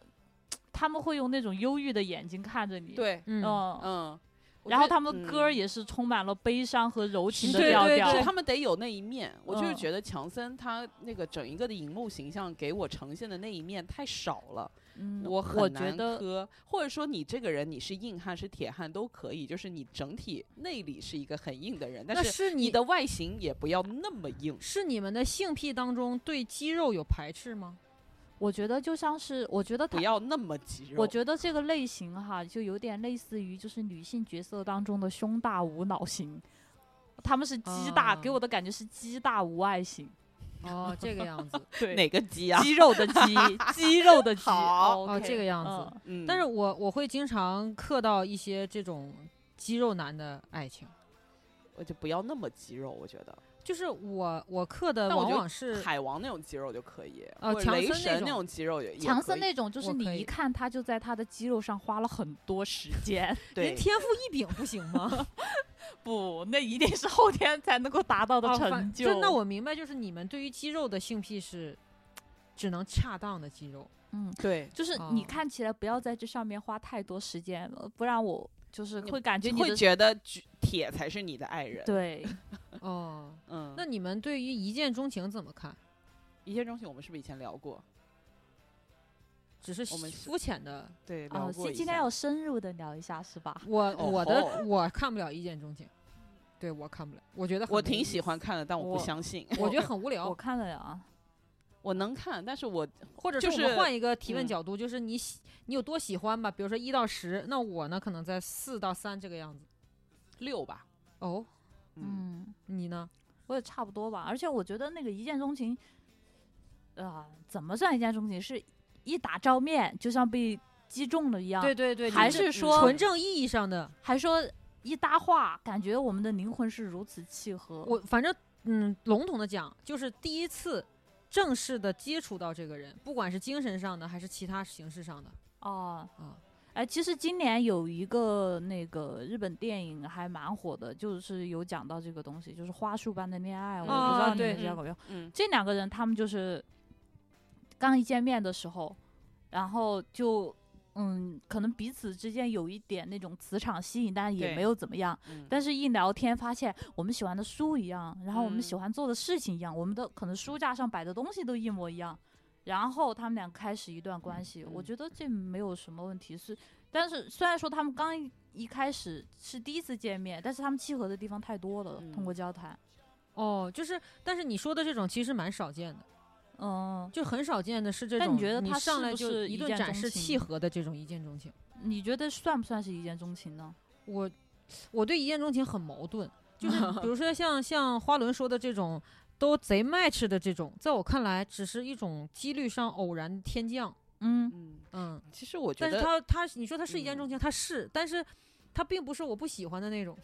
他们会用那种忧郁的眼睛看着你，，
对，
嗯
嗯，
嗯，我
然后
觉得
他们歌儿
嗯
也是充满了悲伤和柔情的
是
调
对
调，
是他们得有那一面。我就是
嗯
觉得强森他那个整一个的荧幕形象给我呈现的那一面太少了，
嗯，
我
我
很
觉
难
得
磕。或者说你这个人你是硬汉是铁汉都可以，就是你整体内里是一个很硬的人，
那
但是
是
你
你
的外形也不要那么硬。
是你们的性癖当中对肌肉有排斥吗？
我觉得就像是我觉得他
不要那么肌肉，
我觉得这个类型哈，就有点类似于就是女性角色当中的胸大无脑型，他们是鸡大，给
啊
我的感觉是鸡大无爱型，
哦，这 个样子，
对，
哪个肌啊？
肌肉的肌，肌肉的肌，
好
哦
哦，这个样子。
嗯，
但是我我会经常克到一些这种肌肉男的爱情，
我就不要那么肌肉，我觉得
就是我我克的
但我
往
觉得
往是
海王那种肌肉就可以，
呃
或者
强
雷
森那
神那
种
种肌肉也也
强森
可以
那种，就是
我可
你一
以
看他就在他的肌肉上花了很多时间，
人
对
天赋异禀不行吗？
不，那一定是后天才能够达到的
哦
成
反
就。
就那我明白，就是你们对于肌肉的性癖是只能恰当的肌 肉。
对
嗯就是你
哦
看起来不要在这上面花太多时间，呃不然我就是
你
会感觉你
会
的
觉得举铁才是你的爱人。，
对。
哦，
嗯，
那你们对于一见钟情怎么看？
一见钟情我们是不是以前聊过？
只是
我们是
肤浅的，
对，聊
哦，
过
今
一
今
下
天要深入的聊一下是吧？
我
哦
我的
吼
我看不了一见钟情，对我看不了，我觉得很
我
没意
挺 喜
思
欢，看的，但我
我
不相信。
我觉得很无
我
聊，
看了呀，
我能看，但是我
或者
就
说我们
是
换一个提问
嗯
角度，就是你喜你有多喜欢吧？比如说一到十，那我呢可能在四到三这个样子。
六吧，
哦，
嗯，
嗯，
你呢？
我也差不多吧。而且我觉得那个一见钟情，啊、怎么算一见钟情？是一打照面，就像被击中了一样。
对，对对，你
啊还
这
是
嗯
说
纯正意义上的
还说一搭话，感觉我们的灵魂是如此契合。
我反正嗯，笼统的讲，就是第一次正式的接触到这个人，不管是精神上的还是其他形式上的
哦，
啊，
哎，其实今年有一个那个日本电影还蛮火的，就是有讲到这个东西，就是《花束般的恋爱》，我不知
啊
道你
对
们见过没有。
嗯，
这两个人他们就是刚一见面的时候，然后就嗯，可能彼此之间有一点那种磁场吸引，但也
对
没有怎么样。
嗯
但是，一聊天发现我们喜欢的书一样，然后我们喜
嗯
欢做的事情一样，我们的可能书架上摆的东西都一模一样。然后他们俩开始一段关系，我
嗯
觉得这没有什么问题。是，但是虽然说他们刚一一开始是第一次见面，但是他们契合的地方太多了，通
嗯
过交谈，
哦，就是但是你说的这种其实蛮少见的，
嗯，
就很少见的是这
但
种
你觉得他
上
是
来
不
就是一
一
顿
见
展
钟
示契
情
合的这种一见钟情，
你觉得算不算是一见钟情呢？
我我对一见钟情很矛盾， 就是比如说像像花轮说的这种。都贼 match 的这种，在我看来，只是一种几率上偶然天降。
嗯，
嗯，
嗯，
其实我觉
但是
得
他他，你说他是一
嗯
见钟情，他是，但是他并不是我不喜欢的那种，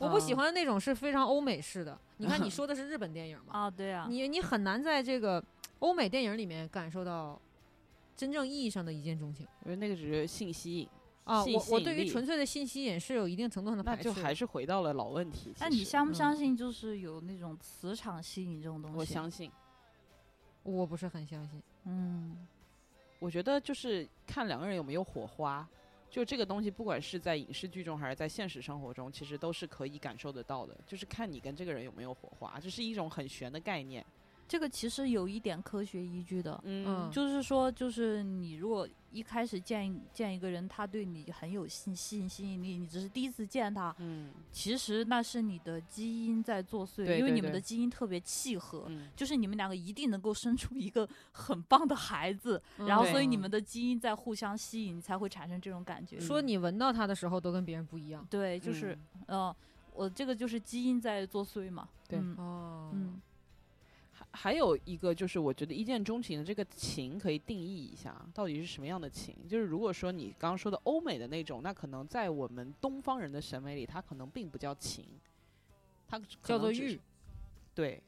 我不喜欢的那种是非常欧美式的。你看，你说的是日本电影嘛，
啊，对啊，
你你很难在这个欧美电影里面感受到真正意义上的一见钟情
我觉得那个只是性吸引，
啊。
性
我我
吸
对
引
于
力
纯粹的信息引是有一定程度上的
那
排斥
就
的。
还是回到了老问题。
那
其
你
实
相不相
嗯
信就是有那种磁场吸引这种东西？
我，相信，
我不是很相信。
嗯，
我觉得就是看两个人有没有火花，就这个东西，不管是在影视剧中还是在现实生活中，其实都是可以感受得到的。就是看你跟这个人有没有火花，这是一种很玄的概念。
这个其实有一点科学依据的，
嗯
嗯
就是说，就是你如果一开始见一见一个人，他对你很有吸吸引吸引力，你只是第一次见他，
嗯
其实那是你的基因在作祟，
对
因为
对
你们
对
的基因特别契合。
嗯，
就是你们两个一定能够生出一个很棒的孩子，
嗯
然后
对
所以你们的基因在互相吸引，才会产生这种感觉。
说你闻到它的时候都跟别人不一样。
对，就是，嗯、我这个就是基因在作祟嘛。
对
嗯
哦，
嗯，
还还有一个就是，我觉得一见钟情的这个情可以定义一下，到底是什么样的情？就是如果说你刚刚说的欧美的那种，那可能在我们东方人的审美里，它可能并不叫情，它可
叫
能
做
只是
欲，
对，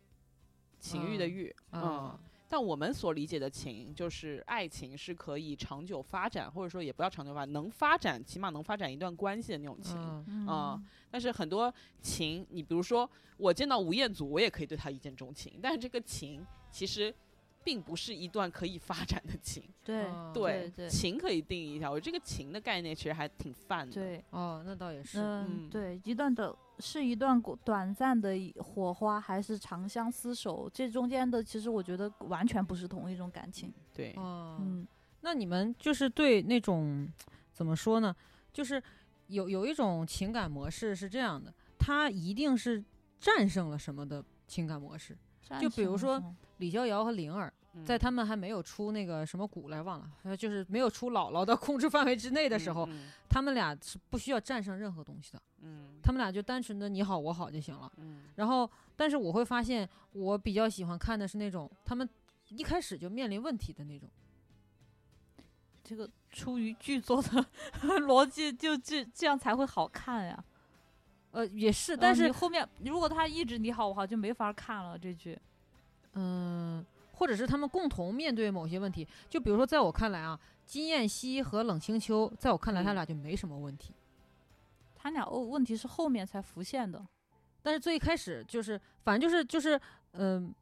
情欲的
嗯
欲，
啊
嗯。但我们所理解的情，就是爱情是可以长久发展，或者说也不要长久发展，能发展，起码能发展一段关系的那种情。
嗯
啊但是很多情，你比如说我见到吴彦祖，我也可以对他一见钟情，但是这个情其实并不是一段可以发展的情。
对
嗯
哦
对对
情可以定义一下，我这个情的概念其实还挺泛的。，
对，
哦，那倒也是。
嗯
嗯
对，一段的是一段过短暂的一火花，还是长相厮守？这中间的其实我觉得完全不是同一种感情。
对，
哦，
嗯
那你们就是对那种怎么说呢？就是有有一种情感模式是这样的，它一定是战胜了什么的情感模式。就比如说李逍遥和灵儿，
嗯
在他们还没有出那个什么蛊来忘了，呃就是没有出姥姥的 控制范围之内的时候，
嗯
他们俩是不需要战胜任何东西的，
嗯
他们俩就单纯的你好我好就行了。
嗯
然后，但是我会发现，我比较喜欢看的是那种他们一开始就面临问题的那种。
这个出于剧作的 逻辑，就这这样才会好看呀。
呃，也是，
嗯
但
你
是
后面如果他一直你好我好，就没法看了这剧。
嗯、或者是他们共同面对某些问题。就比如说，在我看来啊，金燕西和冷清秋，在我看来他
嗯
俩就没什么问题。
他俩哦，问题是后面才浮现的。
但是最开始就是，反正就是就是，嗯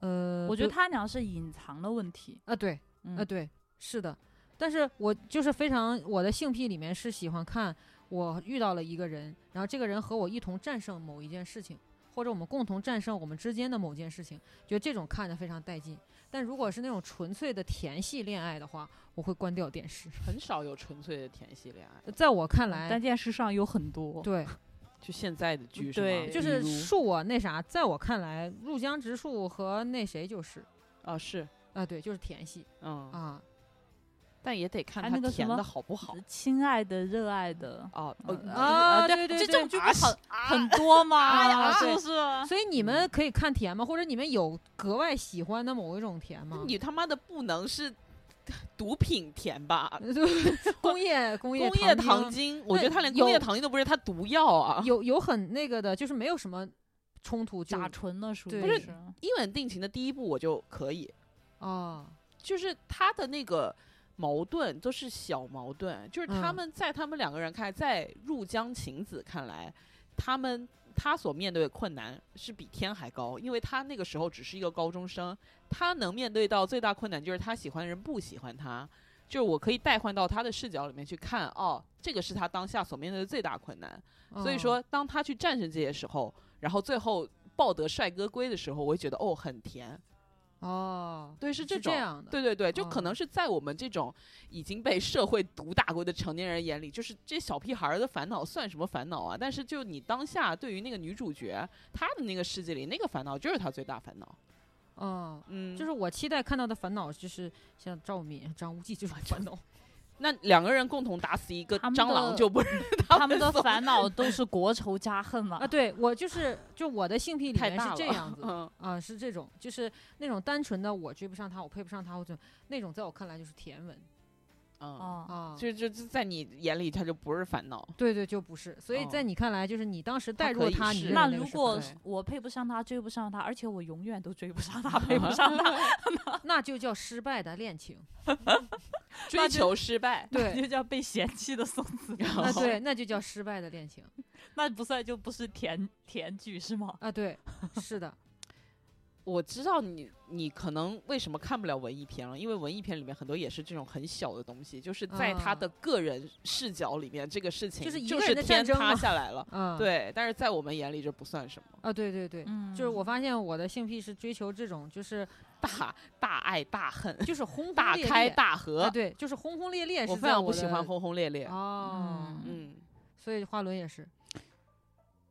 呃
我觉得
比
他俩是隐藏的问题。
啊，对
嗯
啊，对，是的。但是我就是非常我的性癖里面是喜欢看我遇到了一个人，然后这个人和我一同战胜某一件事情，或者我们共同战胜我们之间的某件事情，觉得这种看着非常带劲。但如果是那种纯粹的甜系恋爱的话，我会关掉电视。
很少有纯粹的甜系恋爱，
在我看来
但，电视上有很多。
对，
就现在的剧是
对
吗
就
比
是
如
恕我那啥，在我看来，入江直树和那谁就是
啊是
啊，对，就是甜系
嗯，
啊，
但也得看
还有那
他
个什
甜
么
的好不好
亲爱的，热爱的。
哦
呃
哦
啊
对
对对
这
对
这种剧不
啊
是很很多
哎呀
吗？
啊
是
对
不是？
所以你们可以看甜吗？或者你们有格外喜欢的某一种甜吗？
啊你他妈的不能是毒品甜 吧？
工业工业
工业糖
糖精
精，我觉得
那
他连工业
有
糖精都不是，他毒药啊！
有有很那个的，就是没有什么冲突就
甲醇呢，属于
对
不是
是
一吻定情的第一步我就可以，
哦，
就是他的那个矛盾都是小矛盾，就是他
嗯
们在他们两个人看来，在入江晴子看来，他们他所面对的困难是比天还高，因为他那个时候只是一个高中生，他能面对到最大困难就是他喜欢的人不喜欢他。就是我可以代换到他的视角里面去看，哦，这个是他当下所面对的最大困难。所以
哦
说，当他去战胜这些时候，然后最后抱得帅哥归的时候，我会觉得哦，很甜。
哦，
对，是
是
这嗯
这
种。
样的，
对对对，就
哦
可能是在我们这种已经被社会毒打过的成年人眼里，就是这小屁孩儿的烦恼算什么烦恼啊？但是就你当下对于那个女主角，她的那个世界里，那个烦恼就是她最大烦恼。
哦，
嗯，
就是我期待看到的烦恼，就是像赵敏、张无 忌这种烦恼。
那两个人共同打死一个
他们
蟑螂，
的
就不是
他们的
所
烦恼都是国仇家恨嘛
啊，。对我就是就我的性癖里
太
面
大
是
了。
这样子 的
嗯，
啊，是这种，就是那种单纯的我追不上他，我配不上他，或者那种在我看来就是甜文
嗯，
啊，
啊，
就就就在你眼里，她就不是烦恼。
对对，就不是。所以在
哦
你看来，就是你当时
他
带入
可
了
以
他，你
是
认为
那
那
如
个是
果
对
我配不上他，追不上他，而且我永远都追不上 他，配不上他，
那就叫失败的 恋情，
追求失败，
那
对，
就叫被嫌弃的宋 子 阳，
哦
那对，那就叫失败的恋情
那不算就不是甜甜剧是吗？
啊，对，是的，
我知道你你可能为什么看不了文艺片了，因为文艺片里面很多也是这种很小的东西，就是在他
啊
的个人视角里面，这个事情
就是一
就
个人的
天
战争
塌
嘛
下来了。
嗯，
对，但是在我们眼里这不算什么，
啊，对对对，
嗯，
就是我发现我的性癖是追求这种，就是
大 大爱大恨，
就是 轰轰
呃大
烈
开
烈
大合。
啊，对，就是轰轰烈烈是
我非
在
常
我
不喜欢
的
轰轰烈烈。
哦，
嗯
嗯，
所以花轮也是，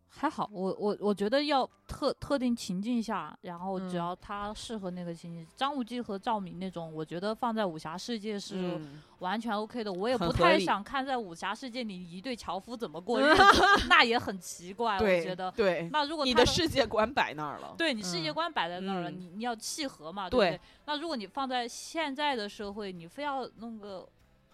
还好，我我我觉得要特特定情境下，然后
嗯
只要他适合那个情境，张无忌和赵敏那种，我觉得放在武侠世界是
嗯
完全 OK 的。我也
很
不
合
太
理
想看在武侠世界里一对樵夫怎么过日子，那也很奇怪，我
对，
觉得。
对，
那如果
你
他
的世界观摆那儿了。
对你世界
嗯
观摆在那儿了，
嗯
你你要契合嘛，
对
不对？那如果你放在现在的社会，你非要弄个。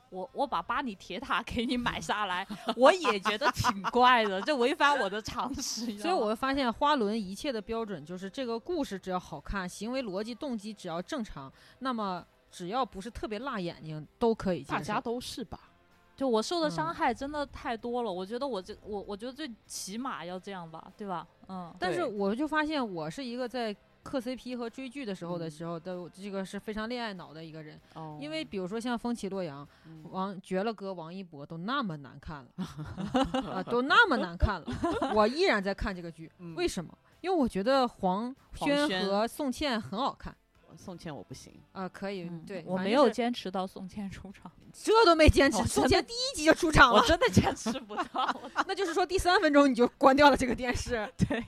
我我把巴黎铁塔给你买下来，我也觉得挺怪的，这违反我的常识。你知
所以
道
我
吗
会发现花轮一切的标准就是这个故事只要好看，行为逻辑动机只要正常，那么只要不是特别辣眼睛都可以接
大家
受
都是吧？
就我受的伤
嗯
害真的太多了，我觉得我这我我觉得最起码要这样吧，对吧？嗯，
但是
对
我就发现我是一个在磕 CP 和追剧的时候的
嗯
时候的这个是非常恋爱脑的一个人，
哦
因为比如说像《风起洛阳》。
嗯
王绝了哥王一博都那么难看了，啊，都那么难看了， 我依然在看这个剧，
嗯
为什么？因为我觉得黄
黄
轩
轩
和宋茜很好看
宋茜我不行，
啊、可以，
嗯
对，
我
反
没
正
有
是
坚持到宋茜出场，
这都没坚持
我，真
宋
的
茜第一集就出场
我
了，
真的坚持不 到。
那就是说第三分钟你就关掉了这个电 视，对，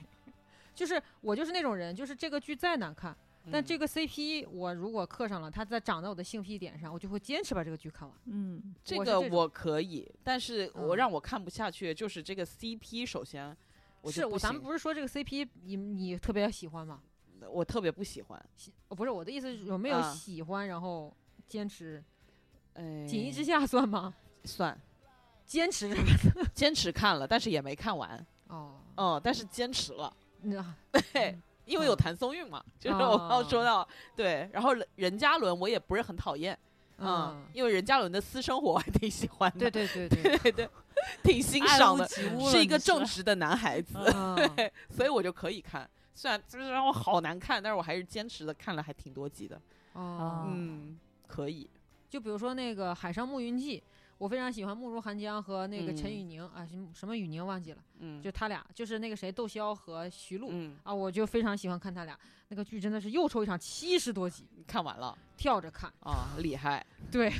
就是我就是那种人，就是这个剧再难看，但这
个
个 CP 我如果刻上了，它再长在我的性癖点上，我就会坚持把这个剧看完。
嗯，
这
我是
个
这种
我可以，但是我
嗯
让我看不下去，就是这个 CP，首先我
是
就
我，
不
咱们
行，
不是说这个 CP 你你特别喜欢吗？
我特别不喜欢。
喜哦不是我的意思，有没有
啊
喜欢、然后坚持？
哎，
锦衣之下算吗？
算
坚持
坚持看了，但是也没看完，
哦，
嗯，但是坚持了，
那
对
嗯，
因为有
嗯哦
谭松韵嘛，就是我刚刚说到，对，然后任嘉伦我也不是很讨厌，嗯
嗯，，
因为任嘉伦的私生活我还挺喜欢的，
对对对 对，
对对，挺欣
爱
赏
屋
的，
及乌了
是一个
你
正直的男孩子，
嗯，
所以我就可以看。虽然就是让我好难看，但是我还是坚持的看了，还挺多集的。
哦，
嗯，可以。
就比如说那个《海上牧云记》，我非常喜欢慕容寒江和那个陈
嗯
宇宁啊，什么什么宇宁忘记了，
嗯，
就他俩，就是那个谁窦骁和徐璐。
嗯，
啊，我就非常喜欢看他俩那个剧，真的是又抽一场七十多集，
你看完了
跳着看。
啊，厉害。
对，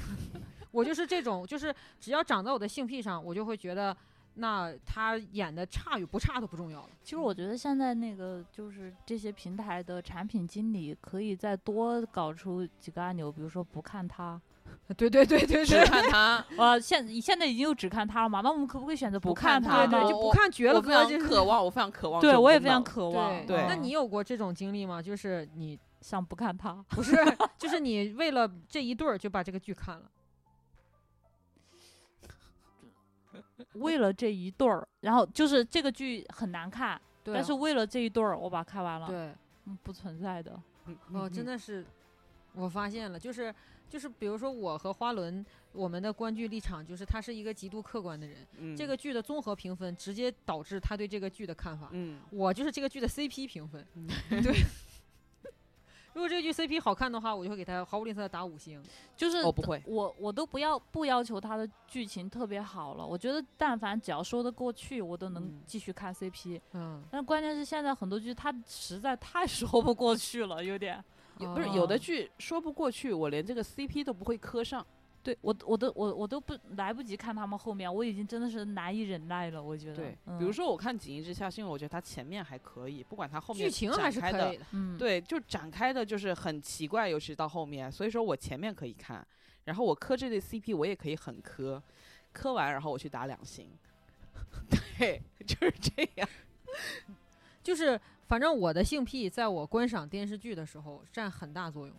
我就是这种，就是只要长在我的性癖上，我就会觉得，那他演的差与不差都不重要了。
其实我觉得现在那个就是这些平台的产品经理可以再多搞出几个按钮，比如说不看它，
对对对对
只
对，
看 他，
呃，现现在已经有只看它了嘛，那我们可不可以选择
不
看
看
它
对
呢？
对，
我
就不看绝了
我非
哥，
常
就是
渴望，我非常渴望。
对我也非常。渴望。
对
对
那
嗯
你有过这种经历吗？就是 你
想不看它？
不是，就是你为了这一对儿就把这个剧看了。
为了这一对儿，然后就是这个剧很难看，
对啊，
但是为了这一对儿，我把它看完了。
对，
嗯，不存在的。
嗯
哦，真
的。
的是，我发现了，就是就是，比如说我和花轮，我们的观剧立场就是他是一个极度客观的人，
嗯
这个，剧的综合评分直接导致他对这个剧的看法。
嗯，
我就是这个剧的 CP 评分，
嗯
对。如果这个剧 CP 好看的话，我就会给他毫不吝啬的打五星。
就是
哦我不会。
我我都不要不要求它的剧情特别好了，我觉得但凡只要说得过去，我都能
嗯
继续看 CP。
嗯，
但关键是现在很多剧它实在太 说不过去了，有点。
有 不是有的
哦
剧说不过去，我连这个 CP 都不会磕上。
对我我都我我都不来不及看他们后面，我已经真的是难以忍耐了，我觉得。
对，
嗯、
比如，说我看《锦衣之下》，是因为我觉得它前面还可以，不管它后面
剧情还
展
是可
开
以
的
的。
嗯，，
对，就展开的就是很奇怪，尤其到后面，所以说我前面可以看，然后我磕这对 CP 我也可以很磕，磕完然后我去打两星， 对，就是这样。
就是反正我的性癖在我观赏电视剧的时候占很大作用。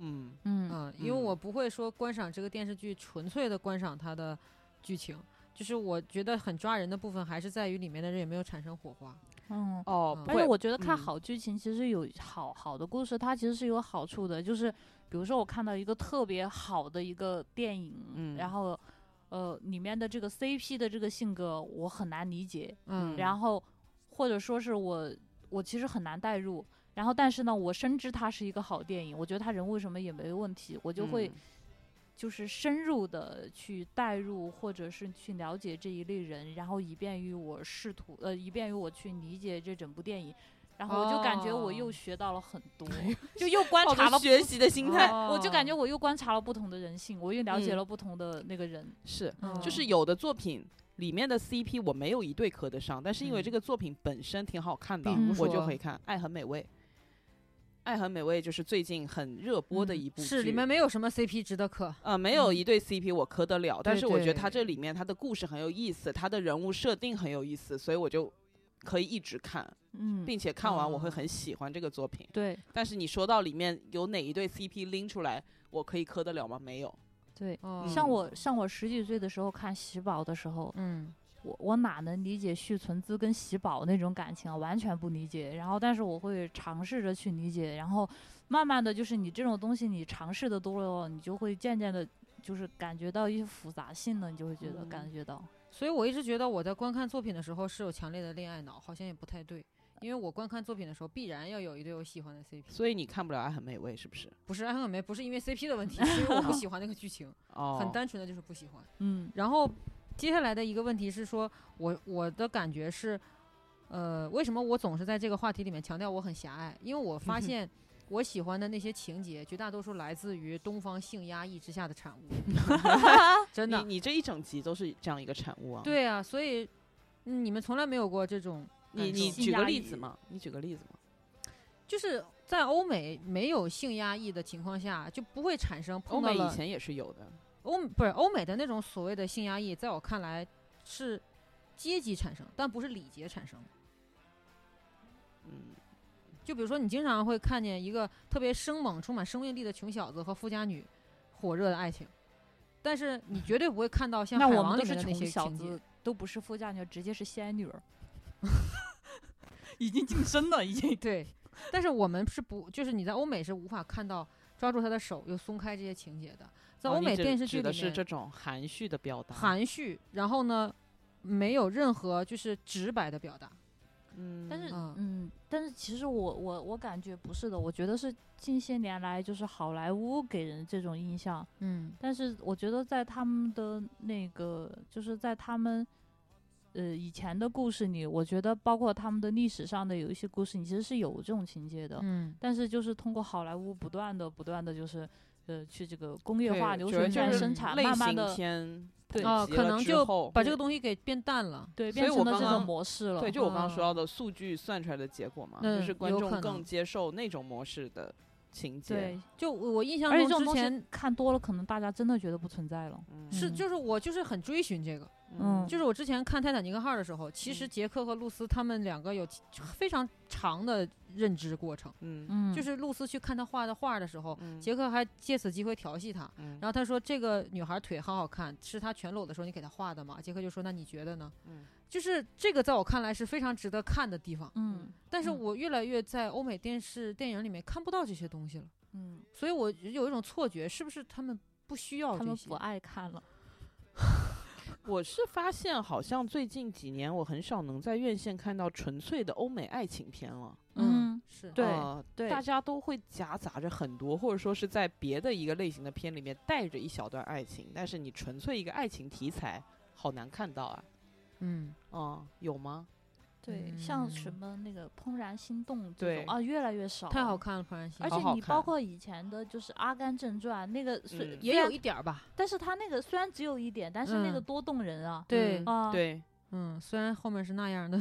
嗯，
嗯，
嗯，因为
嗯
我不会说观赏这个电视剧纯粹的观赏它的剧情，就是我觉得很抓人的部分还是在于里面的人有没有产生火花。
嗯。
哦，
嗯
不
而且
会，
我觉得看
嗯
好剧情其实有好好的故事，它其实是有好处的。就是比如说我看到一个特别好的一个电影，
嗯
然后呃里面的这个 CP 的这个性格我很难理解，
嗯
嗯，
然后或者说是我我其实很难代入。然后但是呢，我深知它是一个好电影，我觉得它人物什么也没问题，我就会
嗯
就是深入的去带入或者是去了解这一类人，然后以便于我试图呃，以便于我去理解这整部电影。然后我就感觉我又
哦
学到了很多，就又观
抱
察
着
了
哦学习的心态，
我就感觉
哦
我又观察了不同的人性，我又了解
嗯
了不同的那个人。
是
嗯
就是有的作品里面的 CP 我没有一对磕得上，但是因为这
嗯
个作品本身挺好看的
比如，
我就
说
会看《爱很美味》。《爱很美味》就是最近很热播的一部剧，
是里面没有什么 CP 值得磕。
呃没有
嗯
一对 CP 我磕得了，但
对
是我觉得
对
它这里面它的故事很有意思，它的人物设定很有意思，所以我就可以一直看，
嗯，
并且看完我会
哦
很喜欢这个作品。
对
但是你说到里面有哪一对 CP 拎出来，我可以磕得了吗？没有。
对。
哦
嗯
像我像我十几岁的时候看喜宝的时候，
嗯，
我我哪能理解续存资跟喜宝那种感情啊，完全不理解。然后，但是我会尝试着去理解，然后慢慢的就是你这种东西，你尝试的多了，你就会渐渐的，就是感觉到一些复杂性了，你就会觉得
嗯
感觉到，
所以我一直觉得我在观看作品的时候是有强烈的恋爱脑，好像也不太对。因为我观看作品的时候，必然要有一对我喜欢的 CP，
所以你看不了《爱很美味》是不是？
不是爱恨美，不是因为 CP 的问题，是因为我不喜欢那个剧 情，
哦，
很单纯的就是不喜欢。
嗯
然后接下来的一个问题是说，我我的感觉是，呃，为什么我总是在这个话题里面强调我很狭隘？因为我发现我喜欢的那些情节，绝大多数来自于东方性压抑之下的产物， 真的。
你你这一整集都是这样一个产物啊。，
对啊，所以、嗯你们从来没有过这种
你
感
你
受
举个
压
例
抑
子嘛，你举个例子嘛。
就是在欧美没有性压抑的情况下，就不会产生
欧
碰到
美
了
以前也是有的，
欧不是欧美的那种所谓的性压抑，在我看来是阶级产生，但不是礼节产生的。
嗯，
就比如说，你经常会看见一个特别生猛、充满生命力的穷小子和富家女火热的爱情，但是你绝对不会看到像《
那
海
我
王》
们
里
都
面
是
的那
穷
些
小
情节
子。，都不是富家女，直接是仙女 儿，已经晋升了，已经。
对，但是我们是不，就是你在欧美是无法看到抓住他的手又松开这些情节的，在
哦
欧
你
美
指
电视剧
指
里
的是这
面
种含蓄的表达。，
含蓄，然后呢，没有任何就是直白的表达。
嗯，
但是，
嗯
嗯，但是其实我我我感觉不是的，我觉得是近些年来就是好莱坞给人这种印象，
嗯
但是我觉得在他们的那个，就是在他们呃以前的故事里，我觉得包括他们的历史上的有一些故事，你其实是有这种情节的，
嗯，
但是就是通过好莱坞不断的不断的就是呃去这个工业
对
化
主
流
要
水
就
线
是
生产，
类
慢慢
型
的
片
对
普
哦
及
可
了
能
之
就
后
把这个东西给变淡了。
对
所以
变
我
成了
刚
这种
刚
模式了，
对，就我刚刚说
嗯
到的数据算出来的结果嘛，就
嗯
是观
有
众
可
更
能
接受那种模式的情节。
对，
就我我印象
而且这
中
种
之
东
前
西看多了，可能大家真的觉得不存在了。
嗯，
是，
嗯
就是我就是很追寻这个，
嗯
就是我之前看《泰坦尼克号》的时候，其实
嗯
杰克和露丝他们两个有其非常长的认知过程，
嗯
嗯，
就是露丝去看他画的画的时候，
嗯，
杰克还借此机会调戏他，
嗯
然后他说这个女孩腿好好看，是她全裸的时候你给她画的吗？杰克就说那你觉得呢？
嗯
就是这个在我看来是非常值得看的地方，
嗯
但是
嗯
我越来越在欧美电视电影里面看不到这些东西了，
嗯，
所以我有一种错觉，是不是他们不需要
他
这
们
些
不？爱看了。
我是发现好像最近几年我很少能在院线看到纯粹的欧美爱情片了。
嗯，
是
对
呃
对
大家都会夹杂着很多，或者说是在别的一个类型的片里面带着一小段爱情，但是你纯粹一个爱情题材，好难看到啊。
嗯。
嗯，有吗？
对，像什
嗯
么那个《怦然心动》这
对
种啊，越来越少，
太好。看了，《怦然心
而
动》，
好
且
好
你包
看
括以前的，就是《阿甘正传》那个虽
嗯
虽
也有
然，
一点儿吧。
但是他那个虽然只有一点，但是那个
嗯
多动人 啊。
对
嗯
啊
对，
嗯，虽然后面是那样的，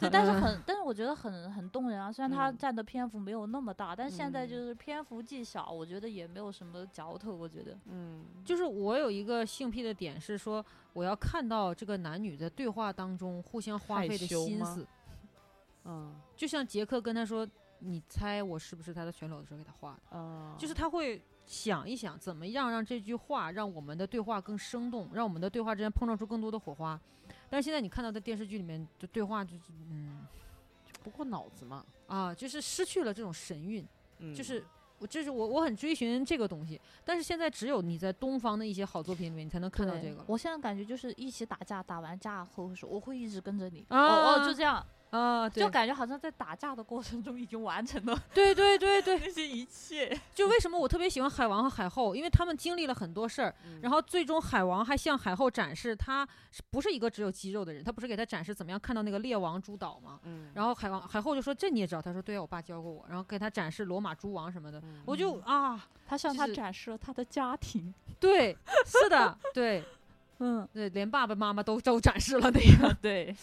对，但是很，但是我觉得很很动人啊。虽然他
嗯
占的篇幅没有那么大，但现在就
嗯
是篇幅既小，我觉得也没有什么嚼头。我觉得，
嗯，
就是我有一个性癖的点是说，我要看到这个男女在对话当中互相花
害
费的
羞
心
吗
思。
嗯
就像杰克跟他说：“你猜我是不是他的全裸的时候给他画的？”
啊，
就是他会想一想，怎么样让这句话让我们的对话更生动，让我们的对话之间碰撞出更多的火花。但是现在你看到的电视剧里面的对话就，是嗯
就不过脑子嘛，
啊，就是失去了这种神韵。
嗯，
就是我，这是我我很追寻这个东西，但是现在只有你在东方的一些好作品里面，你才能看到
对
这个了。
我现在感觉就是一起打架，打完架后会说我会一直跟着你，
啊
哦哦，就这样，
啊，
就
对
感觉好像在打架的过程中已经完成了
对对对对，
那些一切。
就为什么我特别喜欢海王和海后，因为他们经历了很多事儿，然
后
后最终海王还向海后展示他是不是一个只有肌肉的人，他不是给他展示怎么样看到那个猎王诸岛吗？
嗯，
然后海王海后就说这你也知道，他说对啊，我爸教过我，然后给他展示罗马诸王什么的，
嗯
我就啊，
他向
他
他展示了他的家庭，
对，是的，对
嗯，
对，连爸爸妈妈都都展示了那个，
对，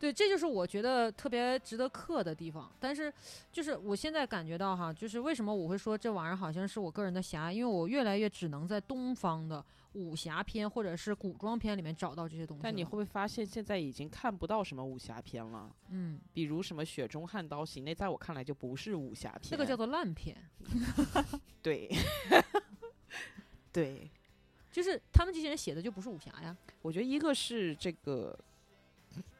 对，这就是我觉得特别值得刻的地方。但是，就是我现在感觉到哈，就是为什么我会说这玩意儿好像是我个人的狭隘，因为我越来越只能在东方的武侠片或者是古装片里面找到这些东西了。
但你会不会发现现在已经看不到什么武侠片了？
嗯，
比如什么《雪中悍刀行》，那在我看来就不是武侠片，
这个叫做烂片，
对，对，
就是他们这些人写的就不是武侠呀。
我觉得一个是这个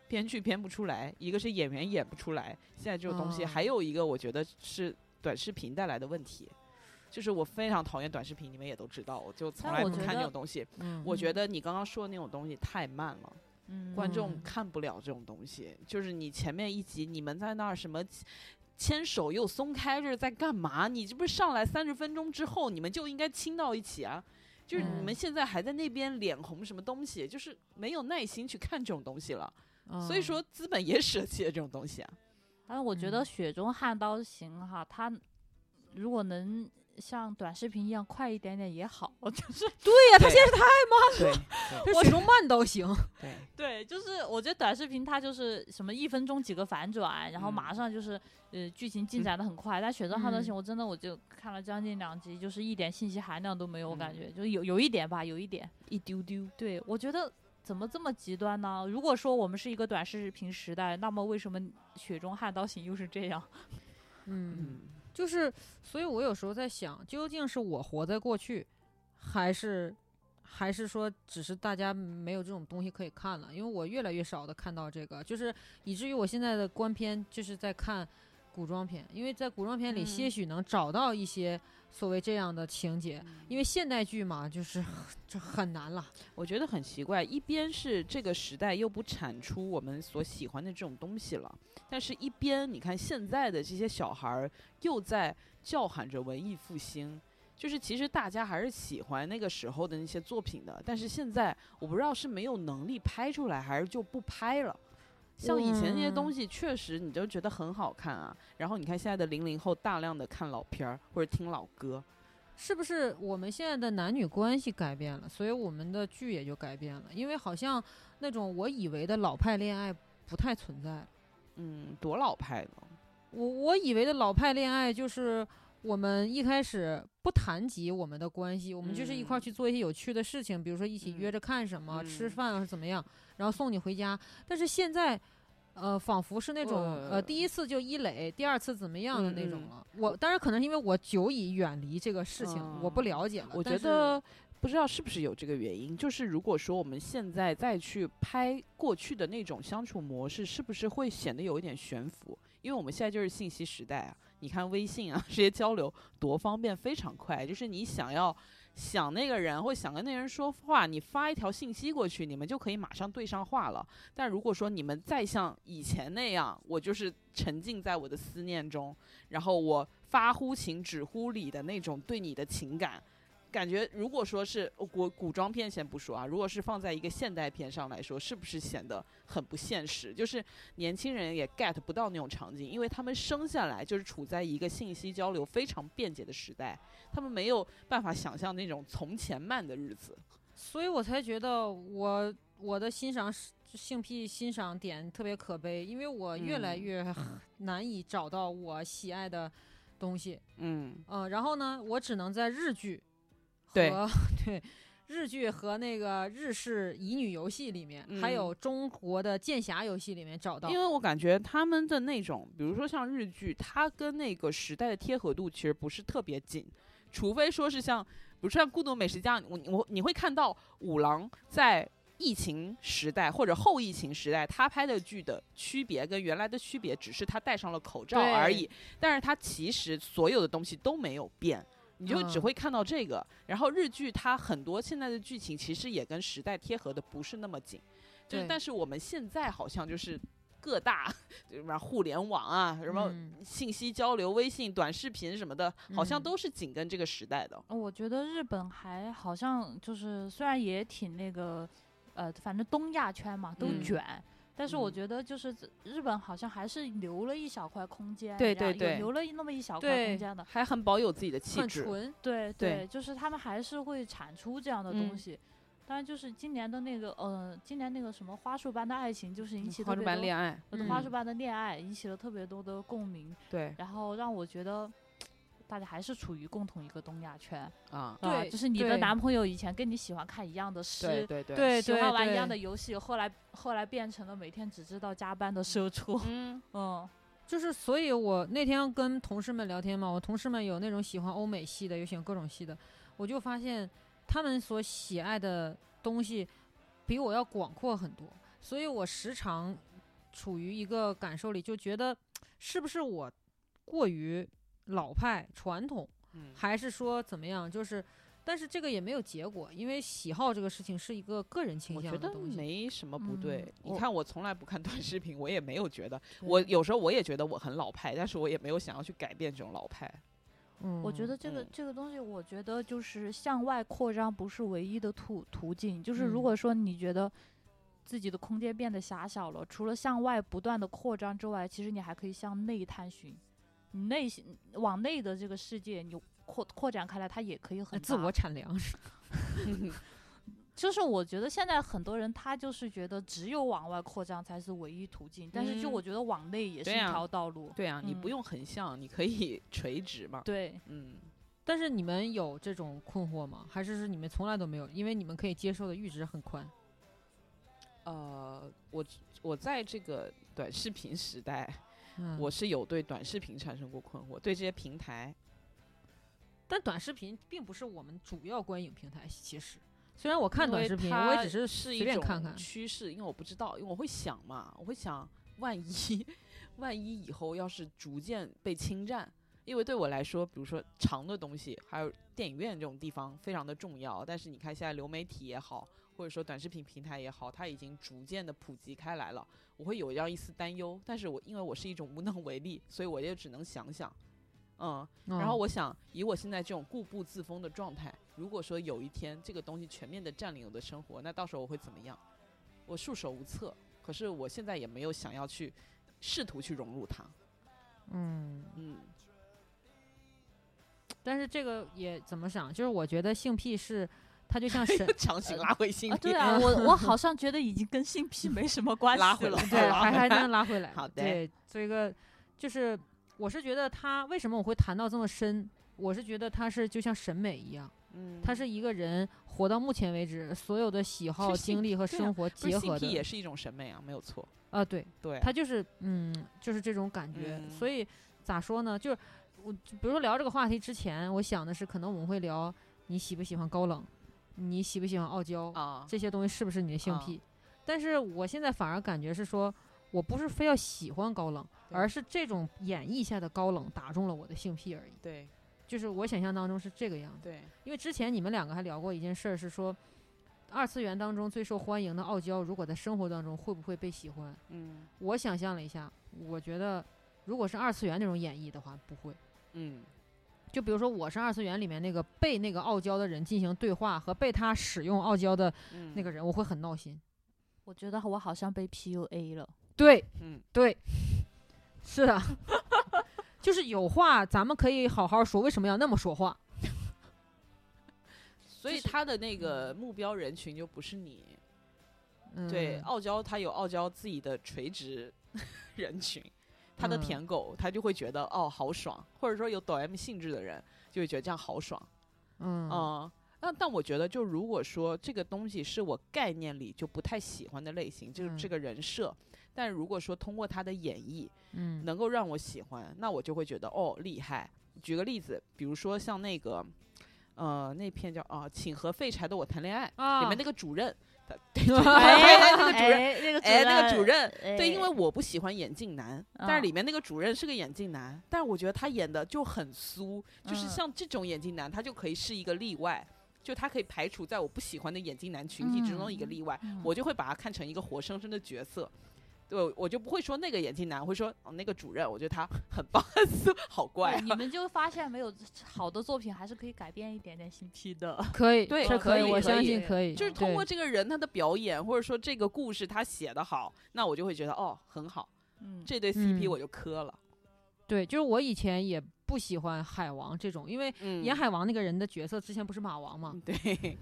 编剧编不出来，一个是演员演不出来，现在这种东西，
哦
还有一个我觉得是短视频带来的问题。就是我非常讨厌短视频，你们也都知道，我就从
但
来
我
不
觉
看
得
那种东西。
嗯，
我觉得你刚刚说的那种东西太慢了，
嗯
观众
嗯
看不了这种东西。就是你前面一集你们在那儿什么牵手又松开，这是在干嘛？你这不是上来三十分钟之后你们就应该亲到一起啊？就是你们
嗯
现在还在那边脸红什么东西，就是没有耐心去看这种东西了。所以
嗯
说资本也舍弃了这种东西啊。
但是我觉得《
嗯
雪中悍刀行》哈，它如果能像短视频一样快一点点也好， 就是
对呀、他
对
现在是他
对
这水中慢都行。
对，
对，就是我觉得短视频它就是什么一分钟几个反转，然后马
嗯
上就是、呃剧情进展的很快。但《雪中悍刀行》
嗯
我真的我就看了将近两集，就是一点信息含量都没有，我感
嗯
觉就有有一点吧，有一点。
一丢丢。
对，我觉得怎么这么极端呢？如果说我们是一个短视频时代，那么为什么《雪中悍刀行》又是这样？
嗯，
嗯，
就是，所以我有时候在想，究竟是我活在过去，还是还是说只是大家没有这种东西可以看了？因为我越来越少的看到这个，就是以至于我现在的观片就是在看古装片，因为在古装片里
嗯
些许能找到一些所谓这样的情节，因为现代剧嘛，就是 这很难了。
我觉得很奇怪，一边是这个时代又不产出我们所喜欢的这种东西了，但是一边你看现在的这些小孩儿又在叫喊着文艺复兴。就是其实大家还是喜欢那个时候的那些作品的，但是现在我不知道是没有能力拍出来，还是就不拍了。像以前那些东
嗯
西，确实你就觉得很好看啊。然后你看现在的零零后，大量的看老片儿或者听老歌，
是不是我们现在的男女关系改变了，所以我们的剧也就改变了？因为好像那种我以为的老派恋爱不太存在了。
嗯，多老派呢。
我我以为的老派恋爱就是我们一开始不谈及我们的关系，我们就是一块
嗯
儿去做一些有趣的事情，比如说一起约
嗯
着看什么、吃
嗯
饭啊是怎么样，然后送你回家。但是现在。呃，仿佛是那种呃，
呃
第一次就一垒，第二次怎么样的那种
嗯嗯
了。我当然可能是因为我久已远离这个事情，我不
嗯
了解了。
我
但
觉
是
得不知道是不是有这个原因，就是如果说我们现在再去拍过去的那种相处模式，是不是会显得有一点悬浮？因为我们现在就是信息时代啊，你看微信啊， 这些交流多方便，非常快。就是你想要想那个人或想跟那个人说话，你发一条信息过去，你们就可以马上对上话了。但如果说你们再像以前那样，我就是沉浸在我的思念中，然后我发乎情止乎礼的那种对你的情感，感觉如果说是呃古古装片先不说啊，如果是放在一个现代片上来说，是不是显得很不现实？就是年轻人也 get 不到那种场景，因为他们生下来就是处在一个信息交流非常便捷的时代，他们没有办法想象那种从前慢的日子。
所以我才觉得我我的欣赏是性癖欣赏点特别可悲，因为我越来
嗯
越 难以找到我喜爱的东西。
嗯，
嗯、然后呢，我只能在日剧和
对
对日剧和那个日式乙女游戏里面，还
嗯
有中国的剑侠游戏里面找到。
因为我感觉他们的那种，比如说像日剧，它跟那个时代的贴合度其实不是特别紧，除非说是像，比如说像《孤独美食家》，我我你会看到五郎在疫情时代或者后疫情时代，他拍的剧的区别跟原来的区别，只是他戴上了口罩
对
而已，但是他其实所有的东西都没有变。你就只
嗯
会看到这个，然后日剧它很多现在的剧情其实也跟时代贴合的不是那么紧，就是
对
但是我们现在好像就是各大什么互联网啊，什么
嗯
信息交流、微信、短视频什么的，好像
嗯
都是紧跟这个时代的。
我觉得日本还好像就是虽然也挺那个，呃，反正东亚圈嘛都
嗯
卷。但是我
嗯
觉得，就是日本好像还是留了一小块空间，
对
这样
对对
有留了那么一小块
对
空间的，
还很保有自己的气
很
质，
纯，
对
对
就是他们还是会产出这样的
嗯
东西。当然，就是今年的那个，呃，今年那个什么花束般的爱情，就是引起
嗯花
特
束
别
般
多
恋爱，
呃花
嗯
束般的恋爱引起了特别多的共鸣，
对
然后让我觉得大家还是处于共同一个东亚圈。
啊，
啊
对
就是你的
对
男朋友以前跟你喜欢看一样的
对
诗，
对 对，
对
喜
对
欢玩一
对
样的游戏，后来后来变成了每天只知道加班的社 畜。
嗯
嗯，
就是，所以我那天跟同事们聊天嘛，我同事们有那种喜欢欧美系的，有喜欢各种系的，我就发现他们所喜爱的东西比我要广阔很多，所以我时常处于一个感受里，就觉得是不是我过于老派传统，
嗯
还是说怎么样？就是，但是这个也没有结果，因为喜好这个事情是一个个人倾
我
向
觉
的
得
东西。
没什么不
嗯
对。你
我
看，我从来不看短视频，我也没有觉得。我有时候我也觉得我很老派，但是我也没有想要去改变这种老派。
嗯，
我觉得这个、
嗯
这个东西，我觉得就是向外扩张不是唯一的途途径。就是
嗯
如果说你觉得自己的空间变得狭小了，除了向外不断的扩张之外，其实你还可以向内探寻，你内心往内的这个世界，你扩扩展开来，它也可以很
哎自
大
我产粮是
就是我觉得现在很多人他就是觉得只有往外扩张才是唯一途径，但是就
嗯
我觉得往内也是一
对啊
条道路。
对啊，你不
嗯
用横向，你可以垂直嘛。
对，
嗯，
但是你们有这种困惑吗？还是是你们从来都没有？因为你们可以接受的阈值很宽。
呃，我我在这个短视频时代，
嗯，
我是有对短视频产生过困惑，对这些平台。
但短视频并不是我们主要观影平台，其实虽然我看
因
短
为
视频，
它
我也只是
是
随
一
便
种
看看。
趋势，因为我不知道，因为我会想嘛，我会想，万一万一以后要是逐渐被侵占，因为对我来说，比如说长的东西，还有电影院这种地方非常的重要。但是你看现在流媒体也好，或者说短视频平台也好，它已经逐渐的普及开来了，我会有这样一丝担忧。但是我因为我是一种无能为力，所以我也只能想想，嗯，然后
嗯
我想，以我现在这种固步自封的状态，如果说有一天这个东西全面的占领我的生活，那到时候我会怎么样？我束手无策。可是我现在也没有想要去试图去融入它。
嗯，
嗯，
但是这个也怎么想？就是我觉得性癖是，呃它就 像神，
强行拉回性
啊，
癖
对啊，我我好像觉得已经跟性癖没什么关系了。
拉回来，
对，
拉
还
回
还
来。
能拉回来。
好的
对，这个就是我是觉得它为什么我会谈到这么深，我是觉得它是就像审美一样。
嗯
它是一个人活到目前为止所有的喜好、
其实性
经历和
对啊
生活
不是
结合
性癖也
的。
是一种审美啊，没有错。
啊，对，
对，
它就是嗯，就是这种感觉。
哎嗯
所以咋说呢？就是我就比如说聊这个话题之前，我想的是可能我们会聊你喜不喜欢高冷，你喜不喜欢傲娇，
啊，
这些东西是不是你的性
啊
癖？但是我现在反而感觉是说。我不是非要喜欢高冷，
对
而是这种演绎下的高冷打中了我的性癖而已。
对
就是我想象当中是这个样子。
对，
因为之前你们两个还聊过一件事儿，是说二次元当中最受欢迎的傲娇，如果在生活当中会不会被喜欢？
嗯
我想象了一下，我觉得如果是二次元那种演绎的话，不会。
嗯
就比如说，我是二次元里面那个被那个傲娇的人进行对话和被他使用傲娇的
嗯，
那个人，我会很闹心。
我觉得我好像被 PUA 了。
对，
嗯
对，是的， 就是有话咱们可以好好说，为什么要那么说话？
所以
就是
他的那个目标人群就不是你。
嗯，
对，哦傲娇它有傲娇自己的垂直 人群，它的
嗯
舔狗它就会觉得哦好爽，或者说有抖 M 性质的人就会觉得这样好爽，
嗯
嗯。那但我觉得，就如果说这个东西是我概念里就不太喜欢的类型，就是这
嗯
个人设。但如果说通过他的演绎
嗯
能够让我喜欢，那我就会觉得哦厉害。举个例子，比如说像那个，呃，那片叫啊，请和废柴的我谈恋爱》
啊
里面那个主任， 他
哎，
那个主任
哎， 那个主
哎，
任，
那个主任，
哎
对，因为我不喜欢眼镜男，但是
嗯
里面那个主任是个眼镜男，但是我觉得他演的就很酥，就是
嗯
像这种眼镜男，他就可以是一个例外，就他可以排除在我不喜欢的眼镜男群体之中的一个例外，
嗯
我就会把他看成一个活生生的角色。对我就不会说那个眼镜男，我会说、哦、那个主任，我觉得他很棒，是好怪、啊
对。你们就发现没有，好的作品还是可以改变一点点新癖 的。
可以，
对哦
这
可
以，
以
我
可
相
以
信可以，
就是通
对
过这个人他的表演，或者说这个故事他写的好，那我就会觉得哦很好，
嗯，
这对 CP
嗯
我就磕了。
对，就是我以前也不喜欢海王这种，因为
嗯
演海王那个人的角色之前不是马王嘛，
嗯对，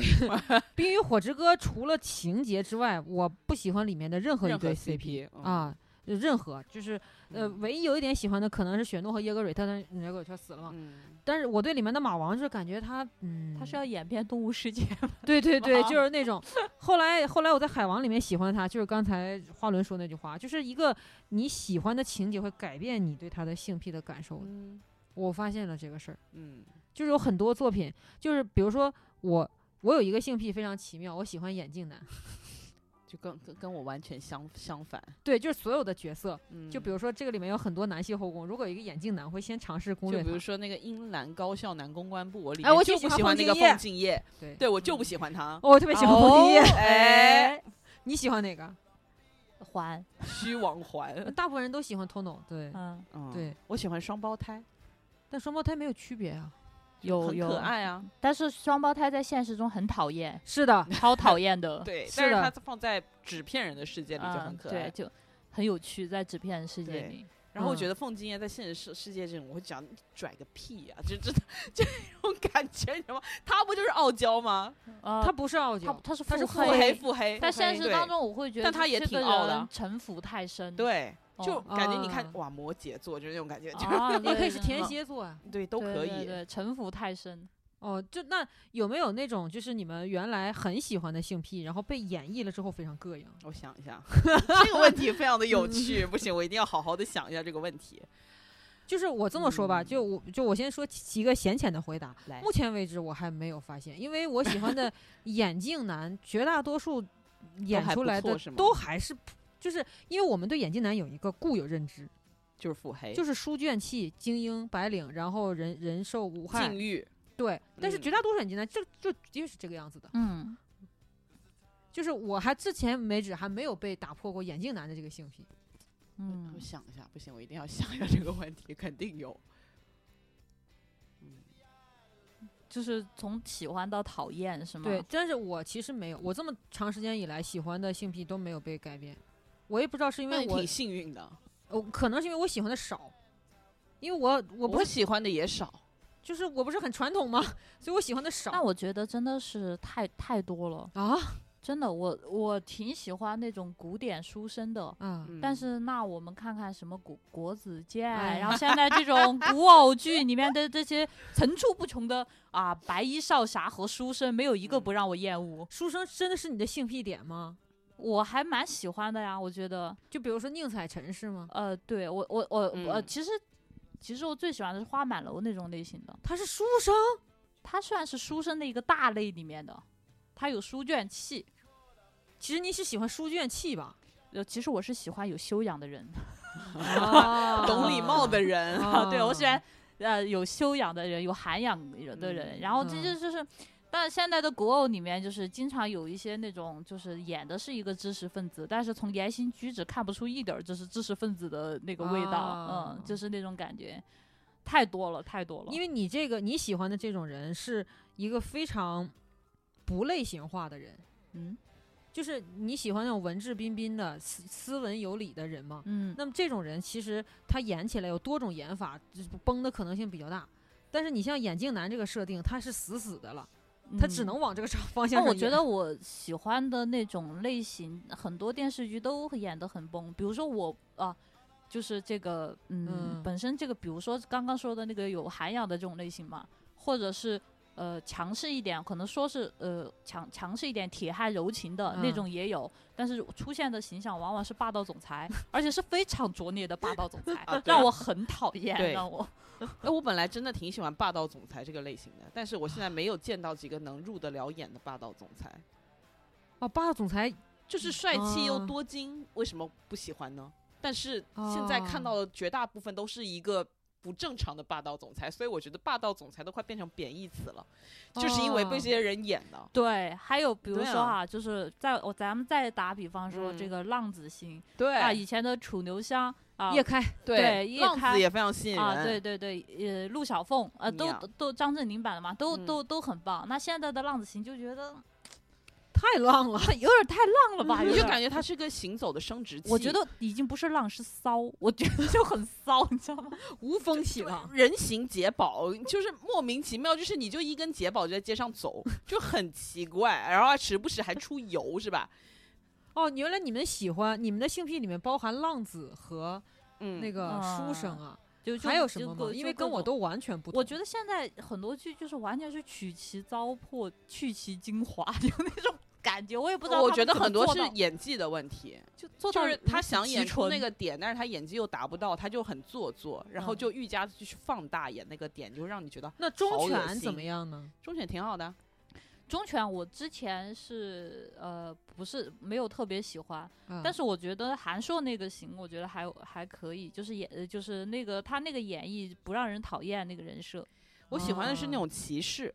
《冰与火之歌》除了情节之外，我不喜欢里面的任何一
任何
对
CP 嗯
啊。就任何就是呃，
嗯
唯一有一点喜欢的可能是雪诺和耶格蕊特，但是耶格蕊特死了嘛。
嗯
但是我对里面的马王就是感觉他，嗯，
他是要演变动物世界，
对对对，
吗
就是那种。后来后来我在海王里面喜欢他，就是刚才花轮说那句话，就是一个你喜欢的情节会改变你对他的性癖的感受的。
嗯
我发现了这个事儿，
嗯
就是有很多作品，就是比如说我我有一个性癖非常奇妙，我喜欢眼镜男，
就跟跟跟我完全相相反。
对，就是所有的角色，
嗯，
就比如说这个里面有很多男性后宫，如果有一个眼镜男会先尝试攻
就
略
比如
他，
说那个英兰高校男公关部，我里
哎
面
我
就
就喜
不
欢
喜欢那
凤敬
个
业
凤敬业，
对，
对我就不喜欢他。
哦我特别喜欢
哦
红衣，
哎，
你喜欢哪个？
还
虚王环，
大部分人都喜欢 Tono，对，
嗯
嗯
对，
我喜欢双胞胎，
但双胞胎没有区别啊。
有
很
有
可，爱啊。
但是双胞胎在现实中很讨厌，
是的，
超讨厌的。
对，
嗯是
但是
的
它放在纸片人的世界里就很
嗯，
可爱。
对，就很有趣，在纸片世界
对
里，
然后我
嗯
觉得凤金燕在现实世世界这种，我会讲你拽个屁呀、 就真的这种感觉，你知道吗？他不就是傲娇吗？
呃
他不是傲
他
娇，
他是
他是
腹
腹黑
黑，
腹黑，
但现实当
对
中我会觉得
但他也
这
挺
个
傲的
人城府太深。
对，
哦，
就 感觉你看、
啊
哇，摩羯座就是那种感觉，就是、
啊，
也可
对
以是
对
嗯
天
对
蝎座啊。
哦对都
对
可以。
对对，城府太 深。
哦，就那有没有那种就是你们原来很喜欢的性癖，然后被演绎了之后非常膈应？
我想一 下，这个问题非常的有趣，不行，我一定要好好的想一下这个问 题。
就是我这么说吧，
嗯
就我就我先说几一个浅浅的回答。
来
目前为止我还没有发现，因为我喜 欢的眼镜男绝大多数演
还
出
不
来的
错是吗
都还是普。就是因为我们对眼镜男有一个固有认知，
就是腹黑，
就是是书卷气、精英、白领，然后人人兽无
禁
害，
欲。
对。但是
嗯
绝大多数眼镜男就就因为是这个样子的，
嗯，
就是我还之前为止还没有被打破过眼镜男的这个性癖。
嗯
我，想一下，不行，我一定要想一下这个问题，肯定有。嗯，
就是从喜欢到讨厌是吗？
对，，但是我其实没有，我这么长时间以来喜欢的性癖都没有被改变。我也不知道是因
那
为
你
我
挺，幸运的。
我可能是因为我喜欢的少，因为我我
我
不是
喜欢的也少，
就是我不是很传统吗？ 所以我喜欢的少。
那我觉得真的是太太多了，
啊
真的，我我挺喜欢那种古典书生的。
啊，
嗯
但是，那我们看看什么国国子监，
哎
然后现在这种古偶剧里面的这些层出不穷的啊，白衣少侠和书生，没有一个
嗯
不让我厌恶。
书生真的是你的性癖点吗？
我还蛮喜欢的呀，我觉得，
就比如说宁采臣是吗？
呃，对我我我、呃，
嗯
其实其实我最喜欢的是花满楼那种类型的，
他是书生，
它算是书生的一个大类里面的，它有书卷气。
其实你是喜欢书卷 气吧？
呃，其实我是喜欢有修养的人，
啊
懂礼貌的人，
啊
对我喜欢呃有修养的人，有涵养的人。
嗯
然后这
嗯
就就是，但现在的古偶里面就是经常有一些那种就是演的是一个知识分子，但是从言行举止看不出一点儿就是知识分子的那个味道，
啊
嗯，就是那种感觉，太多了，太多了。
因
为
为你这个你喜欢的这种人是一个非常不类型化的人，
嗯
就是你喜欢那种文质彬彬的、斯斯文有礼的人嘛。
嗯，
那么这种人其实他演起来有多种演法，就是崩的可能性比较大。但是你像眼镜男这个设定，他是死死的了，他只
嗯
能往这个上 方向
那
上
我
演。
觉得我喜欢的那种类型，很多电视剧都演得很崩。比如说我啊，就是这个，嗯，
嗯
本身这个，比如说刚刚说的那个有涵养的这种类型嘛，或者是呃强势一点，可能说是呃强强势一点、铁汉柔情的那
嗯
种也有，但是出现的形象往往是霸道总裁，而且是非常拙劣的霸道总裁，
啊 对
让我很讨厌，
对
让我
哎，我本来真的挺喜欢霸道总裁这个类型的，但是我现在没有见到几个能入得了眼的霸道总裁，
哦，霸道总裁
就是帅气又
啊
多哦金，为什么不喜欢呢？但是现在看到的绝大部分都是一个不正常的霸道总裁，所以我觉得霸道总裁都快变成贬义词了，就是因为被这些人演的。
对，还有比如
对
说
啊
哈，就是在我咱们再打比方说，这
嗯
个浪子心、
对
啊，以前的楚留香啊，
叶开
对叶
哎浪
开
子也非常吸引人。
啊，对对对，呃，陆小凤啊、呃，
你
都
呀
都张镇宁版的嘛，都、
嗯
都都很棒。那现在的浪子行就觉得
太浪了，
有点太浪了 吧，有
你就
点
感觉他是个行走的生殖器。
我觉得已经不是浪，是骚，我觉得就很骚，你知道吗？
无风起
就
浪。
人形解宝就是莫名其妙，就是你就一根解宝就在街上走，就很奇怪，然后时不时还出油是吧？
哦，原来你们喜欢你们的性癖里面包含浪子和
嗯
那个书生
啊
啊，
就就
还有什么
就各
吗？因为
就
跟
各
我
种
都完全不同。
我觉得现在很多剧就是完全是取其糟粕，去其精华， 有那种感觉。我也不知道他
我
们
觉得
怎么
很多
做
是
到
演技的问题，
就做到
就是他
如此
想
其
演出
纯
那个点，但是他演技又达不到，他就很做作，然后
嗯
就愈加地去放大演那个点，就让你觉得
那
好
忠
恶
犬怎
心
么样呢？
忠犬挺好的。
忠犬，我之前是呃不是没有特别喜欢，
嗯
但是我觉得韩硕那个型，我觉得还还可以，就是演呃就是那个他那个演绎不让人讨厌那个人设。
我喜欢的是
哦
那
啊
种骑士，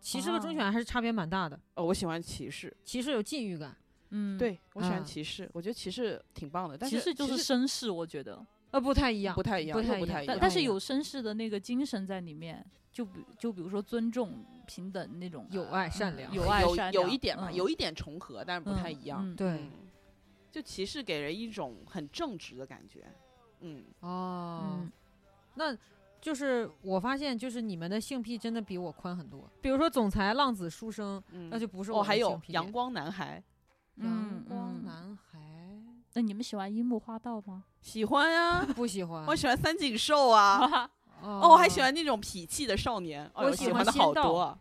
骑士和
啊
忠犬还是差别蛮大的，
哦，我喜欢骑士，
骑士有禁欲感，
嗯，，
对我喜
啊
欢骑士，我觉得骑士挺棒的，但
其
是
实就是绅士，我觉得，
呃，不太一样
不。太一样，
不
又
太
不
一样
太一
但
样。
但是有绅士的那个精神在里面，就比就比如说尊重、平等那种嗯
友爱善良
友爱
有
善良，
有一点吧，
嗯
有一点重合，但是不太
嗯
一样。
嗯
对，
嗯就骑士给人一种很正直的感觉。嗯，
哦
嗯，，
那就是我发现，就是你们的性癖真的比我宽很多。比如说总裁、浪子、书生，那
那
就不是我
哦，
的
还有
性癖
阳光男孩，啊
阳光
嗯嗯
男孩，
那你们喜欢樱木花道吗？
喜欢 啊，
不喜欢。
我喜欢三井寿啊。哦，
哦
我还喜。欢那种痞气的少年，哦
我
我
喜
喜
欢
欢的
仙
好
道
多啊。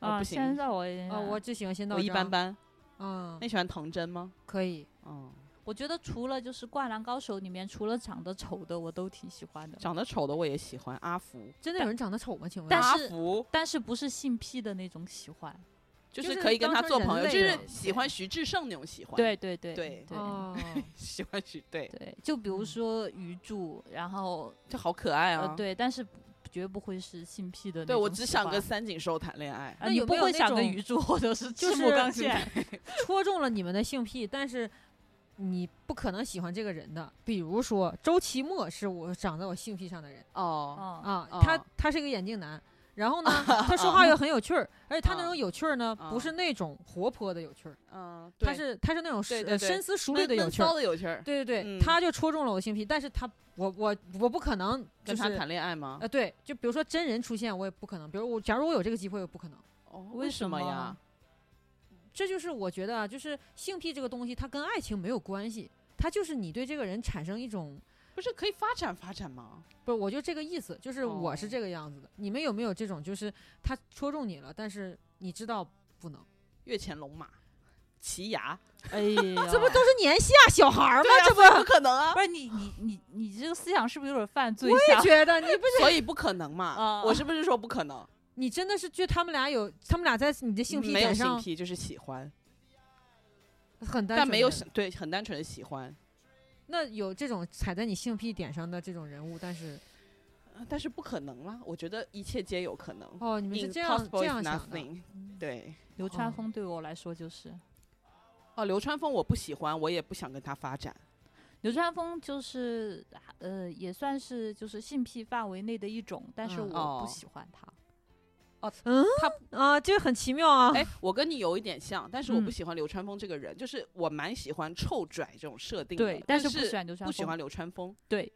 我
啊，
不
现
行，
在我也
哦，我只喜欢仙道
我一般
章。
般。
嗯
那，你喜欢藤真吗？
可以。
嗯，
我觉得除了就是《灌篮高手》里面，除了长得丑的，我都挺喜欢的。
长得丑的我也喜欢，阿福。
真的有人长得丑吗？请问？啊
但
阿
是
福
但是不是性癖的那种喜欢？
就
就是
是可以跟
当
他
成
做
人
朋友，
类
就
的
是喜欢徐志胜那种喜欢。
对对对
对
对、
哦，
喜欢徐对，
对，就比如
嗯
说鱼柱，然后、
就好可爱
呃
啊。
对，但是不绝不会是性癖的那种喜欢。
对，我只想跟三井寿谈恋爱。
啊，
那
你
有
不
没有
会
那
想跟
种
鱼柱或者是
就
赤木
是
刚宪？
戳中了你们的性癖，但是你不可能喜欢这个人的。比如说周奇墨是我长在我性癖上的人
哦，
啊，
啊，
哦
他他是一个眼镜男，然后呢，他说话又很有趣儿，而且他那种有趣儿呢，
啊
不是那种活泼的有趣儿，
嗯，
他
对
是他是那
对
种深
对
呃
对
深思熟虑
闷
的有
闷
趣儿
骚。的有趣儿，
对对
嗯
对，他就戳中了我性癖，但是他我我我不可能就
跟他
是
谈恋爱吗？
呃对，就比如说真人出现我也不可能，比如我假如我有这个机会我也不可能。
哦，
为
什
什
么
么
呀？
这就是我觉得啊，就是性癖这个东西，它跟爱情没有关系，它就是你对这个人产生一种
不是可以发展发展吗？
不是，我就这个意思，就是我是
哦
这个样子的。你们有没有这种，就是他戳中你了，但是你知道不能？
跃前龙马，奇牙，
哎呀，
这不都是年下小孩儿吗？
对啊
啊这不
所以不可能啊
不，是你你你你这个思想是不是有点犯罪
我也
相？
觉得你不，
所以不可能嘛。
啊
我是不是说不可能？
你真的是就他们俩有，他们俩在你的性
嗯
癖
没有
点
性
上
癖就是喜欢，
很单纯的人，
但没有想对很单纯的喜欢，
那有这种踩在你性癖点上的这种人物，但是
呃但是不可能啦。我觉得一切皆有可能。
哦，你们是这样
Impossible
这
嗯 is
样想的。
nothing 对。
流
哦
川枫对我来说就是
哦，流川枫我不喜欢，我也不想跟他发展。
流川枫，就是呃也算是就是性癖范围内的一种，但是
嗯
我
哦
不喜欢他。
嗯，
他
啊，这个很奇妙啊。
哎，我跟你有一点像，但是我不
嗯
喜欢流川枫这个人，就是我蛮喜欢臭拽这种设定的，
对，
但
但不喜欢流川枫，
不喜欢流川枫。
对，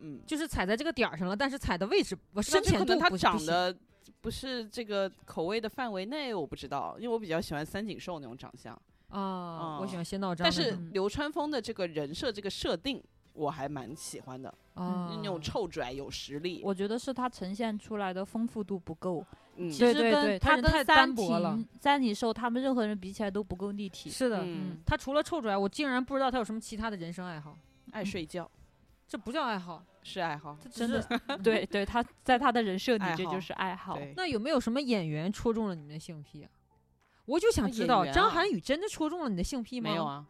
嗯，
就是踩在这个点儿上了，但是踩的位置
那
我深
就
浅
可
度
能他
不
长
不行
得不是这个口味的范围内，我不知道，因为我比较喜欢三井寿那种长相，
啊，我喜欢仙道章
哦但
那种，
是
嗯
流川枫的这个人设这个设定。我还蛮喜欢的，就
啊
那种臭拽嗯有实力，
我觉得是他呈现出来的丰富度不够。
嗯，
其
对
实跟
他人太
跟
单
三
薄了
井三井寿他们任何人比起来都不够立体。
是的，
嗯，
他除了臭拽，我竟然不知道他有什么其他的人生爱好，
爱睡觉
嗯这不叫爱好，
是爱好，
他只
真
是
的。对对，他在他的人设里
爱
这
好
就是爱好。
对
那有没有什么演员戳中了你们的性癖啊？我就想
那
知
演
道，
员
张
啊
涵予 真的戳中了你的性癖吗？
没有，啊，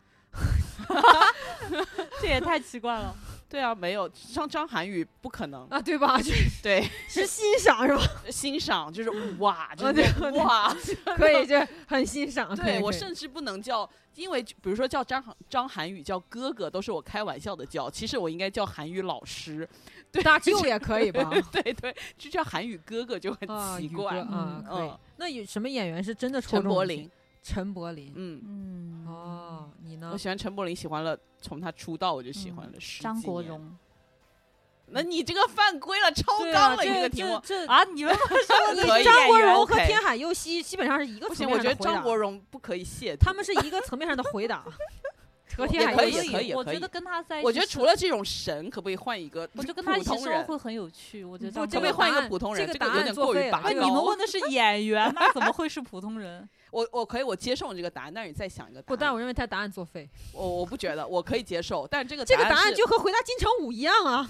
这也太奇怪了。
对啊，没有像张涵予不可能，
啊，对吧？ 就是
对，
是 欣赏是吧？
欣赏 就是哇，
啊
真
对
的哇，
可以，这很欣赏。可以
对我
可以
甚至不能叫，因为就比如说叫张涵张涵予叫哥哥都是我开玩笑的叫，其实我应该叫韩语老师， 对
大
就
舅也可以吧？
对对，就叫韩语哥哥就
啊，
很 奇
宇
怪。
哥
嗯
啊，可以
嗯。
那有什么演员是真的抽
陈
中
柏
你
霖
心？，陈柏霖。
嗯，
嗯，
哦，你呢
我？喜欢陈柏霖，喜欢了从他出道我就喜欢
嗯
了十
张
几
国
年。
荣
那你这个犯规了，超
对
纲
啊
了，你
这
这个题目。
这
啊，你 们
你
可以
张
演
国
员
荣和
，OK
天海佑希基本上是一个
不
层
行，我
面上
觉
的
得
回答
张，国荣不可以亵渎。
他们是一个层面上的回答。和天海
可
佑
以也
希
可以也
我
可
觉
以
得跟他在一起，
我觉得除，了这种神，可不可以换一个
我
普通人？嗯
就跟他一起生活会很有趣。我觉得
不
张
可
这
国
不
荣
可以换
个
一
答
个
案
普通
这
人？
个
这个
答
有
案
点
作
过于
废了
拔
哎
这个
你
高。
们问的 是演员，那怎么会是普通人？
我我可以，我接受你这个答案，但是你再想一个答
不，
案。
但我认为他答案作废。
我我不觉得，我可以接受，但这个
这个答案
是
就和回答金城武一样啊。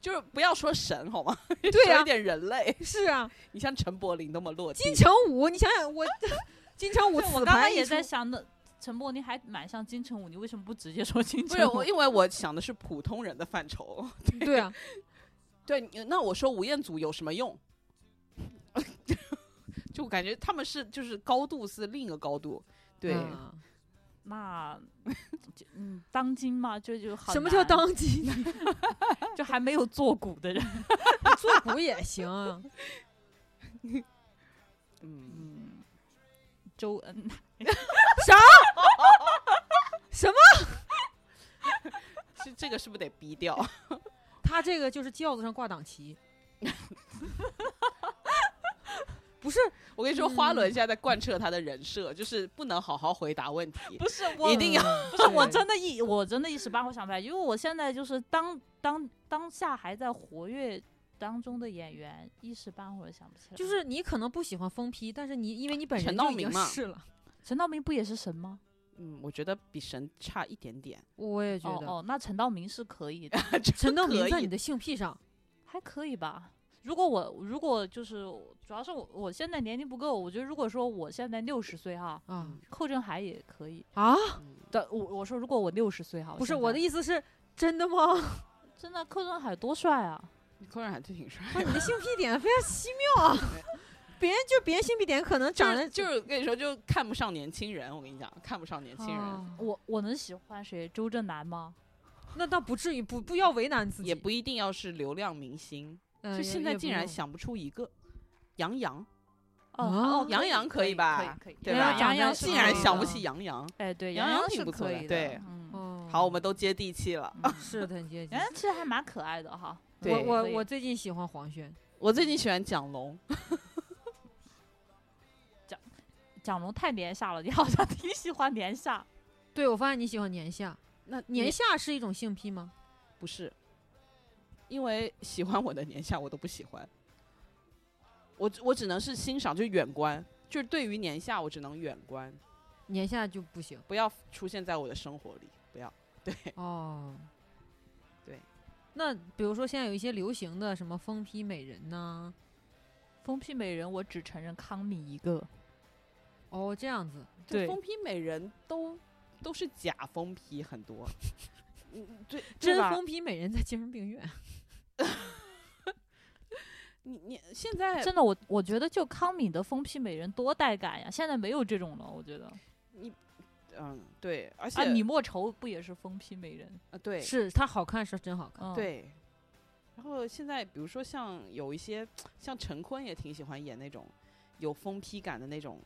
就是不要说神好吗？
对
有
啊
一，点人类。
是啊，
你像陈柏霖那么落
金
地，
城武，你想想 我，金城武
对我
此
刚
牌
才
一
也
出
在，想的，陈柏霖还蛮像金城武，你为什么不直接说金
不
城
是
武？
我，因为我想的是普通人的范畴。
对啊，
对，你那我说吴彦祖有什么用？ 就我感觉他们是就是高度是另一个高度。对，
嗯
那就嗯，当今嘛，这就好
什么叫
难
当机呢？
就还没有做股的人？
做股也行，啊
嗯，
嗯， 周 恩来
这这个是不是得逼掉？
他这个就是轿子上挂党旗。不是，
我跟你
嗯
说，花轮现在在贯彻他的人设，就是不能好好回答问题。
不是
一定要
不是我
嗯对
真的一我真的一时半会想不来，因为我现在就是当当当下还在活跃当中的演员，一时半会儿想不起来。
就是你可能不喜欢疯批，但是你因为你本
陈
人
道
就已
明
经
嘛
是了。
陈道明不也是神吗？
嗯，我觉得比神差一点 点。
我也觉
哦
得、
哦，那陈道明是可以的，
陈道明
可
在
以
你的性癖上，
还可以吧。如果我如果就是主要是我我现在年龄不够，我觉得如果说我现在六十岁哈，
啊
寇振海也可以。
啊，
嗯
但我我说如果我六十岁哈，
不是
现
我
在
的意思是真的吗？
真的寇振海多帅啊！
柯震海就挺帅
不是你的性癖点非常奇妙啊，别人就别人性癖点可能长得
就是跟你说，就看不上年轻人。我跟你讲，看不上年轻人、
啊
我我能喜欢谁？周震南吗？
那倒不至于不不要为难自己，
也不一定要是流量明星。
嗯
就现在竟然。
也也不用
想不出一个，杨洋
哦
哦
哦，可
啊杨
以
洋可
可
以吧
可以可以
对
哎呀
吧？
杨
长得
洋
是
是
竟
可
然
以
想不
的
起，杨洋。
哎，对，
杨洋
洋
挺
是
不错
可
的
以
对
嗯，
哦
好，我们都接地气了。
嗯
是的，很接近
杨。洋其实还蛮可爱的哈。
对
我我
可以
我最近喜欢黄轩，
我最近喜欢蒋龙，
蒋龙太年下了，你好像挺喜欢年下。
对我发现你喜欢年下，
那
年下是一种性癖吗？
不是，因为喜欢我的年下我都不喜欢，我只我只能是欣赏，就是远观，就是对于年下我只能远观，
年下就不行
不要出现在我的生活里，不要。对，
哦。
对，
那比如说现在有一些流行的什么疯批美人呐、
疯批美人，我只承认康敏一个。
哦这样子，
就
对
疯批美人都都是假疯批很多， 嗯，对，
真
对吧
疯批美人在精神病院，
你你现在
真的，我我觉得就康敏的疯批美人多带感呀，现在没有这种了，我觉得。
嗯对，而且、
啊，你莫愁不也是疯批美人？
啊对
是她好看是真好看，
嗯，
对。然后现在，比如说像有一些像陈坤也挺喜欢演那种有疯批感的那种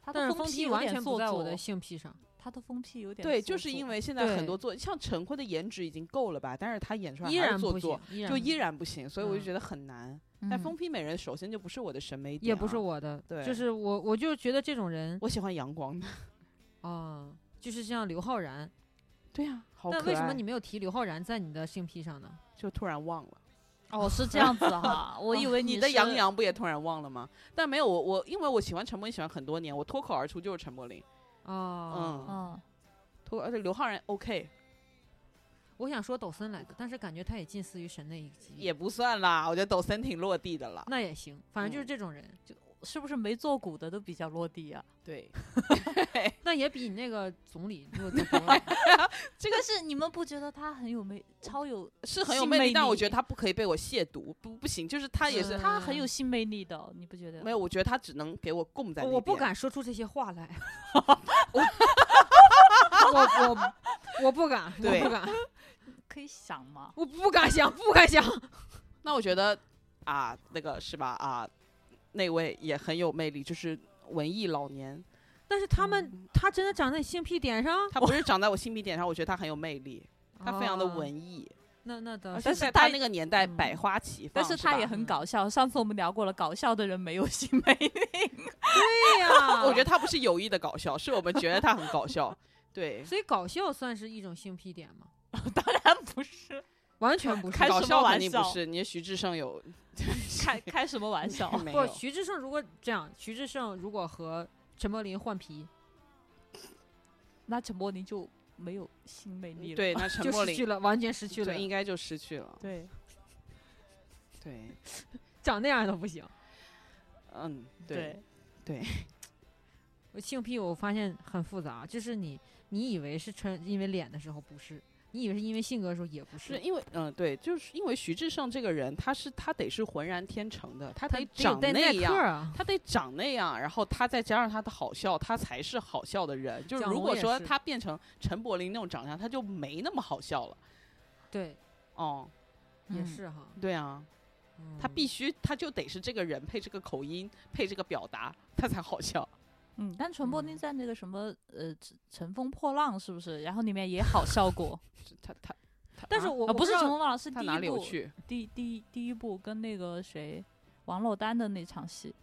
他
但
的
是疯
批
批
有
完
点
全不
做
在我
作
的性癖上。
他的疯批有点
对，
做
就是
作
因为现在
对
很多作像陈坤的颜值已经够了吧，但是他演出来
依
还
然
是
不
做
行
作，，
依然
就
不
依
行
然不行，所以我就
嗯
觉得很难。但
嗯
疯批美人首先就不是我的审美点、
也不是，我的，
啊对
就是我我就觉得这种人
我喜欢阳光 的。
啊、就是像刘昊然，
对呀、好可爱。
但为什么你没有提刘昊然在你的性癖上呢？
就突然忘了？
哦是这样子 哈，我以为哦
你
你
的
是
杨洋不也突然忘了吗？但没有我我，因为我喜欢陈柏霖喜欢很多年，我脱口而出就是陈柏霖。
哦，
嗯。
脱而且刘昊然 OK
我想说抖森来的，但是感觉他也近似于神那一级，
也不算啦，我觉得抖森挺落地的了。
那也行，反正就是
嗯
这种人，
是不是没做股的都 比较落地啊？
对，
那也比你那个总理落地多了。
这个
但是你们不觉得他很有魅，超有
是很有
性
魅
魅
力，但我
力
觉得他不可以被我亵渎，不不行，就是他也是
嗯
他很有性魅力的，哦你不觉得？
没有，我觉得他只能给我供在那
我不
边，
敢说出这些话 来，我我我不敢，我
对
不敢，
可以想吗？
我不敢想，不敢想。
那我觉得啊，那个是吧？啊，那位也很有魅力，就是文艺老年，
但是他
嗯
们，他真的长在你性癖点上，
他不是长在我性癖点上，我觉得他很有魅力，他非常的
哦。
文艺，
那那倒
而
嗯但
且
是
在
是他
那个年代
嗯
百花齐放，
但是他也很
嗯
搞笑。上次我们聊过了，搞笑的人没有性魅力。
对呀，
吧，我觉
嗯
得他 不是有意的搞笑，是我们觉得他很 搞笑，对。
所以搞笑算是一种性癖点吗？
当然不是，
完全不是
开。
搞
什么
笑
玩
肯定不
笑
是，你徐志胜有
开开什么玩笑？
没
不，
有？
徐志胜如果这样，徐志胜如果和陈柏霖换皮，
那陈柏霖就没有性魅力了。
对，那陈
就
柏
失
霖
去了，完全失去
对
了，
应该就失去了。
对，
对，
长那样都不行。
嗯，对，
我性癖我发现很复杂，就是你你以为是纯因为脸的时候不是，你以为是因为性格的时候也不
是
是，
因为嗯，对，就是因为徐志胜这个人，他是他得是浑然天成的，他
他
得
只有
长
戴耐
那
克
样，
啊，
他得长那样，然后他再加上他的好笑，他才是好笑的人。就是
蒋
如
龙
果
也
说
是
他变成陈柏霖那种长相，他就没那么好笑了。
对，
哦，
也
嗯
是哈，
对啊，他
嗯
必须他就得是这个人配这个口音配这个表达，他才好笑。
嗯，但陈柏霖
嗯
在那个什么呃《乘乘风破浪》是不是？然后里面也好笑过
是他他他，
但是
啊
我、
啊，不是《乘
从
风破浪》，是第
他哪
一
里有
部，
趣？
第一第一第一部跟那个谁王珞丹的那场戏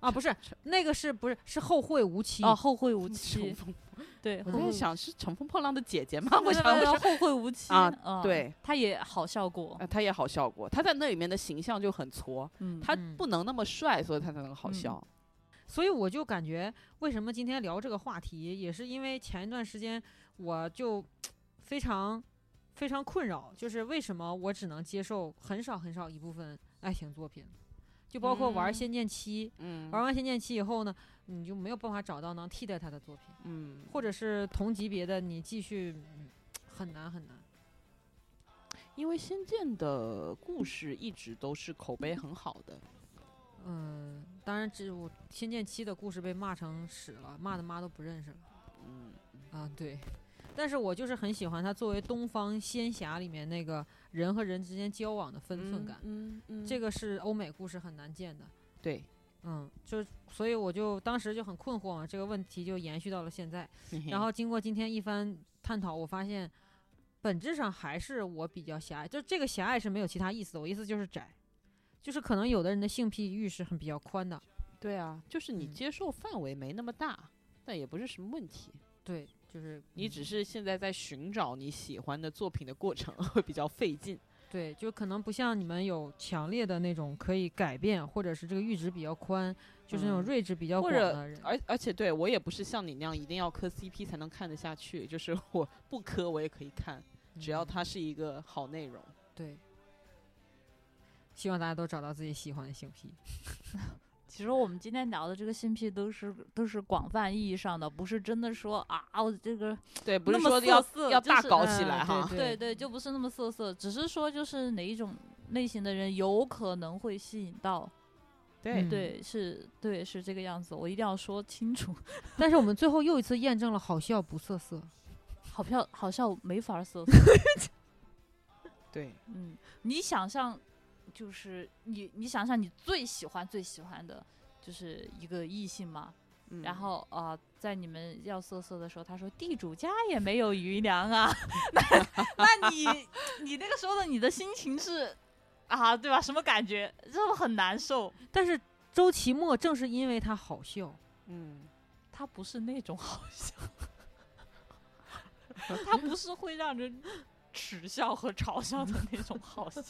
啊，不是
陈
那个是不是是后会无期
哦，《后会 无
乘
期》
风，
对，
我
后
嗯
在
会
想是《乘风破浪》的姐姐吗？
没
我
有
想
没有
我
没有
说
后会无期
啊
嗯
对
他也好笑过，
啊，他也好笑过，他在那里面的形象就很挫，
嗯，
他
嗯
不能那么帅，所以他才能好笑。
所以我就感觉，为什么今天聊这个话题，也是因为前一段时间我就非常非常困扰，就是为什么我只能接受很少很少一部分爱情作品，就包括
嗯
玩《仙剑七》
嗯
玩完《仙剑七》以后呢，你就没有办法找到能替代它的作品，
嗯，
或者是同级别的，你继续嗯很难很难。
因为《仙剑》的故事一直都是口碑很好的，
嗯，当然，这我《仙剑七》的故事被骂成屎了，骂的妈都不认识了。
嗯，
啊，对。但是我就是很喜欢他作为东方仙侠里面那个人和人之间交往的分寸感，
嗯嗯，
这
个
个是欧美故事很难见的。
对，
嗯，就所以我就当时就很困惑嘛，这个问题就延续到了现在。然后经过今天一番探讨，我发现本质上还是我比较狭隘，就这个狭隘是没有其他意思的，我意思就是窄，就是可能有的人的性癖欲是很比较宽的，
对啊，就是你
嗯
接受范围没那么大，但也不是什么问题。
对，就是
你只是现在在寻找你喜欢的作品的过程会比较费劲，
对，就可能不像你们有强烈的那种可以改变，或者是这个阈值比较宽，就是那种
嗯
睿智比较
或
广
者
的人。
而而且对我也不是像你那样一定要磕 CP 才能看得下去，就是我不磕我也可以看，只要
嗯
它是一个好内容。
对，希望大家都找到自己喜欢的性癖。
其实我们今天聊的这个性癖都是都是广泛意义上的，不是真的说啊，我这个
对，不是
那么
说
色
要
色
要
就
大
是
搞起
嗯
来 哈。
对
对对，就不是那么色色，只是说就是哪一种类型的人有可能会吸引到，
对
嗯
对，是，对，是这个样子，我一定要说清楚，
但是我们最后又一次验证了好笑不色色。
好票好像没法儿色色，
对，
嗯，你想象，就是你你想象你最喜欢最喜欢的就是一个异性嘛，
嗯
然后啊、呃在你们要瑟瑟的时候，他说地主家也没有余粮 啊，那那你你那个时候的你的心情是啊，对吧？什么感觉？这很难受。
但是周奇墨正是因为他好笑，
嗯，
他不是那种好笑，他不是会让人耻笑和嘲笑的那种好笑。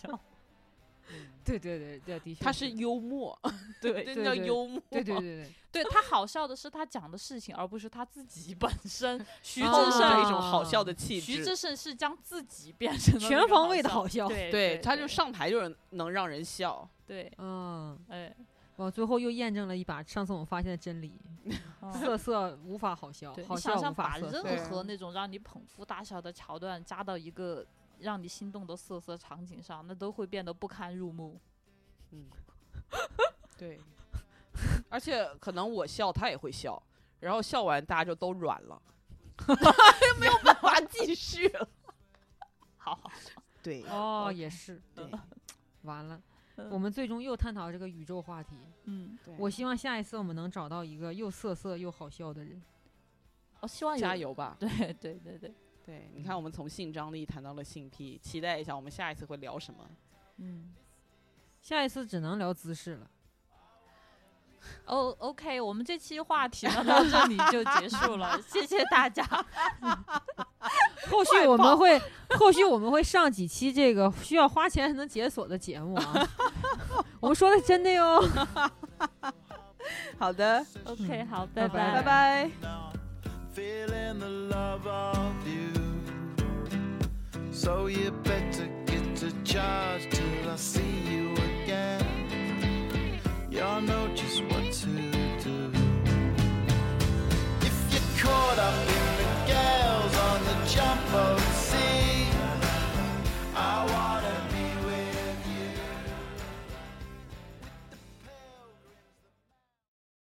对对对对，的确
他是幽默，
对
真
对
叫
对
幽默。
对对对对，
对他好笑的是他讲的事情，而不是他自己本身。徐
啊
志
的
胜，
一种好笑的气
徐
质
志。胜是将自己变成了那
全
个
方位的
好
好笑
对
对，他就
对
上台就是能让人笑。
对，
嗯，
哎，
我最后又验证了一把上次我们发现的真理：
嗯
色色无法好笑
对，，你
好
想
笑
象
无
把
法色色。
对
任何那种让你捧腹大笑的桥段加到一个让你心动的色色场景上，那都会变得不堪入目。
嗯，对， 而且可能我笑他也会笑，然后笑完大家就都软了， 没有办法继续了。
好好，
对
哦，
OK
也是，
对，
完了，
嗯
我们最终又探讨这个宇宙话题。
嗯，
我希望下一次我们能找到一个又色色又好笑的人。
我哦希望有
加。油吧。
对对对对，
对，你看我们从性张力谈到了性癖，期待一下我们下一次会聊什么。
嗯。
下一次只能聊姿势了。
O、o k 哦我们这期话题呢到这里就结束了，谢谢大家。
后续我们会，后续我们会上几期这个需要花钱才能解锁的节目啊。我们说的真的哟。
好的，
OK，好，
嗯拜拜
拜拜。
now, feeling the love of you. So you better get to charge till I see